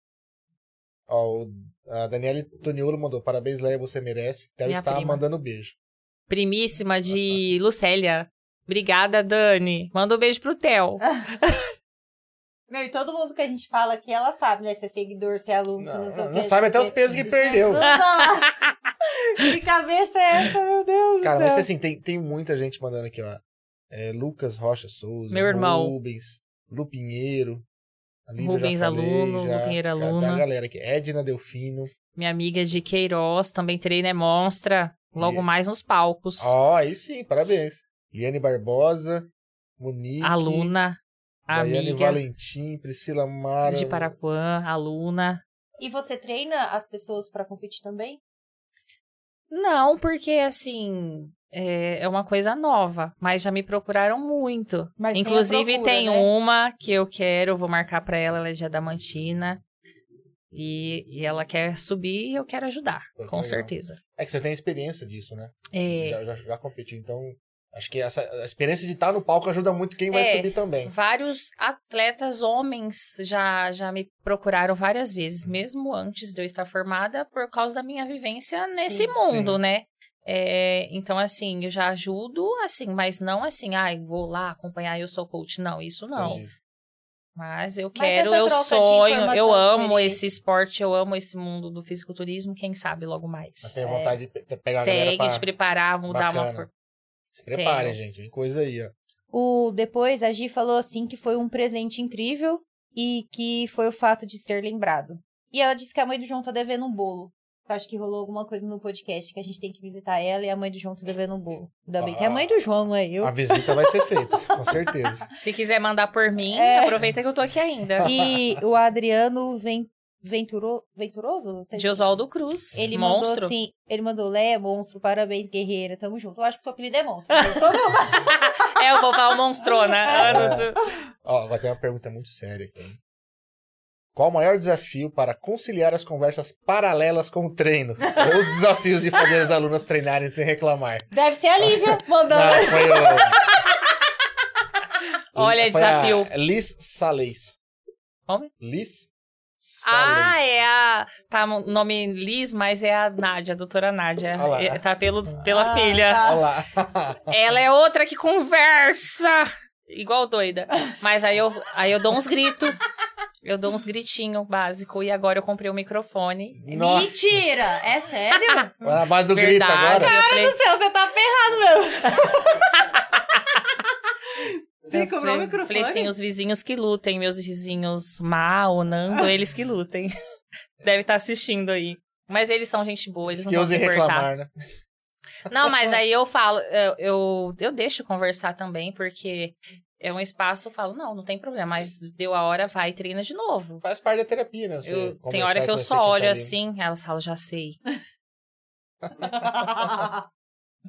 S2: Ó, o- a Daniela Toniolo mandou. Parabéns, Leia, você merece. Deve
S3: Minha
S2: estar
S3: prima.
S2: mandando beijo.
S3: Primíssima de Lucélia. Obrigada, Dani. Manda um beijo pro Theo.
S1: Meu, e todo mundo que a gente fala aqui, ela sabe, né? Se é seguidor, se é aluno, se não
S2: Não,
S1: sei o
S2: não
S1: quê,
S2: sabe
S1: se
S2: até os
S1: é-
S2: pesos que perdeu.
S1: Jesus, ó. que cabeça é essa, meu
S3: Tá
S1: Deus
S2: Cara,
S1: do céu?
S2: mas assim, tem, tem muita gente mandando aqui, ó. É, Lucas Rocha Souza,
S3: Meu irmão.
S2: Rubens, Lu Pinheiro. a Lívia já
S3: Rubens aluno, Lu Pinheiro
S2: Cara, Tem
S3: aluna.
S2: a galera aqui. Edna Delfino.
S3: Minha amiga de Queiroz também treina é monstra. Logo
S2: E-
S3: mais nos palcos.
S2: Ó, aí sim, parabéns. Liane Barbosa, Monique.
S3: aluna,
S2: Daiane
S3: amiga
S2: Valentim, Priscila Mara.
S3: de Parapuã, aluna.
S1: E você treina as pessoas pra competir também?
S3: Não, porque assim é, é uma coisa nova, mas já me procuraram muito.
S1: Mas tem a
S3: Inclusive tem,
S1: procura, né?
S3: uma que eu quero, eu vou marcar pra ela, ela é de Adamantina. E, e ela quer subir e eu quero ajudar,
S2: Pô,
S3: com
S2: legal.
S3: certeza.
S2: É que você tem experiência disso, né?
S3: É,
S2: Já, já, já competiu, então. Acho que essa, a experiência de estar no palco ajuda muito quem vai
S3: É.
S2: subir também.
S3: Vários atletas homens já, já me procuraram várias vezes, mesmo antes de eu estar formada, por causa da minha vivência nesse
S2: Sim,
S3: mundo,
S2: sim.
S3: né? É, então, assim, eu já ajudo, assim, mas não assim, ai, vou lá acompanhar, eu sou coach. Não, isso não.
S2: Entendi.
S3: Mas eu
S1: Mas
S3: quero,
S1: essa
S3: eu
S1: troca de
S3: sonho, eu
S1: informação
S3: amo
S1: diferente.
S3: esse esporte, eu amo esse mundo do fisiculturismo, quem sabe logo
S2: Mas
S3: mais.
S2: tem vontade de pe- pegar a galera
S3: é. Tem
S2: pra...
S3: que se preparar, mudar uma
S2: Bacana.
S3: cor.
S2: Se preparem,
S3: Tenho.
S2: gente. Vem coisa aí, ó.
S1: O, depois, a Gi falou assim que foi um presente incrível e que foi o fato de ser lembrado. E ela disse que a mãe do João tá devendo um bolo. Eu acho que rolou alguma coisa no podcast que a gente tem que visitar ela e a mãe do João tá devendo um bolo. Ainda bem que é a mãe do João, não é eu.
S2: A visita vai ser feita, com certeza.
S3: Se quiser mandar por mim,
S1: É.
S3: aproveita que eu tô aqui ainda.
S1: E o Adriano Ven- Venturo, Venturoso? Tá escrito?
S3: Josoldo Cruz,
S1: Ele
S3: monstro.
S1: mandou assim, ele mandou, Lé, monstro, parabéns, guerreira, tamo junto. Eu acho que seu apelido é monstro. Eu tô-
S3: É, o vovó monstrona. Anos-
S2: Ó, vai ter uma pergunta muito séria aqui. hein? Qual o maior desafio para conciliar as conversas paralelas com o treino? Ou os desafios de fazer as alunas treinarem sem reclamar?
S1: Deve ser a Lívia mandando.
S2: Ah, foi o...
S3: Olha,
S2: foi a
S3: desafio.
S2: Liz Salês.
S3: Homem?
S2: Liz Salês.
S3: Ah, é a. Tá, o nome Liz, mas é a Nádia, a doutora Nádia.
S2: Olha lá.
S3: É, Tá pelo, pela
S1: Ah,
S3: filha.
S1: tá.
S2: Olha lá.
S3: Ela é outra que conversa! Igual doida. Mas aí eu, aí eu dou uns gritos. Eu dou uns gritinhos básico. E agora eu comprei o microfone.
S2: Nossa,
S1: Mentira! É sério?
S2: vai na base do grito agora.
S3: Verdade. eu falei,
S1: do céu, você tá ferrado, meu. Você
S3: eu
S1: comprou
S3: falei-
S1: o um microfone?
S3: Falei assim, os vizinhos que lutem. Meus vizinhos Mal, Nando, eles que lutem. Deve estar assistindo aí. Mas eles são gente boa, eles não
S2: Que
S3: vão
S2: ouse
S3: se cortar.
S2: reclamar, né?
S3: Não, mas aí eu falo, eu, eu, eu deixo conversar também, porque é um espaço, eu falo, não, não tem problema, mas deu a hora, vai e treina de novo.
S2: Faz parte da terapia, né? Você
S3: Eu- tem
S2: conversar
S3: hora que
S2: com
S3: eu
S2: você
S3: só
S2: tá
S3: olho
S2: ali.
S3: assim, elas falam, já sei.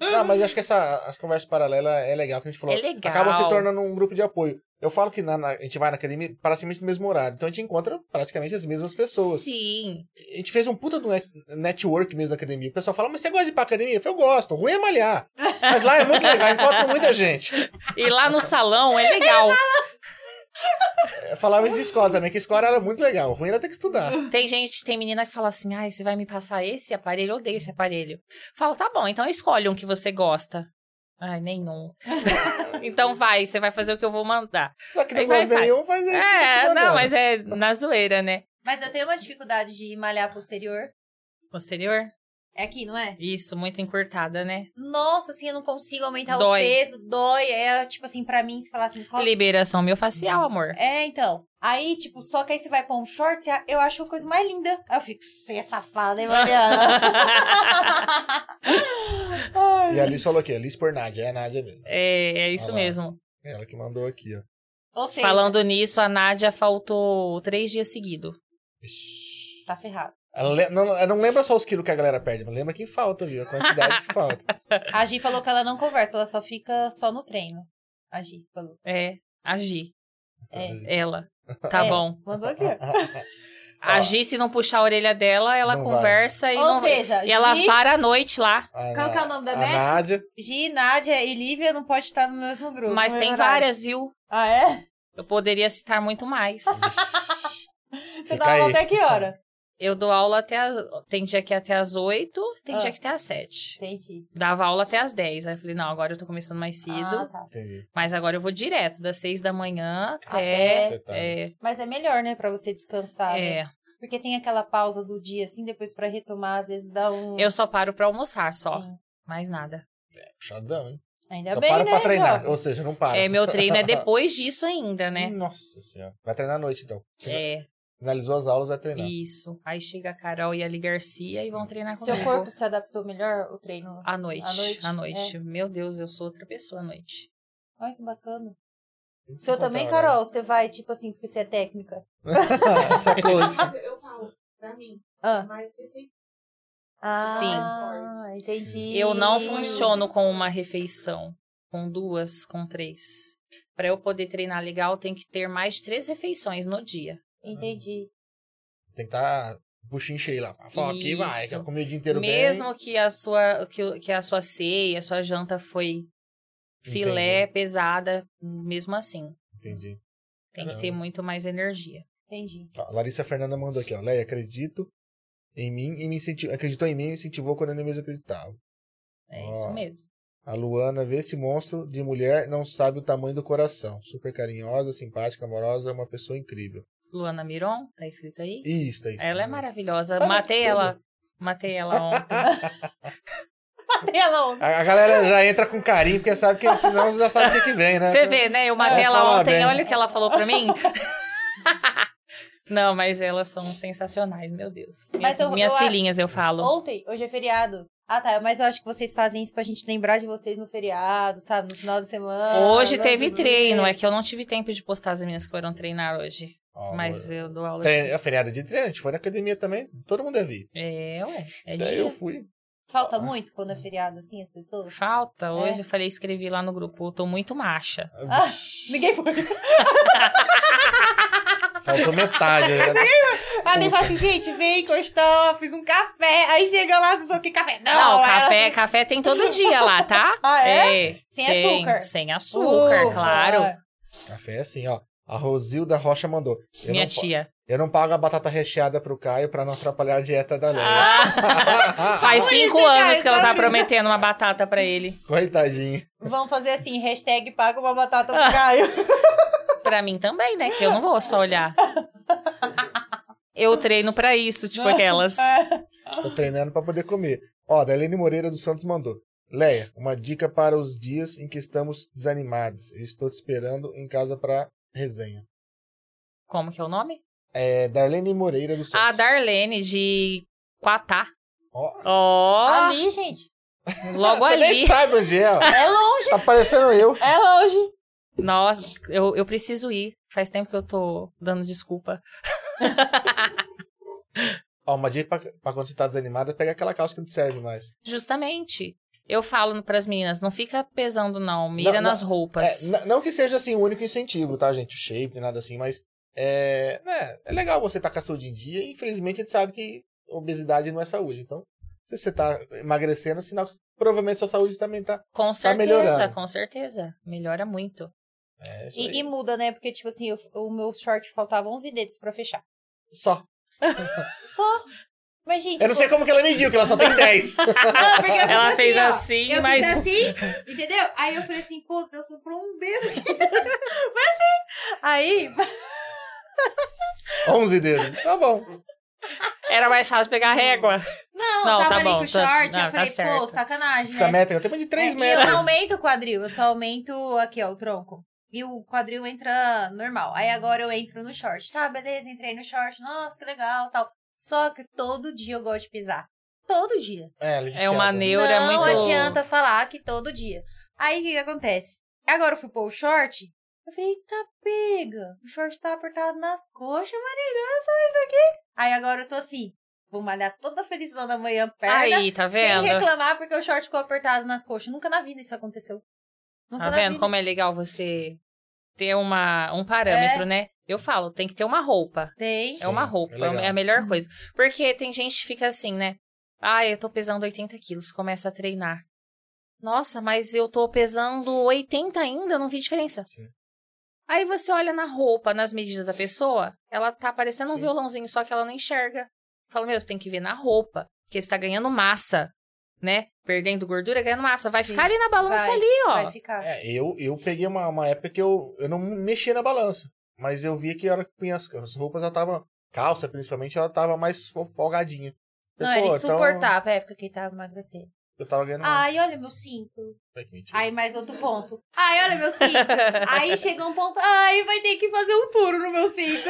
S2: Não, Ah, mas acho que essa, as conversas paralelas é legal, que a gente falou.
S3: É legal.
S2: Acaba se tornando um grupo de apoio. Eu falo que na- na- a gente vai na academia praticamente no mesmo horário, então a gente encontra praticamente as mesmas pessoas.
S3: Sim.
S2: A gente fez um puta do net- network mesmo da academia. O pessoal fala, mas você gosta de ir pra academia? Eu, falo, eu gosto, o ruim é malhar. Mas lá é muito legal, encontra muita gente.
S3: E lá no salão é legal.
S2: Eu falava isso em escola também, que a escola era muito legal, o ruim era ter que estudar.
S3: Tem gente, tem menina que fala assim, ai, você vai me passar esse aparelho? Eu odeio esse aparelho. Falo, tá bom, então escolhe um que você gosta. Ai, nenhum. então vai, você vai fazer o que eu vou mandar.
S2: Já que não
S3: Aí vai,
S2: gosta
S3: faz.
S2: nenhum, faz isso.
S3: É, não, mas é na zoeira, né?
S1: Mas eu tenho uma dificuldade de malhar posterior.
S3: Posterior?
S1: É aqui, não é?
S3: Isso, muito encurtada, né?
S1: Nossa, assim, eu não consigo aumentar
S3: Dói.
S1: o peso, dói. É tipo assim, pra mim, se falar assim, "Nossa,
S3: Liberação miofascial, amor.
S1: É, então. Aí, tipo, só que aí você vai pôr um short, você- eu acho a coisa mais linda. Aí eu fico, você é safada, hein, Mariana?
S2: E a Liz falou aqui, a Liz por Nádia, é a Nádia mesmo.
S3: É, é isso
S2: Olha lá.
S3: mesmo.
S2: Ela que mandou aqui, ó.
S1: Ou seja,
S3: Falando nisso, a Nádia faltou três dias seguidos.
S2: Ixi.
S1: tá ferrado.
S2: Ela le- não, não- não lembra só os quilos que a galera perde, mas lembra que falta, viu? A quantidade que falta.
S1: A Gi falou que ela não conversa, ela só fica só no treino. A Gi falou.
S3: É, a Gi,
S2: Uhum.
S1: É.
S3: ela. Tá
S1: É.
S3: bom.
S1: Mandou aqui. ó.
S3: A Gi, se não puxar a orelha dela, ela
S2: Não vai.
S3: conversa e
S1: Ou
S3: não.
S1: seja,
S3: E ela
S1: Gi,
S3: para a noite lá.
S2: A
S1: Qual
S2: Na-
S1: que é o nome da
S2: a
S1: médica?
S2: Nádia.
S1: Gi, Nádia e Lívia não pode estar no mesmo grupo.
S3: Mas
S1: no
S3: tem
S1: mesmo horário.
S3: várias, viu?
S1: Ah, é?
S3: Eu poderia citar muito mais.
S1: Você
S2: Fica
S1: dá aula
S2: aí.
S1: até que hora?
S3: Eu dou aula até as. Tem dia que é até as oito, tem
S1: Ah.
S3: dia que é até as sete.
S1: Entendi.
S3: Dava aula até as dez. Aí eu falei, não, agora eu tô começando mais cedo.
S1: Ah, tá.
S2: Entendi.
S3: Mas agora eu vou direto, das seis da manhã
S1: Até-
S3: até.
S2: Você tá-
S3: é,
S1: Mas é melhor, né, pra você descansar. né?
S3: é.
S1: Porque tem aquela pausa do dia, assim, depois pra retomar, às vezes dá um.
S3: Eu só paro pra almoçar só.
S1: Sim.
S3: Mais nada.
S2: Puxadão, hein?
S1: Ainda
S2: só
S1: bem,
S2: para
S1: né,
S2: pra treinar.
S1: João?
S2: Ou seja, não para.
S3: É, meu treino é depois disso ainda,
S2: Uhum.
S3: né?
S2: Nossa senhora. Vai treinar à noite, então.
S3: É,
S2: Finalizou as aulas, vai treinar.
S3: isso. Aí chega a Carol e a Ali Garcia e vão treinar comigo.
S1: Seu corpo se adaptou melhor ao treino.
S3: À noite.
S1: À
S3: À
S1: noite, é.
S3: noite. Meu Deus, eu sou outra pessoa à noite.
S1: Olha que bacana.
S2: Isso
S1: Seu
S2: não
S1: também,
S2: tá,
S1: Carol, você vai, tipo assim, porque você é técnica.
S2: né? Só coach.
S4: Mas eu falo, pra mim,
S1: Ah.
S4: mas eu tenho
S1: Ah, entendi.
S3: Eu não funciono com uma refeição. Com duas, com três. Pra eu poder treinar legal, tem que ter mais de três refeições no dia.
S1: Entendi.
S2: Tem que estar buchinho cheio lá. Fala, aqui
S3: Isso.
S2: vai. que Eu comi o dia inteiro
S3: Mesmo que a sua que, o- que a sua ceia, a sua janta foi filé pesada, mesmo assim,
S2: bem. Entendi.
S3: tem
S2: Caramba.
S3: que ter muito mais energia.
S1: Entendi.
S2: Ó, a Larissa Fernanda mandou aqui, ó. Leia, acredito em mim e me incentivou. Acreditou em mim e me incentivou quando eu nem mesmo acreditava.
S3: É
S2: Ó.
S3: isso mesmo.
S2: A Luana vê esse monstro de mulher, não sabe o tamanho do coração. Super carinhosa, simpática, amorosa, uma pessoa incrível.
S3: Luana Miron, tá escrito aí?
S2: Isso, é isso.
S3: Ela é maravilhosa.
S2: Sabe
S3: matei
S2: tudo.
S3: ela. Matei ela ontem.
S1: Ela,
S2: A a galera já entra com carinho, porque sabe que senão já sabe o que, que vem, né?
S3: Você vê, né? Eu matei
S2: É,
S3: ela
S2: fala
S3: ontem,
S2: bem.
S3: olha o que ela falou pra mim. Não, mas elas são sensacionais, meu Deus. Minhas,
S1: Mas eu-
S3: minhas
S1: eu a-
S3: filhinhas, eu falo.
S1: Ontem, hoje é feriado. Ah, tá. Mas eu acho que vocês fazem isso pra gente lembrar de vocês no feriado, sabe? No final de semana.
S3: Hoje
S1: Não,
S3: teve
S1: não sei.
S3: treino, é que eu não tive tempo de postar as meninas que foram treinar hoje.
S2: Ó,
S3: mas eu dou aula.
S2: tre- É feriado de treino, a gente foi na academia também, todo mundo é vir.
S3: É, ué. É
S2: Daí
S3: dia.
S2: eu fui.
S1: Falta muito quando é feriado, assim, as
S2: um
S1: pessoas? É.
S3: Falta. Hoje eu falei, escrevi lá no grupo, eu tô muito macha.
S1: Ah, ninguém foi.
S2: Faltou metade. Né?
S1: Ah, nem fala assim, gente, vem, encostou, fiz um café. Aí chega lá, vocês falam, que café? Não,
S3: Não,
S1: ela-
S3: café, café tem todo dia lá, tá?
S1: Ah, é? Sem
S3: tem,
S1: açúcar.
S3: Sem açúcar,
S1: Ufa.
S3: claro.
S2: Café é assim, ó. A Rosilda Rocha mandou. Eu,
S3: Minha
S2: não, pa-
S3: tia.
S2: eu não pago a batata recheada pro Caio pra não atrapalhar a dieta da Leia.
S3: Faz
S1: Por isso,
S3: cinco
S1: Ah, cara,
S3: anos que ela tá
S1: sabe?
S3: prometendo uma batata pra ele.
S2: Coitadinho.
S1: Vamos fazer assim, hashtag paga uma batata pro Caio.
S3: Pra mim também, né? Que eu não vou só olhar. Eu treino pra isso, tipo aquelas.
S1: É.
S2: Tô treinando pra poder comer. Ó, da Helene Moreira dos Santos mandou. Leia, uma dica para os dias em que estamos desanimados. Eu estou te esperando em casa pra resenha.
S3: Como que é o nome?
S2: É Darlene Moreira dos Santos.
S3: A Darlene de Quatá.
S2: Ó,
S3: Ó,
S1: Ali, gente.
S3: logo
S2: você
S3: ali.
S2: nem sabe onde é. ó.
S1: É longe.
S2: Tá parecendo eu.
S1: É longe.
S3: Nossa, eu, eu preciso ir. Faz tempo que eu tô dando desculpa.
S2: Ó, uma dica pra, pra quando você tá desanimado é pegar aquela calça que não te serve mais.
S3: Justamente. Eu falo pras meninas, não fica pesando não, mira
S2: Não, não.
S3: nas roupas.
S2: É, n- não que seja assim o único incentivo, tá, gente? O shape, nem nada assim, mas é, né, é legal você tá com a saúde em dia. E, infelizmente, a gente sabe que obesidade não é saúde. Então, se você tá emagrecendo, é sinal que provavelmente sua saúde também tá.
S3: Com certeza,
S2: melhorando.
S3: com certeza. Melhora muito.
S2: É, isso aí.
S1: E, e muda, né? Porque, tipo assim, eu- o meu short faltava 11 dedos pra fechar.
S2: Só.
S1: Só. Mas, gente.
S2: Eu não sei como que ela mediu, que ela só tem 10.
S1: Não, Ah, porque eu fiz
S3: Ela fez
S1: ó.
S3: assim,
S1: Eu
S3: mas
S1: fiz assim, entendeu? Aí eu falei assim, pô, Deus comprou um dedo aqui. Mas assim. Aí,
S2: 11 dedos. Tá bom.
S3: era mais fácil pegar a régua.
S1: Hum, não,
S3: Não,
S1: tava
S3: tá
S1: ali
S3: bom,
S1: com o
S3: tá-
S1: short.
S3: não,
S1: eu
S3: tá
S1: falei, pô,
S3: certo.
S1: sacanagem,
S2: Fica
S1: né?
S2: metros, eu tenho de 3
S1: É, e eu
S2: metros.
S1: não aumento o quadril, eu só aumento aqui, ó, o tronco. E o quadril entra normal. Aí agora eu entro no short. Tá, beleza, entrei no short. Nossa, que legal, tal. Só que todo dia eu gosto de pisar. Todo dia.
S2: É, ela
S3: É uma
S2: viciada.
S3: neura
S1: não
S3: muito.
S1: adianta falar que todo dia. Aí o que, que acontece? Agora eu fui pôr o short. Eu falei, tá pega. O short tá apertado nas coxas, Maria. Olha só isso aqui. Aí agora eu tô assim. Vou malhar toda felizona amanhã, perna.
S3: Aí, tá vendo?
S1: Sem reclamar porque o short ficou apertado nas coxas. Nunca na vida isso aconteceu. Nunca
S3: Tá
S1: na
S3: vendo
S1: vida.
S3: como é legal você ter uma, um
S1: É.
S3: parâmetro, né? Eu falo, tem que ter uma roupa.
S1: Tem.
S2: Sim,
S3: é uma
S2: é
S3: roupa,
S2: legal.
S3: é, a melhor coisa. Porque tem gente que fica assim, né? Ah, eu tô pesando 80 quilos, começa a treinar. Nossa, mas eu tô pesando 80 ainda, eu não vi diferença.
S2: Sim.
S3: Aí você olha na roupa, nas medidas da pessoa, ela tá parecendo um
S2: Sim.
S3: violãozinho, só que ela não enxerga. Fala, meu, você tem que ver na roupa, porque você tá ganhando massa, né? Perdendo gordura, ganhando massa. Vai
S1: Sim,
S3: ficar ali na balança
S1: vai,
S3: ali, ó.
S1: Vai ficar.
S2: É, eu, eu peguei uma, uma época que eu, eu não mexia na balança. Mas eu via que a hora que punha as, as roupas, ela tava. Calça, principalmente, ela tava mais fo- folgadinha. Eu,
S1: Não, É, era
S2: pô, então,
S1: insuportável a época que tava tá emagrecendo.
S2: eu tava ganhando. mais.
S1: Ai, olha meu cinto.
S2: Ai, que mentira.
S1: Aí mais outro ponto. Ai, olha meu cinto. Aí chega um ponto. Ai, vai ter que fazer um furo no meu cinto.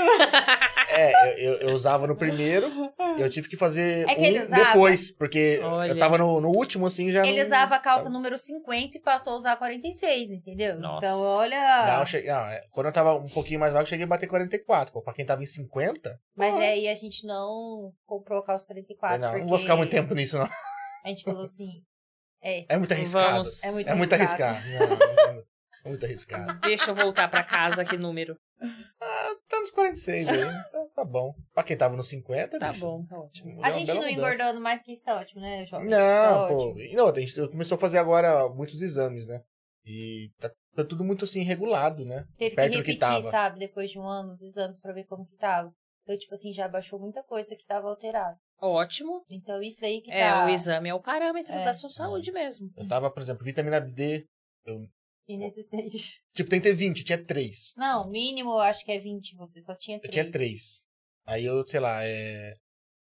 S2: É, eu, eu- eu usava no primeiro, eu tive que fazer
S1: É que
S2: um
S1: ele usava?
S2: depois, porque
S3: Olha.
S2: eu tava no, no último, assim, já.
S1: Ele
S2: não-
S1: usava a calça número 50 e passou a usar a 46, entendeu?
S3: Nossa.
S1: Então, olha.
S2: Não, eu cheguei- não, é, quando eu tava um pouquinho mais magro, eu cheguei a bater 44. Pô, pra quem tava em 50,
S1: Mas
S2: Porra.
S1: aí a gente não comprou a calça 44.
S2: eu não,
S1: porque
S2: não vou ficar muito tempo nisso, não.
S1: A gente falou assim. É,
S2: É muito arriscado.
S3: Vamos.
S1: é muito
S2: é muito
S1: arriscado.
S2: arriscado. Não, é muito arriscado.
S3: Deixa eu voltar pra casa, que número.
S2: Ah, tá nos 46 aí. então tá bom. Pra quem tava nos 50,
S3: Tá
S2: bicho,
S3: bom, tá ótimo.
S2: deu
S1: A
S2: uma
S1: gente
S2: bela
S1: não
S2: mudança.
S1: engordando mais que isso tá ótimo, né, Jovem?
S2: Não,
S1: Tá
S2: pô. E Não, a gente começou a fazer agora muitos exames, né? E tá, tá tudo muito assim, regulado, né?
S1: Teve que
S2: perto do
S1: repetir,
S2: que tava.
S1: sabe, depois de um ano, os exames pra ver como que tava. Então, tipo assim, já baixou muita coisa que tava alterada.
S3: Ótimo.
S1: Então, isso daí que
S3: É,
S1: tá
S3: o exame é o parâmetro
S1: É.
S3: da sua saúde mesmo.
S1: Uhum.
S2: Eu tava, por exemplo, vitamina D.
S1: inexistente.
S2: Tipo, tem que ter 20, eu tinha 3.
S1: Não, mínimo eu acho que é 20, você só tinha
S2: Eu
S1: 3.
S2: tinha 3. Aí eu, sei lá, é.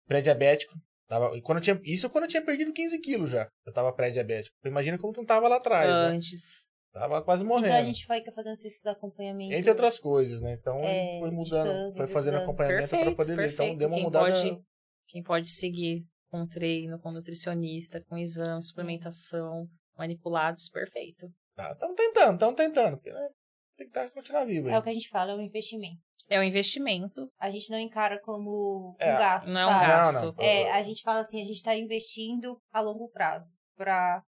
S2: Pré-diabético. Tava... e Quando eu tinha... Isso quando eu tinha perdido 15 quilos já. Eu tava pré-diabético. Então, Imagina como que não tava lá atrás, né?
S3: Antes.
S2: Tava quase morrendo.
S1: Então a gente foi fazendo esses acompanhamentos.
S2: Entre outras coisas, né? Então
S1: É,
S2: foi mudando,
S1: exames,
S2: foi fazendo
S1: exames.
S2: acompanhamento para
S3: Perfeito,
S2: poder ver. Então
S3: perfeito.
S2: deu uma
S3: Quem
S2: mudada.
S3: pode- Quem pode seguir com treino, com nutricionista, com exame, suplementação, manipulados, perfeito.
S2: Estamos Ah, tentando, estamos tentando. porque, né, Tem que tá, continuar vivo aí.
S1: É o que a gente fala, é um investimento.
S3: É um investimento,
S1: A gente não encara como um
S2: É,
S1: gasto,
S3: não é um
S1: sabe?
S3: gasto.
S2: Não, não.
S1: É, a gente fala assim, a gente tá investindo a longo prazo pra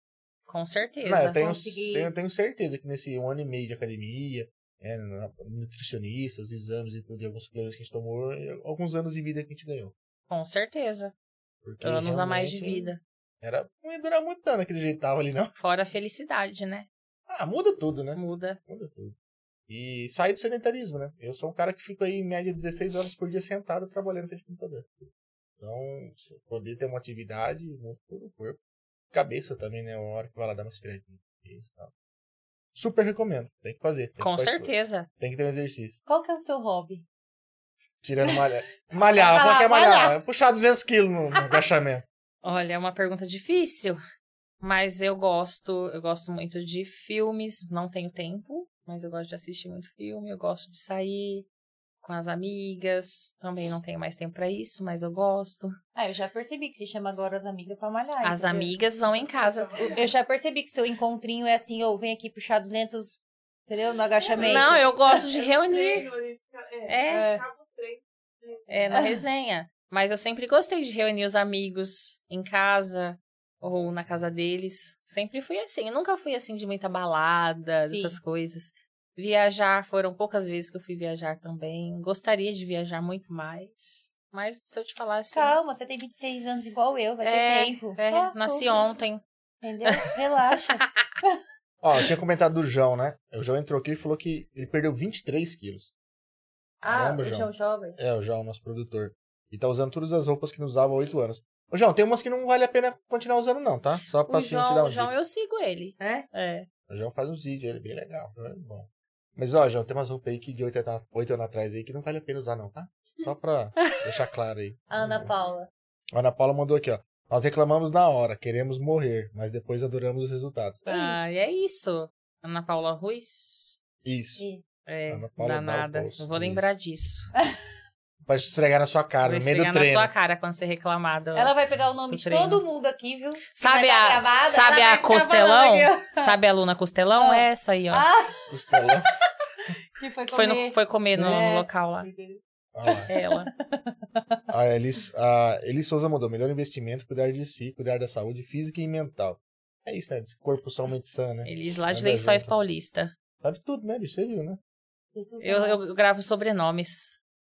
S3: com certeza.
S2: Não, eu tenho,
S1: conseguir-
S2: tenho, tenho certeza que nesse um ano e meio de academia, é, na- nutricionista, os exames e tudo, e alguns problemas que a gente tomou, e alguns anos de vida que a gente ganhou.
S3: Com certeza.
S2: Porque
S3: Anos a mais de
S2: realmente
S3: vida.
S2: Era, não ia durar muito tanto aquele jeito que tava ali, não.
S3: Fora a felicidade, né?
S2: Ah, muda tudo, né?
S3: Muda.
S2: Muda tudo. E sair do sedentarismo, né? Eu sou um cara que fico aí em média 16 horas por dia sentado trabalhando frente ao computador. Então, se poder ter uma atividade muito todo o corpo. Cabeça também, né? Uma hora que vai lá dar uma esfregadinha. isso e tal. Super recomendo. Tem que fazer. tem que
S3: Com
S2: fazer
S3: certeza.
S2: tudo. Tem que ter um exercício.
S1: Qual que é o seu hobby?
S2: Tirando malhar. Malhar,
S1: Vai
S2: fala
S1: lá,
S2: que é
S1: vai
S2: malhar. Puxar 200 quilos no, no agachamento.
S3: Olha, é uma pergunta difícil, mas eu gosto, eu gosto muito de filmes, não tenho tempo, mas eu gosto de assistir muito filme, eu gosto de sair com as amigas, também não tenho mais tempo pra isso, mas eu gosto.
S1: Ah, eu já percebi que se chama agora as amigas pra malhar.
S3: As
S1: entendeu?
S3: amigas vão em casa.
S1: Eu já percebi que seu encontrinho é assim, ou vem aqui puxar 200, entendeu? No agachamento.
S3: Não, eu gosto de reunir.
S4: Treino, a gente fica-
S3: É.
S4: é, acaba o né? treino.
S3: É, na resenha. Mas eu sempre gostei de reunir os amigos em casa ou na casa deles. Sempre fui assim. Eu nunca fui assim de muita balada,
S1: Sim.
S3: dessas coisas. Viajar, foram poucas vezes que eu fui viajar também. Gostaria de viajar muito mais. Mas se eu te falasse.
S1: Calma, você tem 26 anos igual eu, vai
S3: É,
S1: ter tempo.
S3: É,
S1: Ah,
S3: nasci
S1: pô,
S3: ontem.
S1: Entendeu? Relaxa.
S2: Ó, eu tinha comentado do João, né? O João entrou aqui e falou que ele perdeu 23 quilos.
S1: Ah,
S2: Caramba, João.
S1: Jovem.
S2: É, o João, nosso produtor. E tá usando todas as roupas que não usava há oito anos. Ô, João, tem umas que não vale a pena continuar usando, não, tá? Só pra
S3: O
S2: assim te dar
S3: João,
S2: um
S3: o João
S2: jeito.
S3: eu sigo ele.
S1: É?
S3: É.
S2: O João faz uns vídeos, ele é bem legal. o João É bom. Mas, ó, João, tem umas roupas aí que de oito anos, oito anos atrás aí que não vale a pena usar, não, tá? Só pra deixar claro aí.
S3: Uhum.
S1: Ana Paula.
S2: A Ana Paula mandou aqui, ó. Nós reclamamos na hora, queremos morrer, mas depois adoramos os resultados. É
S3: Ah, e é isso. Ana Paula Ruiz.
S2: isso. isso.
S1: E-
S3: É,
S2: Ana Paula dá o
S3: danada.
S2: bolso,
S3: Eu vou
S2: isso.
S3: lembrar disso.
S2: Pra esfregar na sua cara,
S3: Vou
S2: no meio do
S3: esfregar na
S2: treino.
S3: sua cara quando você reclamar do...
S1: Ela vai pegar o nome
S3: Do
S1: de
S3: treino.
S1: todo mundo aqui, viu? Que
S3: Sabe
S1: vai tá
S3: a,
S1: gravada,
S3: sabe
S1: ela
S3: a
S1: vai ficar falando
S3: costelão?
S1: aqui,
S3: Sabe a Luna Costelão?
S1: Ah.
S3: É essa aí,
S1: ó.
S3: ó.
S1: Ah,
S2: Costelão.
S1: que foi
S3: Que foi, no-
S1: comer.
S3: foi comer no, no
S1: É.
S3: local lá. É
S2: Olha lá.
S3: Ela.
S2: A Elis, a Elis Souza mandou: melhor investimento, cuidar de si, cuidar da saúde física e mental. É isso, né? Corpo são mente sã, né?
S3: Eles lá de
S2: Manda
S3: Lençóis
S2: junto.
S3: Paulista.
S2: Sabe tudo, né, bicho? Você viu, né?
S1: Jesus
S3: Eu,
S1: amado.
S3: eu gravo sobrenomes.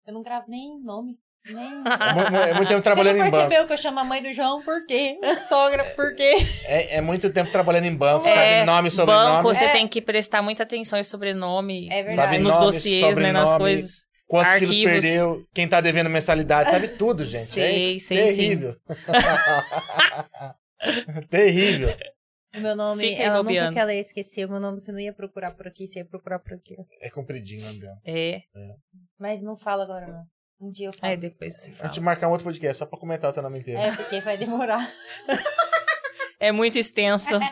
S1: Eu não gravo nem nome. Nem...
S3: Ah,
S2: É mu- mu- é muito tempo trabalhando
S1: Você
S2: em
S1: não
S2: banco.
S1: percebeu que eu chamo a mãe do João por quê?
S3: É,
S1: Sogra por quê?
S2: É, é muito tempo trabalhando em banco.
S3: É,
S2: sabe nome,
S3: Banco,
S2: sobrenome.
S3: você
S1: É.
S3: tem que prestar muita atenção em sobrenome.
S1: É verdade.
S2: Sabe
S3: nos
S2: nome,
S3: dossiês, né? Nas
S2: sobrenome,
S3: coisas.
S2: Quantos quilos
S3: arquivos.
S2: perdeu? Quem tá devendo mensalidade? Sabe tudo, gente.
S3: Sei,
S2: é
S3: sei, sim.
S2: terrível. terrível.
S1: O meu nome,
S3: Fica aí
S1: ela nunca
S3: bobeando.
S1: que ela ia esquecer. O meu nome você não ia procurar por aqui, você ia procurar por aqui.
S2: É compridinho, né? Bel?
S3: É.
S1: Mas não fala agora, não. Um dia eu falo.
S3: Aí
S1: É,
S3: depois você
S2: A
S3: fala.
S2: gente marcar um outro podcast só pra comentar o teu nome inteiro. É,
S1: porque vai demorar.
S3: É muito extenso.
S2: É,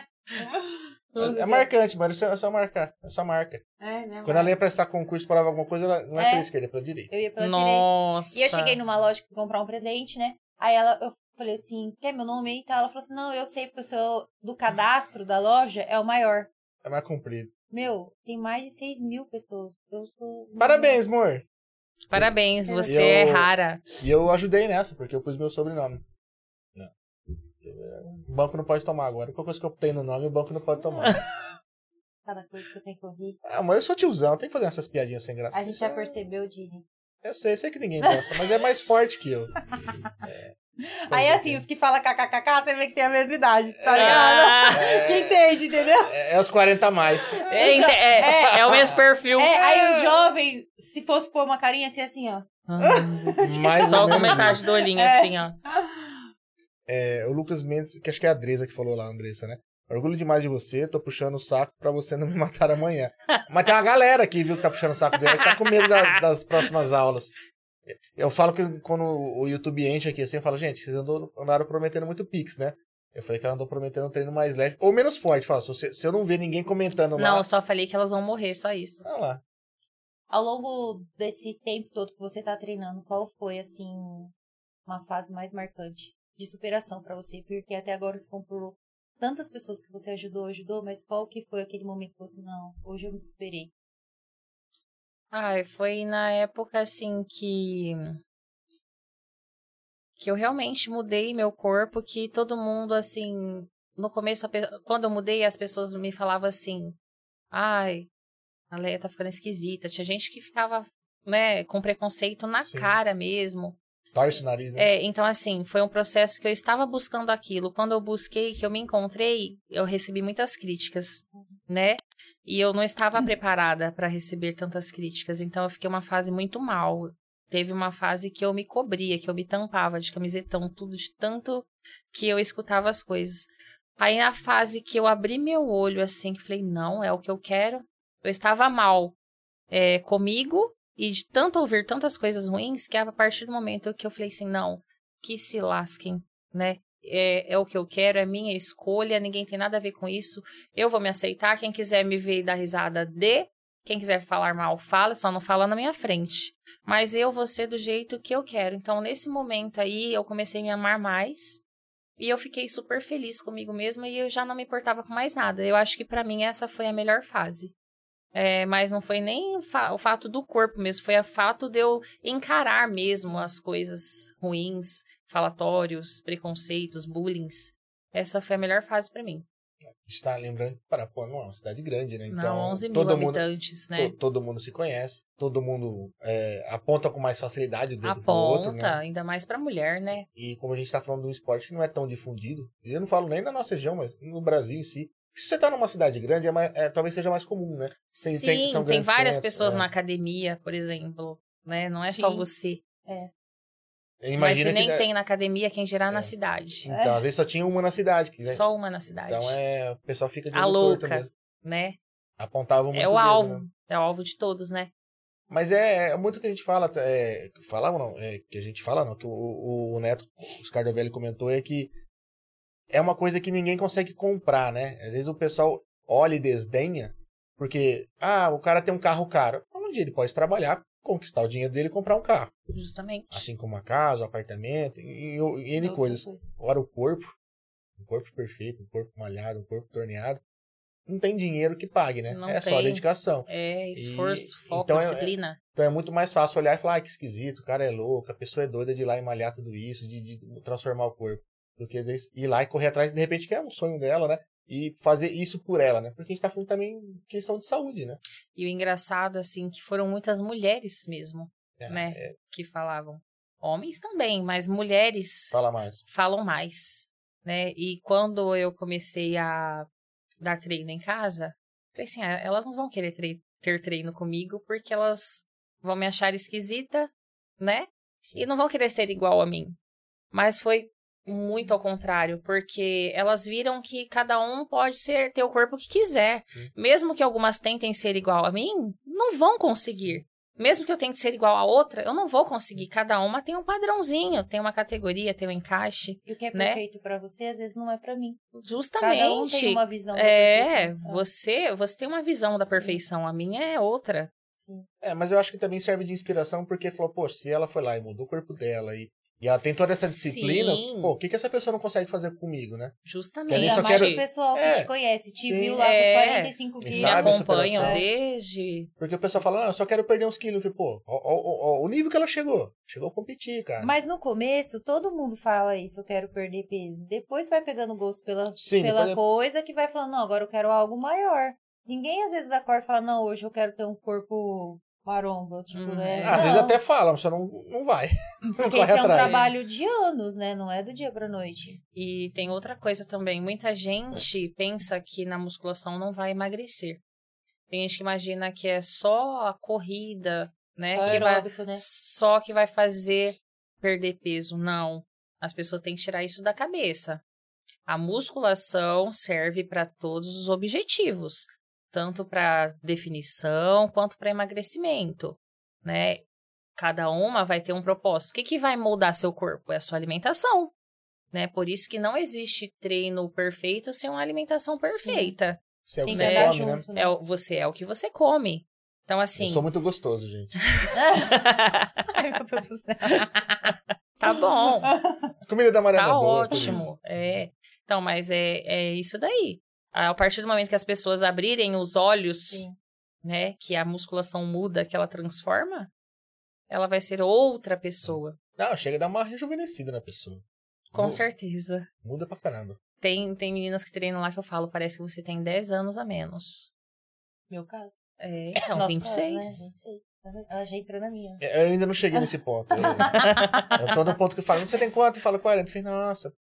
S2: é marcante, mano. É só, é só marcar. É só marca.
S1: É, né?
S2: Quando ela ia prestar concurso, prova alguma coisa, ela não é,
S1: É.
S2: pela esquerda, é pela direita.
S1: Eu ia pela direita.
S3: Nossa.
S1: E eu cheguei numa loja pra comprar um presente, né? Aí ela, eu falei assim, quer meu nome aí? e tal? Ela falou assim, não, eu sei, porque o seu, do cadastro da loja é o maior.
S2: É mais comprido.
S1: Meu, tem mais de 6 mil pessoas. Eu sou...
S2: Parabéns, amor.
S3: Parabéns, você
S2: Eu-
S3: é rara.
S2: E eu ajudei nessa, porque eu pus meu sobrenome. Não. Eu, é, O banco não pode tomar agora. Qualquer coisa que eu tenho no nome, o banco não pode tomar.
S1: Cada coisa que eu tenho que ouvir.
S2: ah, mas eu sou tiozão, tem que fazer essas piadinhas sem graça.
S1: A gente já
S2: Isso é-
S1: percebeu, Dini.
S2: Eu sei, eu sei que ninguém gosta, mas é É. mais forte que eu. É.
S1: Aí assim, os que falam kkkk, você vê que tem a mesma idade, tá ligado?
S3: Ah,
S1: Que
S2: É,
S1: entende, entendeu?
S2: é, é os 40 a mais.
S3: é, inte- é- é o mesmo perfil.
S1: É, aí o jovem, se fosse pôr uma carinha, assim, assim, ó.
S3: Ah,
S2: Mais
S3: Só
S2: ou
S3: o
S2: menos isso.
S3: comentário do olhinho,
S1: É.
S3: assim, ó.
S2: É, o Lucas Mendes, que acho que é a Andresa que falou lá, Andressa, né? Orgulho demais de você, tô puxando o saco pra você não me matar amanhã. Mas tem uma galera aqui, viu, que tá puxando o saco dela, que tá com medo da- das próximas aulas. Eu falo que quando o YouTube enche aqui assim, eu falo, gente, vocês andou- andaram prometendo muito Pix, né? Eu falei que ela andou prometendo um treino mais leve ou menos forte. Fala, se, você- se eu não ver ninguém comentando lá.
S3: Não, eu só falei que elas vão morrer, só isso.
S2: Olha lá.
S1: Ao longo desse tempo todo que você tá treinando, qual foi, assim, uma fase mais marcante de superação pra você? Porque até agora você comprou tantas pessoas que você ajudou, ajudou, mas qual que foi aquele momento que você, não, hoje eu me superei?
S3: Ai, foi na época, assim, que. Que eu realmente mudei meu corpo, que todo mundo, assim. No começo, a pe- quando eu mudei, as pessoas me falavam assim. Ai, a Leia tá ficando esquisita. Tinha gente que ficava, né, com preconceito na
S2: Sim.
S3: cara mesmo.
S2: Torce o nariz, né?
S3: É, então, assim, foi um processo que eu estava buscando aquilo. Quando eu busquei, que eu me encontrei, eu recebi muitas críticas, né? E eu não estava preparada para receber tantas críticas. Então, eu fiquei uma fase muito mal. Teve uma fase que eu me cobria, que eu me tampava de camisetão, tudo de tanto que eu escutava as coisas. Aí, na fase que eu abri meu olho, assim, que falei, não, é o que eu quero. Eu estava mal é, comigo e de tanto ouvir tantas coisas ruins, que a partir do momento que eu falei assim, não, que se lasquem, né? É, é o que eu quero, é minha escolha, ninguém tem nada a ver com isso. Eu vou me aceitar. Quem quiser me ver e dar risada, dê. Quem quiser falar mal, fala, só não fala na minha frente. Mas eu vou ser do jeito que eu quero. Então, nesse momento aí, eu comecei a me amar mais. E eu fiquei super feliz comigo mesma e eu já não me importava com mais nada. Eu acho que pra mim essa foi a melhor fase. É, mas não foi nem o fa- o fato do corpo mesmo, foi o fato de eu encarar mesmo as coisas ruins, falatórios, preconceitos, bullying. Essa foi a melhor fase pra mim.
S2: A gente tá lembrando que Parapó não é uma cidade grande, né? Então,
S3: não, 11 mil
S2: todo mundo,
S3: habitantes,
S2: to-
S3: né?
S2: todo mundo se conhece, todo mundo é, aponta com mais facilidade o dedo pro
S3: Aponta,
S2: outro, né?
S3: ainda mais pra mulher, né?
S2: E como a gente tá falando de um esporte que não é tão difundido, e eu não falo nem na nossa região, mas no Brasil em si. Se você tá numa cidade grande, é mais- é, talvez seja mais comum, né? Tem- tem-
S3: Sim,
S2: são
S3: tem,
S2: grandes
S3: várias
S2: centros,
S3: pessoas
S2: é.
S3: na academia, por exemplo, né? Não é só
S1: Sim.
S3: você. Mas
S2: Imagina
S3: se nem
S2: que,
S3: tem na academia, quem gerar
S2: É.
S3: na cidade.
S2: Então, às vezes só tinha uma na cidade. que, né?
S3: Só uma na cidade,
S2: Então é, o pessoal fica de
S3: A
S2: olho torto
S3: louca.
S2: mesmo.
S3: né?
S2: Apontava muito
S3: É o
S2: dedo,
S3: alvo,
S2: né?
S3: é o alvo de todos, né?
S2: Mas é, é muito que a gente fala, é, que falava não, é, que a gente fala não, que o, o, o Neto, o Oscar Velho comentou, é que é uma coisa que ninguém consegue comprar, né? Às vezes o pessoal olha e desdenha, porque, ah, o cara tem um carro caro. Um dia ele pode trabalhar, conquistar o dinheiro dele e comprar um carro.
S3: Justamente.
S2: Assim como uma casa, um apartamento, e, e, e N coisas. Agora o corpo, um corpo perfeito, um corpo malhado, um corpo torneado, não tem dinheiro que pague, né?
S3: Não
S2: é só
S3: tem.
S2: dedicação.
S3: É,
S2: E-
S3: esforço, foco,
S2: então é-
S3: disciplina.
S2: Então é muito mais fácil olhar e falar, ah, que esquisito, o cara é louco, a pessoa é doida de ir lá e malhar tudo isso, de, de transformar o corpo. Do que às vezes ir lá e correr atrás, de repente, que é um sonho dela, né? E fazer isso por ela, né? Porque a gente tá falando também questão de saúde, né?
S3: E o engraçado, assim, que foram muitas mulheres mesmo,
S2: É,
S3: né?
S2: é,
S3: Que falavam. Homens também, mas mulheres
S2: fala mais.
S3: falam mais, né? E quando eu comecei a dar treino em casa, falei assim, ah, elas não vão querer tre- ter treino comigo porque elas vão me achar esquisita, né? E não vão querer ser igual a mim. Mas foi muito ao contrário, porque elas viram que cada um pode ser ter o corpo que quiser.
S2: Sim.
S3: Mesmo que algumas tentem ser igual a mim, não vão conseguir. Mesmo que eu tente ser igual a outra, eu não vou conseguir. Cada uma tem um padrãozinho, tem uma categoria, tem um encaixe.
S1: E o que é
S3: Né?
S1: perfeito pra você, às vezes não é pra mim.
S3: Justamente.
S1: Cada um tem uma visão. né? da
S3: é,
S1: perfeição.
S3: você, você tem uma visão da
S1: Sim.
S3: perfeição, a minha é outra.
S2: É, mas eu acho que também serve de inspiração, porque falou, pô, se ela foi lá e mudou o corpo dela e, e ela tem toda essa disciplina,
S3: Sim.
S2: pô, o que, que essa pessoa não consegue fazer comigo, né?
S3: Justamente.
S2: Quer dizer,
S1: Ainda
S2: só
S1: mais
S2: quero-
S1: o pessoal que
S2: É.
S1: te conhece, te
S2: Sim.
S1: viu lá
S3: É.
S1: com os 45
S2: E
S1: quilos.
S3: Me
S2: sabe essa
S3: acompanham
S2: operação?
S3: desde.
S2: Porque o pessoal fala, ah, eu só quero perder uns quilos. Eu falei, pô, ó, ó, ó, ó, o nível que ela chegou. Chegou a competir, cara.
S1: Mas no começo, todo mundo fala isso, eu quero perder peso. Depois vai pegando gosto pela,
S2: Sim,
S1: pela
S2: depois é-
S1: coisa que vai falando, não, agora eu quero algo maior. Ninguém às vezes acorda e fala, não, hoje eu quero ter um corpo
S5: Maromba, tipo,
S3: Hum.
S5: né?
S2: Ah, Às vezes
S5: Não,
S2: até falam, você não, não vai. Não
S5: Porque
S2: corre
S5: isso é um
S2: atrás.
S5: trabalho de anos, né? Não é do dia pra noite.
S3: E tem outra coisa também. Muita gente pensa que na musculação não vai emagrecer. Tem gente que imagina que é só a corrida, né?
S5: Só
S3: que vai,
S5: aeróbico, né?
S3: só que vai fazer perder peso. Não. As pessoas têm que tirar isso da cabeça. A musculação serve para todos os objetivos, tanto para definição quanto para emagrecimento, né? Cada uma vai ter um propósito. O que, que vai moldar seu corpo? É a sua alimentação, né? Por isso que não existe treino perfeito sem uma alimentação perfeita.
S2: Você é o
S5: Tem
S2: que você
S5: que
S3: Né?
S5: andar
S2: come, né?
S5: junto, né?
S3: É, o- você é o que você come. Então, assim.
S2: Eu sou muito gostoso, gente.
S5: Ai, meu Deus do céu.
S3: tá bom.
S2: Comida da Mariana é
S3: Tá
S2: boa, por isso.
S3: ótimo. É. Então, mas é, é isso daí. A partir do momento que as pessoas abrirem os olhos,
S5: Sim.
S3: né? Que a musculação muda, que ela transforma, ela vai ser outra pessoa.
S2: Não, chega a dar uma rejuvenescida na pessoa.
S3: Com
S2: Mu-
S3: certeza.
S2: Muda pra caramba.
S3: Tem, tem meninas que treinam lá que eu falo, parece que você tem 10 anos a menos.
S5: Meu caso.
S3: É, então,
S5: Nosso
S3: 26.
S5: Caso, né? 26. Ela já entrou na minha.
S2: É, Eu ainda não cheguei nesse ponto. Eu, eu tô no ponto que eu falo, você tem quanto? Eu falo 40. Eu falei, nossa.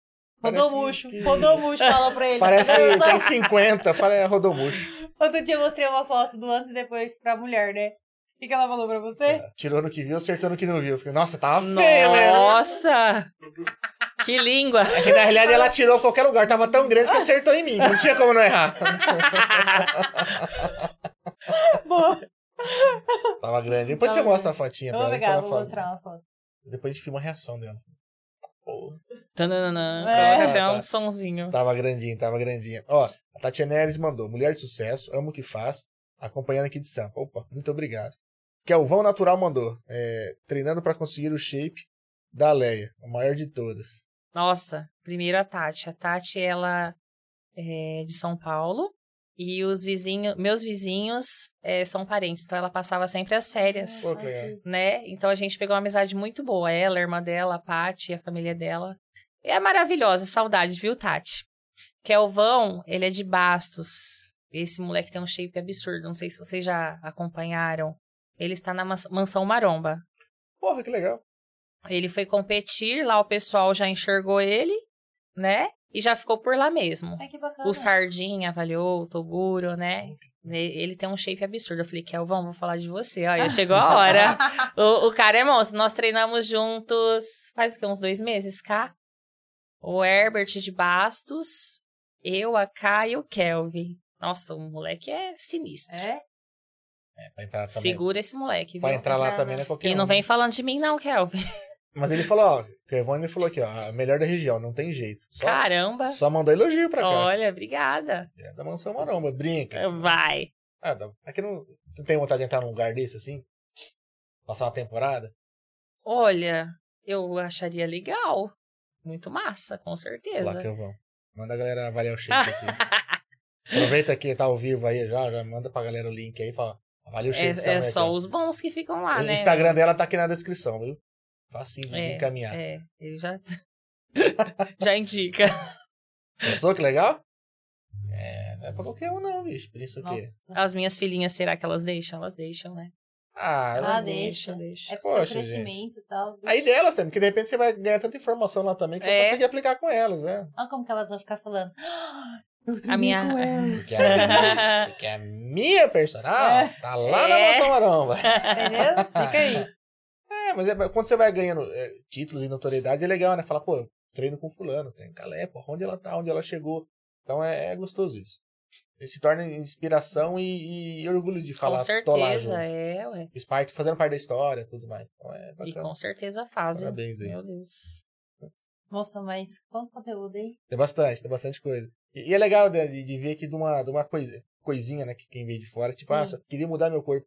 S2: parece
S1: Rodomucho.
S2: que-
S1: Rodomucho falou pra ele.
S2: Parece
S5: tá
S2: que tá
S1: Deus,
S2: tem 50. Eu falei, é rodomucho.
S1: Outro dia eu mostrei uma foto do antes e depois pra mulher, né? O que, que ela falou pra você?
S2: Tirou no que viu, acertando no que não viu. Eu falei, nossa, tava feio, né?
S3: Nossa! que língua!
S2: É que na realidade ela tirou em qualquer lugar, tava tão grande que acertou em mim. Não tinha como não errar. É.
S5: Boa.
S2: Tava grande. Depois
S5: Tava
S2: você mostra uma fotinha pra ela. que
S5: Obrigada,
S2: ela
S5: vou
S2: fala.
S5: mostrar uma foto.
S2: Depois a gente filma a reação dela. Pô,
S3: Tananana,
S5: É.
S3: Coloca até um
S2: Tá.
S3: sonzinho.
S2: tava grandinha, tava grandinha. Ó, a Tatiana Eres mandou. Mulher de sucesso, amo o que faz, acompanhando aqui de Sampa. Opa, muito obrigado. Kelvão Natural mandou. é, treinando pra conseguir o shape da Leia, a maior de todas.
S3: Nossa, primeiro a Tati. A Tati, ela é de São Paulo. E os vizinhos, meus vizinhos é, são parentes, então ela passava sempre as férias,
S2: Pô, que legal.
S3: né? Então a gente pegou uma amizade muito boa. Ela, a irmã dela, a Tati, a família dela. É maravilhosa, saudade, viu, Tati? Kelvão, ele é de Bastos. Esse moleque tem um shape absurdo, não sei se vocês já acompanharam. Ele está na Mans- Mansão Maromba.
S2: Porra, que legal.
S3: Ele foi competir, lá o pessoal já enxergou ele, né? E já ficou por lá mesmo.
S5: Ai, que
S1: Ah.
S5: bacana.
S3: O Sardinha avaliou, o Toguro, né? E- Ele tem um shape absurdo. Eu falei, Kelvão, vou falar de você. Olha, chegou a hora. o, o cara é monstro. Nós treinamos juntos faz o quê? Uns dois meses, cá? O Herbert de Bastos, eu, a Cá e o Kelvin. Nossa, o moleque é sinistro.
S5: É?
S2: É, pra entrar também.
S3: Segura esse moleque, viu?
S2: Pra entrar lá
S5: Não,
S2: também
S5: não.
S2: não é qualquer
S3: E não
S2: um.
S3: vem falando de mim, não, Kelvin.
S2: Mas ele falou, ó, Kelvão ele falou aqui, ó, a melhor da região, não tem jeito. Só,
S3: Caramba.
S2: só mandou elogio pra cá.
S3: Olha, obrigada.
S2: É da mansão maromba,
S3: É.
S2: brinca.
S3: Vai.
S2: Ah, dá- aqui não. Você tem vontade de entrar num lugar desse assim? Passar uma temporada?
S3: Olha, eu acharia legal. Muito massa, com certeza.
S2: Lá que eu vou. Manda a galera avaliar o shape aqui. Aproveita que tá ao vivo aí já, já manda pra galera o link aí e fala. Avalia o shape dessa
S3: É, é
S2: mulher
S3: só
S2: aqui,
S3: os bons que ficam
S2: ó.
S3: lá,
S2: O
S3: né?
S2: Instagram dela tá aqui na descrição, viu? Facinho de
S3: É,
S2: encaminhar.
S3: É, ele já, já indica.
S2: Pensou que legal? É, não é pra qualquer um não, bicho. Pensa o quê?
S5: Nossa.
S3: As minhas filhinhas, será que elas deixam? Elas deixam, né?
S2: Ah,
S5: Ah,
S3: Elas
S2: elas-
S5: deixa.
S3: deixam, deixam.
S5: É pro seu
S2: Poxa, gente.
S5: crescimento e tal.
S2: aí delas também, porque de repente você vai ganhar tanta informação lá também que
S3: É.
S2: você consegue aplicar com elas, né?
S5: Olha como que elas vão ficar falando. "Ah, Eu treinei
S3: minha-
S5: com ela."
S2: Porque a, porque a minha personal tá lá na
S3: É.
S2: Mansão Maromba.
S5: Entendeu? Fica aí.
S2: É, mas é- quando você vai ganhando é, títulos e notoriedade, é legal, né? Fala, pô, eu treino com fulano, treino com a Lepo, onde ela tá, onde ela chegou. Então é, é gostoso isso. E se torna inspiração e, e orgulho de falar,
S3: com
S2: tô lá junto.
S3: certeza, é, ué.
S2: Fiz parte, fazendo parte da história tudo mais. Então é
S3: E
S2: bacana.
S3: com certeza fazem.
S2: Parabéns aí.
S3: Meu Deus.
S5: Nossa, mas quanto conteúdo, hein?
S2: Tem bastante, tem bastante coisa. E, e é legal né, de, de ver aqui de uma, de uma coisa, coisinha, né? Que quem veio de fora, tipo, ah,
S5: Sim.
S2: só queria mudar meu corpo.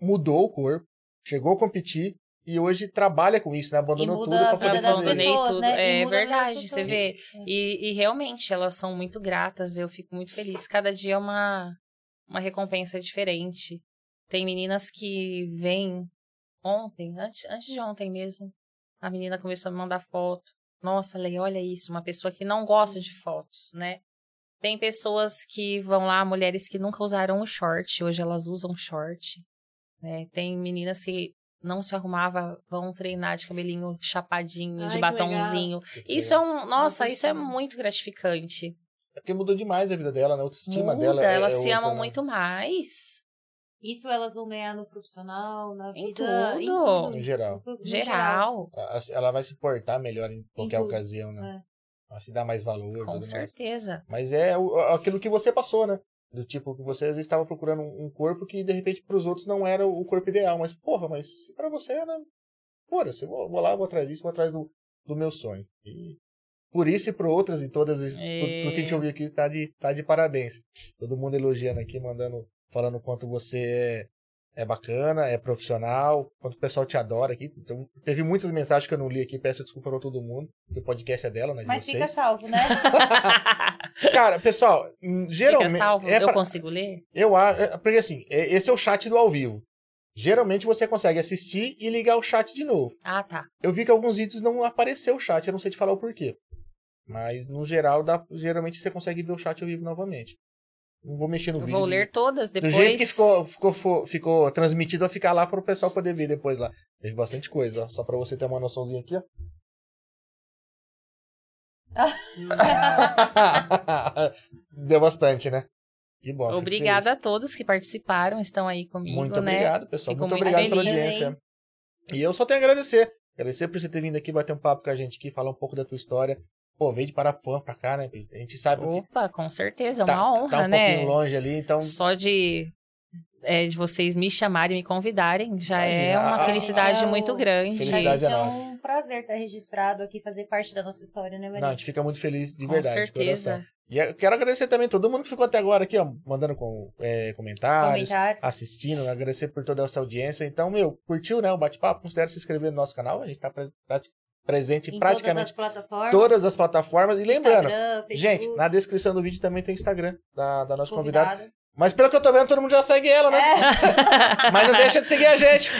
S2: Mudou o corpo, chegou a competir e hoje trabalha com isso, né? Abandonou
S5: muda
S2: tudo pra
S5: a
S2: poder
S5: vida das
S2: fazer.
S3: Abandonei
S2: isso.
S5: pessoas,
S3: tudo.
S5: né? E
S3: É
S5: muda a vida das
S3: verdade, você
S5: pessoas.
S3: vê. E, e realmente, elas são muito gratas, eu fico muito feliz. Cada dia é uma, uma recompensa diferente. Tem meninas que vêm ontem, antes, antes de ontem mesmo, a menina começou a me mandar foto. Nossa, Lei, olha isso, uma pessoa que não gosta de fotos, né? Tem pessoas que vão lá, mulheres que nunca usaram o short, hoje elas usam short. né? Tem meninas que não se arrumava, vão treinar de cabelinho chapadinho,
S5: Ai,
S3: de
S5: que
S3: batonzinho. Isso é um, nossa, isso é muito gratificante.
S2: É porque mudou demais a vida dela, né? A autoestima
S3: Muda,
S2: dela. é-
S3: elas
S2: é
S3: se
S2: outra,
S3: amam
S2: né?
S3: muito mais.
S5: Isso elas vão ganhar no profissional, na
S3: Em
S5: vida.
S3: tudo.
S2: Em geral.
S5: tudo, no
S3: Geral,
S2: A- a- Ela vai se portar melhor em qualquer
S5: tudo,
S2: ocasião, né? Ela se dá mais valor. tudo
S3: Uhum. É. com
S2: mais.
S3: certeza.
S2: Mas é o- aquilo que você passou, né? Do tipo, que você às vezes estava procurando um um corpo que de repente pros outros não era o corpo ideal. Mas, porra, mas pra você era. Foda-se, eu vou, vou lá, vou atrás disso, vou atrás do, do meu sonho. E por isso e por outras e todas, as-
S3: É.
S2: tudo, tudo que a gente ouviu aqui tá de, tá de parabéns. Todo mundo elogiando aqui, mandando, falando o quanto você é, é bacana, é profissional, quanto o pessoal te adora aqui. Então, teve muitas mensagens que eu não li aqui, peço desculpa pra todo mundo, porque o podcast é dela, né? De
S1: Mas
S2: vocês.
S1: fica salvo, né?
S2: Cara, pessoal, geralmente.
S3: Fica salvo,
S2: é
S3: eu
S2: pra-
S3: consigo ler?
S2: eu acho. é- Porque assim, é- esse é o chat do ao vivo. Geralmente você consegue assistir e ligar o chat de novo.
S3: Ah, tá.
S2: Eu vi que alguns vídeos não apareceu o chat, eu não sei te falar o porquê. Mas no geral, dá- geralmente você consegue ver o chat ao vivo novamente. Não vou mexer no
S3: Eu
S2: vídeo.
S3: vou ler todas
S2: Do
S3: depois.
S2: jeito que ficou, ficou, fo- ficou transmitido, vai ficar lá pro pessoal poder ver depois lá. Teve bastante coisa, ó, só pra você ter uma noçãozinha aqui, ó. Deu bastante, né? Que bom. fico
S3: Obrigada a todos que participaram, estão aí
S2: feliz.
S3: comigo,
S2: Muito
S3: né?
S2: obrigado, pessoal.
S3: Fico
S2: muito
S3: muito
S2: obrigado pela
S3: feliz,
S2: audiência. E eu só tenho a agradecer. Agradecer por você ter vindo aqui bater um papo com a gente aqui, falar um pouco da tua história. Pô, veio de Parapuã pra cá, né? A gente sabe que
S3: Opa, com certeza, é uma
S2: tá,
S3: honra,
S2: tá um
S3: né?
S2: pouquinho longe ali, então
S3: Só de, é, de vocês me chamarem, me convidarem, já é
S2: Imagina,
S3: uma
S2: a-
S3: felicidade
S2: Ah,
S5: a-
S3: muito grande.
S2: Felicidade
S5: Gente,
S2: é
S5: é
S2: nossa.
S5: um prazer estar registrado aqui, fazer parte da nossa história, né,
S2: Não, a
S5: Maria?
S2: gente fica muito feliz de
S3: Com
S2: verdade. de
S3: certeza.
S2: coração. E eu quero agradecer também todo mundo que ficou até agora aqui, ó, mandando com, é, comentários,
S5: Comentários.
S2: assistindo, né? agradecer por toda essa audiência. Então, meu, curtiu, né, o bate-papo? Considera se inscrever no nosso canal, a gente tá pre- prati- presente em
S5: em
S2: praticamente
S5: todas as plataformas.
S2: todas as plataformas. E lembrando,
S5: Instagram, Facebook,
S2: gente, na descrição do vídeo também tem o Instagram da, da nossa convidada.
S5: convidado.
S2: Mas pelo que eu tô vendo, todo mundo já segue ela, né?
S3: É.
S2: Mas não deixa de seguir a gente.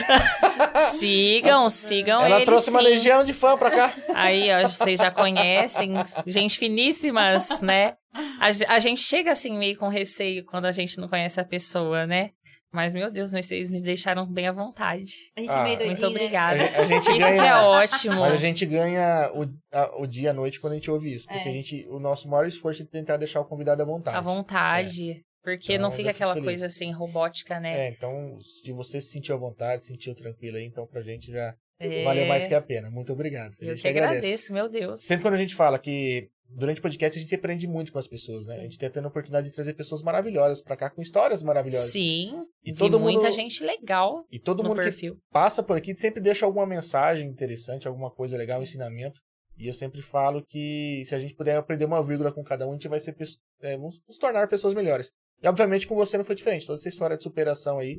S3: Sigam, sigam
S2: ela
S3: ele
S2: trouxe uma
S3: sim.
S2: legião de fã pra cá.
S3: Aí, ó, vocês já conhecem, gente finíssimas, né? A, ge- a gente chega assim meio com receio quando a gente não conhece a pessoa, né? Mas, meu Deus, mas vocês me deixaram bem à vontade.
S5: A gente
S2: Ah,
S5: é meio
S2: muito
S5: doidinha.
S3: Muito
S5: né?
S2: A
S3: obrigada.
S2: gente, a gente
S3: Isso
S2: ganha.
S3: que é ótimo.
S2: Mas a gente ganha o, a- o dia e a noite quando a gente ouve isso. Porque
S5: É.
S2: a gente, o nosso maior esforço é tentar deixar o convidado à vontade.
S3: À vontade. Porque
S2: Então,
S3: não
S2: eu
S3: fica
S2: fico
S3: aquela
S2: feliz.
S3: coisa assim, robótica, né?
S2: É, então, se você se sentiu à vontade, se sentiu tranquilo aí, então pra gente já
S3: É.
S2: valeu mais que a pena. Muito obrigado. A
S3: Eu
S2: gente
S3: que agradeço, meu Deus.
S2: Sempre quando a gente fala que durante o podcast a gente se aprende muito com as pessoas, né? A gente tá tendo a oportunidade de trazer pessoas maravilhosas pra cá com histórias maravilhosas.
S3: Sim,
S2: E
S3: e
S2: todo mundo-
S3: muita gente legal
S2: E todo
S3: no
S2: mundo que
S3: perfil.
S2: passa por aqui sempre deixa alguma mensagem interessante, alguma coisa legal, um ensinamento. E eu sempre falo que se a gente puder aprender uma vírgula com cada um, a gente vai ser pesso- é, vamos nos tornar pessoas melhores. E obviamente com você não foi diferente. Toda essa história de superação aí,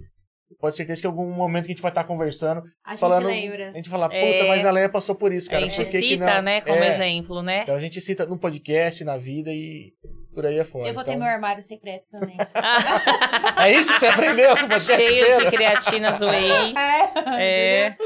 S2: pode ter certeza que em algum momento que a gente vai estar conversando,
S5: A gente
S2: falando,
S5: lembra.
S2: a gente fala, puta,
S3: É.
S2: mas a Leia passou por isso, cara.
S3: a gente
S2: por que que
S3: cita,
S2: não?"
S3: né, como
S2: É.
S3: exemplo, né?
S2: Então a gente cita no podcast, na vida e por aí afora.
S5: Eu vou ter
S2: então,
S5: meu armário secreto também.
S2: É isso que você é aprendeu com o podcast
S3: Tá Cheio
S2: inteiro?
S3: de creatinas whey.
S5: é.
S3: É,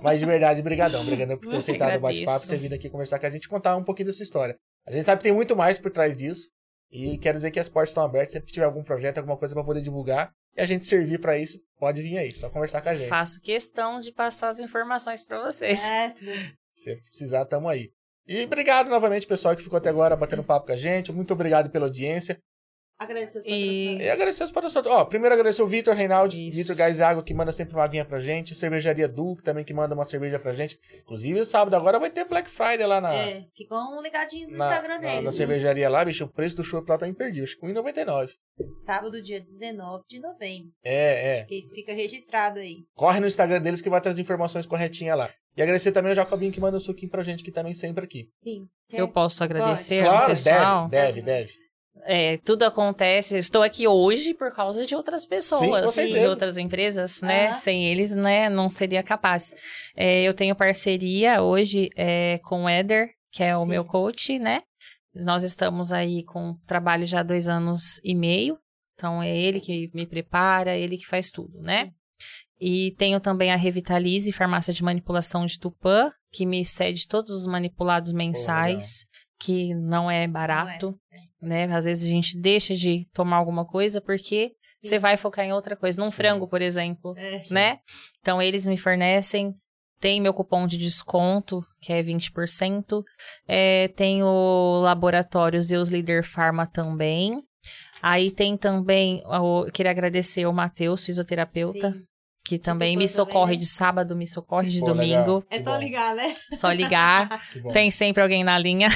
S2: Mas de verdade, brigadão. Obrigado por ter aceitado o
S3: Agradeço.
S2: bate-papo, ter vindo aqui conversar com a gente, contar um pouquinho da sua história. A gente sabe que tem muito mais por trás disso. E quero dizer que as portas estão abertas. Sempre que tiver algum projeto, alguma coisa pra poder divulgar e a gente servir pra isso, pode vir aí. Só conversar com a gente.
S3: faço questão de passar as informações pra vocês.
S5: É, sim.
S2: Se precisar, tamo aí. E obrigado novamente, pessoal, que ficou até agora batendo papo com a gente. Muito obrigado pela audiência.
S5: Agradeço os
S3: E-
S2: E agradecer os patrocinadores. Ó, primeiro agradecer o Vitor Reinaldi,
S3: Isso.
S2: Vitor Gaziago, que manda sempre uma aguinha pra gente. Cervejaria Duque também, que manda uma cerveja pra gente. Inclusive, sábado agora vai ter Black Friday lá na,
S5: É, ficam ligadinhos no
S2: Ah. na,
S5: Instagram
S2: na-
S5: dele.
S2: na cervejaria lá, bicho, o preço do chopp lá tá imperdível. Acho que 1,99.
S5: Sábado, dia 19 de novembro.
S2: É, é.
S5: Porque isso fica registrado aí.
S2: Corre no Instagram deles que vai ter as informações corretinhas lá. E agradecer também ao Jacobinho que manda um suquinho pra gente, que também sempre aqui.
S3: Eu posso agradecer ao
S2: claro,
S3: É, pessoal.
S2: deve, deve, deve.
S3: É, tudo acontece. Estou aqui hoje por causa de outras pessoas,
S2: certeza.
S3: de outras empresas, né?
S5: Aham.
S3: Sem eles, né, não seria capaz. É, eu tenho parceria hoje é, com o Eder, que é o
S5: Sim.
S3: meu coach, né? Nós estamos aí com o trabalho já há dois anos e meio. Então é ele que me prepara, é ele que faz tudo, né? E tenho também a Revitalize, farmácia de manipulação de Tupã, que me cede todos os manipulados mensais, que não é barato né? Às vezes a gente deixa de tomar alguma coisa porque você vai focar em outra coisa, num
S2: Sim.
S3: frango, por exemplo,
S5: É.
S3: né? Então eles me fornecem, tem meu cupom de desconto, que é 20%, é, tem o laboratório Zeus Leader Pharma também. Aí tem também, o- eu queria agradecer o Matheus, fisioterapeuta,
S5: Sim.
S3: que também
S5: tutor também,
S3: me socorre
S5: né?
S3: de sábado, me socorre de
S2: Pô,
S3: domingo.
S2: legal.
S5: É
S2: Que
S5: só
S2: bom,
S5: ligar, né?
S3: Só ligar.
S2: que bom.
S3: Tem sempre alguém na linha.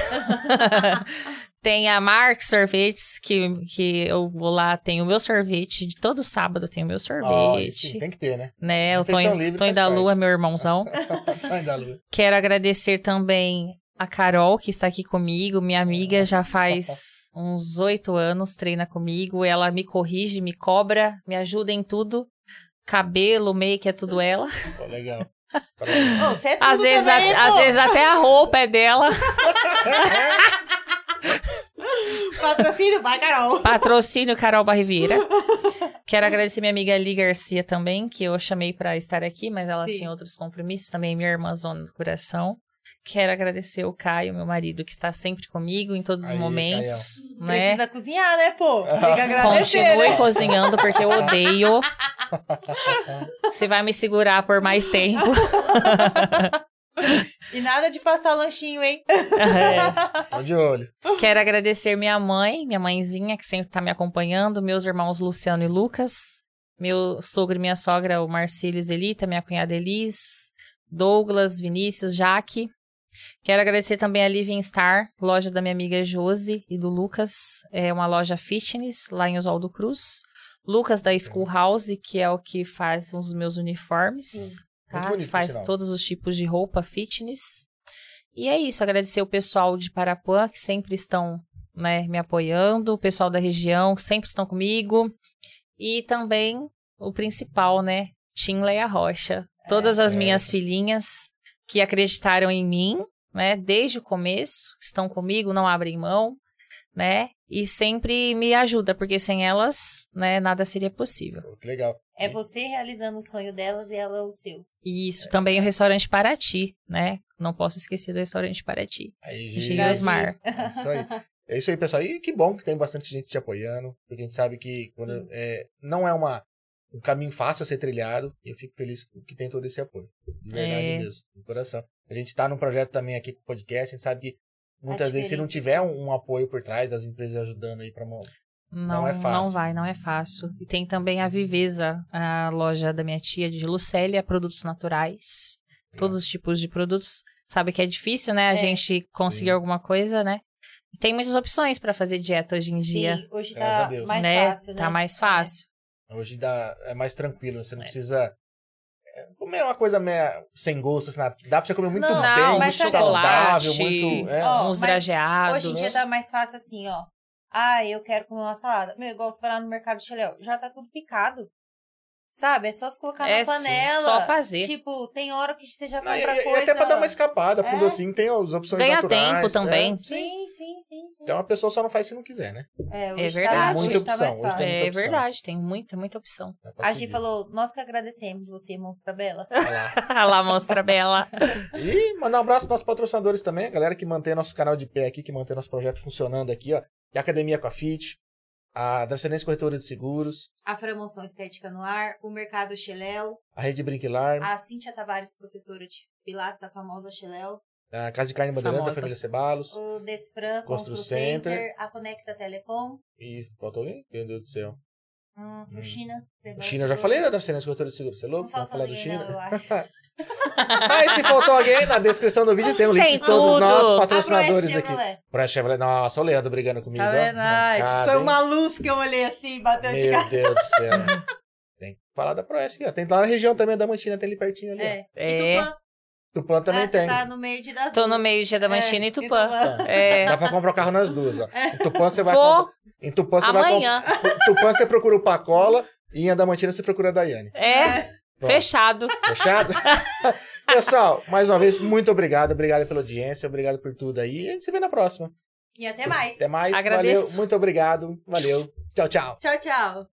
S3: tem a Mark Sorvetes, que, que eu vou lá, tem o meu sorvete. de Todo sábado tem o meu
S2: Ah, Ó,
S3: sorvete.
S2: sim, tem que ter, né?
S3: né? O
S2: Refeição
S3: Tonho,
S2: livre
S3: Tonho
S2: faz
S3: da
S2: parte.
S3: Lua, meu irmãozão.
S2: Ai, da lua.
S3: Quero agradecer também a Carol, que está aqui comigo,
S2: É.
S3: minha amiga, já faz uns oito anos, treina comigo. Ela me corrige, me cobra, me ajuda em tudo. Cabelo, make, é tudo ela.
S2: Pô, legal. Parabéns.
S1: Ô, você é tudo
S3: Às vezes, a-
S1: também,
S3: às
S1: pô.
S3: vezes até a roupa é dela.
S5: Patrocínio, vai, Carol.
S3: Patrocínio Carol Barriviera. Quero agradecer minha amiga Eli Garcia também, que eu chamei pra estar aqui, mas ela
S5: Sim.
S3: tinha outros compromissos. Também minha irmã Zona do Coração. Quero agradecer o Caio, meu marido, que está sempre comigo em todos
S2: Aí,
S3: os momentos. Né?
S5: Precisa cozinhar, né, pô? Tem que agradecer,
S3: Continue
S5: né?
S3: cozinhando, porque eu odeio. Você vai me segurar por mais tempo.
S1: E nada de passar lanchinho, hein?
S2: Tô de olho.
S3: Quero agradecer minha mãe, minha mãezinha, que sempre tá me acompanhando, meus irmãos Luciano e Lucas, meu sogro e minha sogra, o Marcílio e Zelita, minha cunhada Elis, Douglas, Vinícius, Jaque. Quero agradecer também a Living Star, loja da minha amiga Josi e do Lucas, é uma loja fitness lá em Oswaldo Cruz. Lucas da School House, que é o que faz os meus uniformes
S2: Muito
S3: tá?
S2: bonito, por
S3: Faz
S2: sinal.
S3: todos os tipos de roupa fitness. E é isso, agradecer o pessoal de Parapuã, que sempre estão né, me apoiando, o pessoal da região, que sempre estão comigo. E também o principal, né? Tim Leia Rocha.
S2: É,
S3: Todas as
S2: certo.
S3: minhas filhinhas que acreditaram em mim, né? Desde o começo, estão comigo, não abrem mão, né? E sempre me ajuda, porque sem elas, né, nada seria possível.
S2: Pô, que legal.
S5: É você realizando o sonho delas e ela é o seu.
S3: E isso, também é o restaurante Paraty, né? Não posso esquecer do restaurante Paraty.
S2: Aí,
S3: Giras Mar.
S2: É isso aí. É isso aí, pessoal. E que bom que tem bastante gente te apoiando, porque a gente sabe que quando, é, não é uma, um caminho fácil a ser trilhado, e eu fico feliz que tem todo esse apoio. De verdade
S3: É.
S2: mesmo, do coração. A gente está num projeto também aqui com o podcast, a gente sabe que
S3: Tá
S2: muitas vezes se não
S5: diferença
S2: tiver
S5: faz.
S2: um, um apoio por trás das empresas ajudando aí para mão.
S3: Não, não
S2: é fácil.
S3: vai, não é fácil. E tem também a Viveza, a loja da minha tia de Lucélia, produtos naturais. Todos os tipos de produtos. Sabe que é difícil, né? A
S5: É.
S3: gente conseguir
S2: Sim.
S3: alguma coisa, né? E tem muitas opções pra fazer dieta hoje em um dia.
S5: Sim, hoje
S2: Graças a
S5: tá
S2: Deus.
S5: mais
S3: né?
S5: fácil, né?
S3: Tá mais fácil.
S2: Hoje dá, é mais tranquilo, você não
S3: É.
S2: precisa é, comer uma coisa meia sem gosto, assim, dá pra você comer muito
S1: Não,
S2: bem,
S3: não,
S2: muito
S1: mas
S2: saudável,
S3: chocolate.
S2: muito. É,
S5: Ó,
S3: Uns
S5: mas
S3: drageados.
S5: Hoje em dia tá mais fácil assim, ó. Ah, eu quero comer uma salada. Meu, igual você vai lá no mercado de Chileu, já tá tudo picado. Sabe? É só se colocar
S3: é
S5: na panela.
S3: só fazer.
S5: Tipo, tem hora que você já
S2: Não, e, é,
S5: compra
S2: e- e
S5: coisa.
S2: até pra dar uma escapada, pro
S5: É.
S2: docinho tem as opções
S3: Ganha
S2: naturais.
S3: tempo
S2: né?
S3: também.
S5: Sim, sim, sim. sim.
S2: Então a pessoa só não faz se não quiser, né?
S5: É,
S3: É
S5: hoje
S3: verdade.
S5: Tá,
S3: Tem
S5: hoje
S3: muita
S5: tá mais
S2: opção, hoje
S5: fácil.
S2: tem-
S3: é
S2: muita opção.
S3: verdade, tem muita, muita opção.
S2: Dá pra
S5: A Gi
S2: seguir.
S5: falou, nós que agradecemos você, Monstra Bela.
S2: Olha lá.
S3: Lá mostra bela.
S2: E mandar um abraço pros nossos patrocinadores também, a galera que mantém nosso canal de pé aqui, que mantém nosso projeto funcionando aqui, ó. E a Academia com a Fit, a Transcendência Corretora de Seguros,
S5: A Framonção Estética no Ar, o Mercado Cheléu,
S2: a Rede Brinquilar,
S5: a Cíntia Tavares, professora de Pilates, a famosa Cheléu,
S2: a Casa de Carne Bandeirante, da
S3: Famosa.
S2: Família Cebalos.
S5: o Despran
S2: Constru
S5: Constru
S2: Center.
S5: Center, a Conecta Telecom,
S2: E faltou alguém? Meu Deus do céu.
S5: hum,
S2: Hum.
S5: o China.
S2: O China, eu já falei né, da Transcendência Corretora de Seguros, você é
S5: Não
S2: louco?
S5: falta
S2: Vamos falar do
S5: ninguém,
S2: China?
S5: não, eu acho.
S2: Mas se faltou alguém, na descrição do vídeo tem o link
S3: Tem
S2: de todos os nossos
S3: tudo.
S2: patrocinadores
S5: Abre o
S2: aqui.
S5: Chevrolet.
S2: Preste Chevrolet. Nossa, o Leandro brigando comigo.
S1: Tá
S2: ó.
S1: vendo? Ai,
S2: Mancada,
S1: foi
S2: hein?
S1: uma luz que eu olhei assim, bateu de cara.
S2: Meu Deus do céu. Tem que falar da Proeste aqui, ó. Tem lá na região também da Mantina, tem ali pertinho ali.
S5: É.
S3: É.
S5: E Tupã,
S2: Tupã também
S5: ah, você
S2: tem.
S5: tá no meio de das É,
S3: Tô
S5: duas.
S3: no meio de Adamantina e Tupã.
S2: Então,
S3: É.
S2: Dá pra comprar o carro nas duas, ó. Em Tupã você vai.
S3: Vou
S2: comprar- Em Tupã você vai. comprar-
S3: amanhã.
S2: Em Tupã você procura o Pacola e em Andamantina você procura a Daiane.
S3: É,
S2: Pronto.
S3: fechado.
S2: Fechado? Pessoal, mais uma vez, muito obrigado. Obrigado pela audiência, obrigado por tudo aí. E a gente se vê na próxima.
S1: E até mais.
S2: Até mais.
S3: Agradeço.
S2: Valeu. Muito obrigado. Valeu. Tchau, tchau.
S5: Tchau, tchau.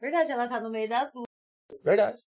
S5: Verdade, ela tá no meio das duas.
S2: Verdade.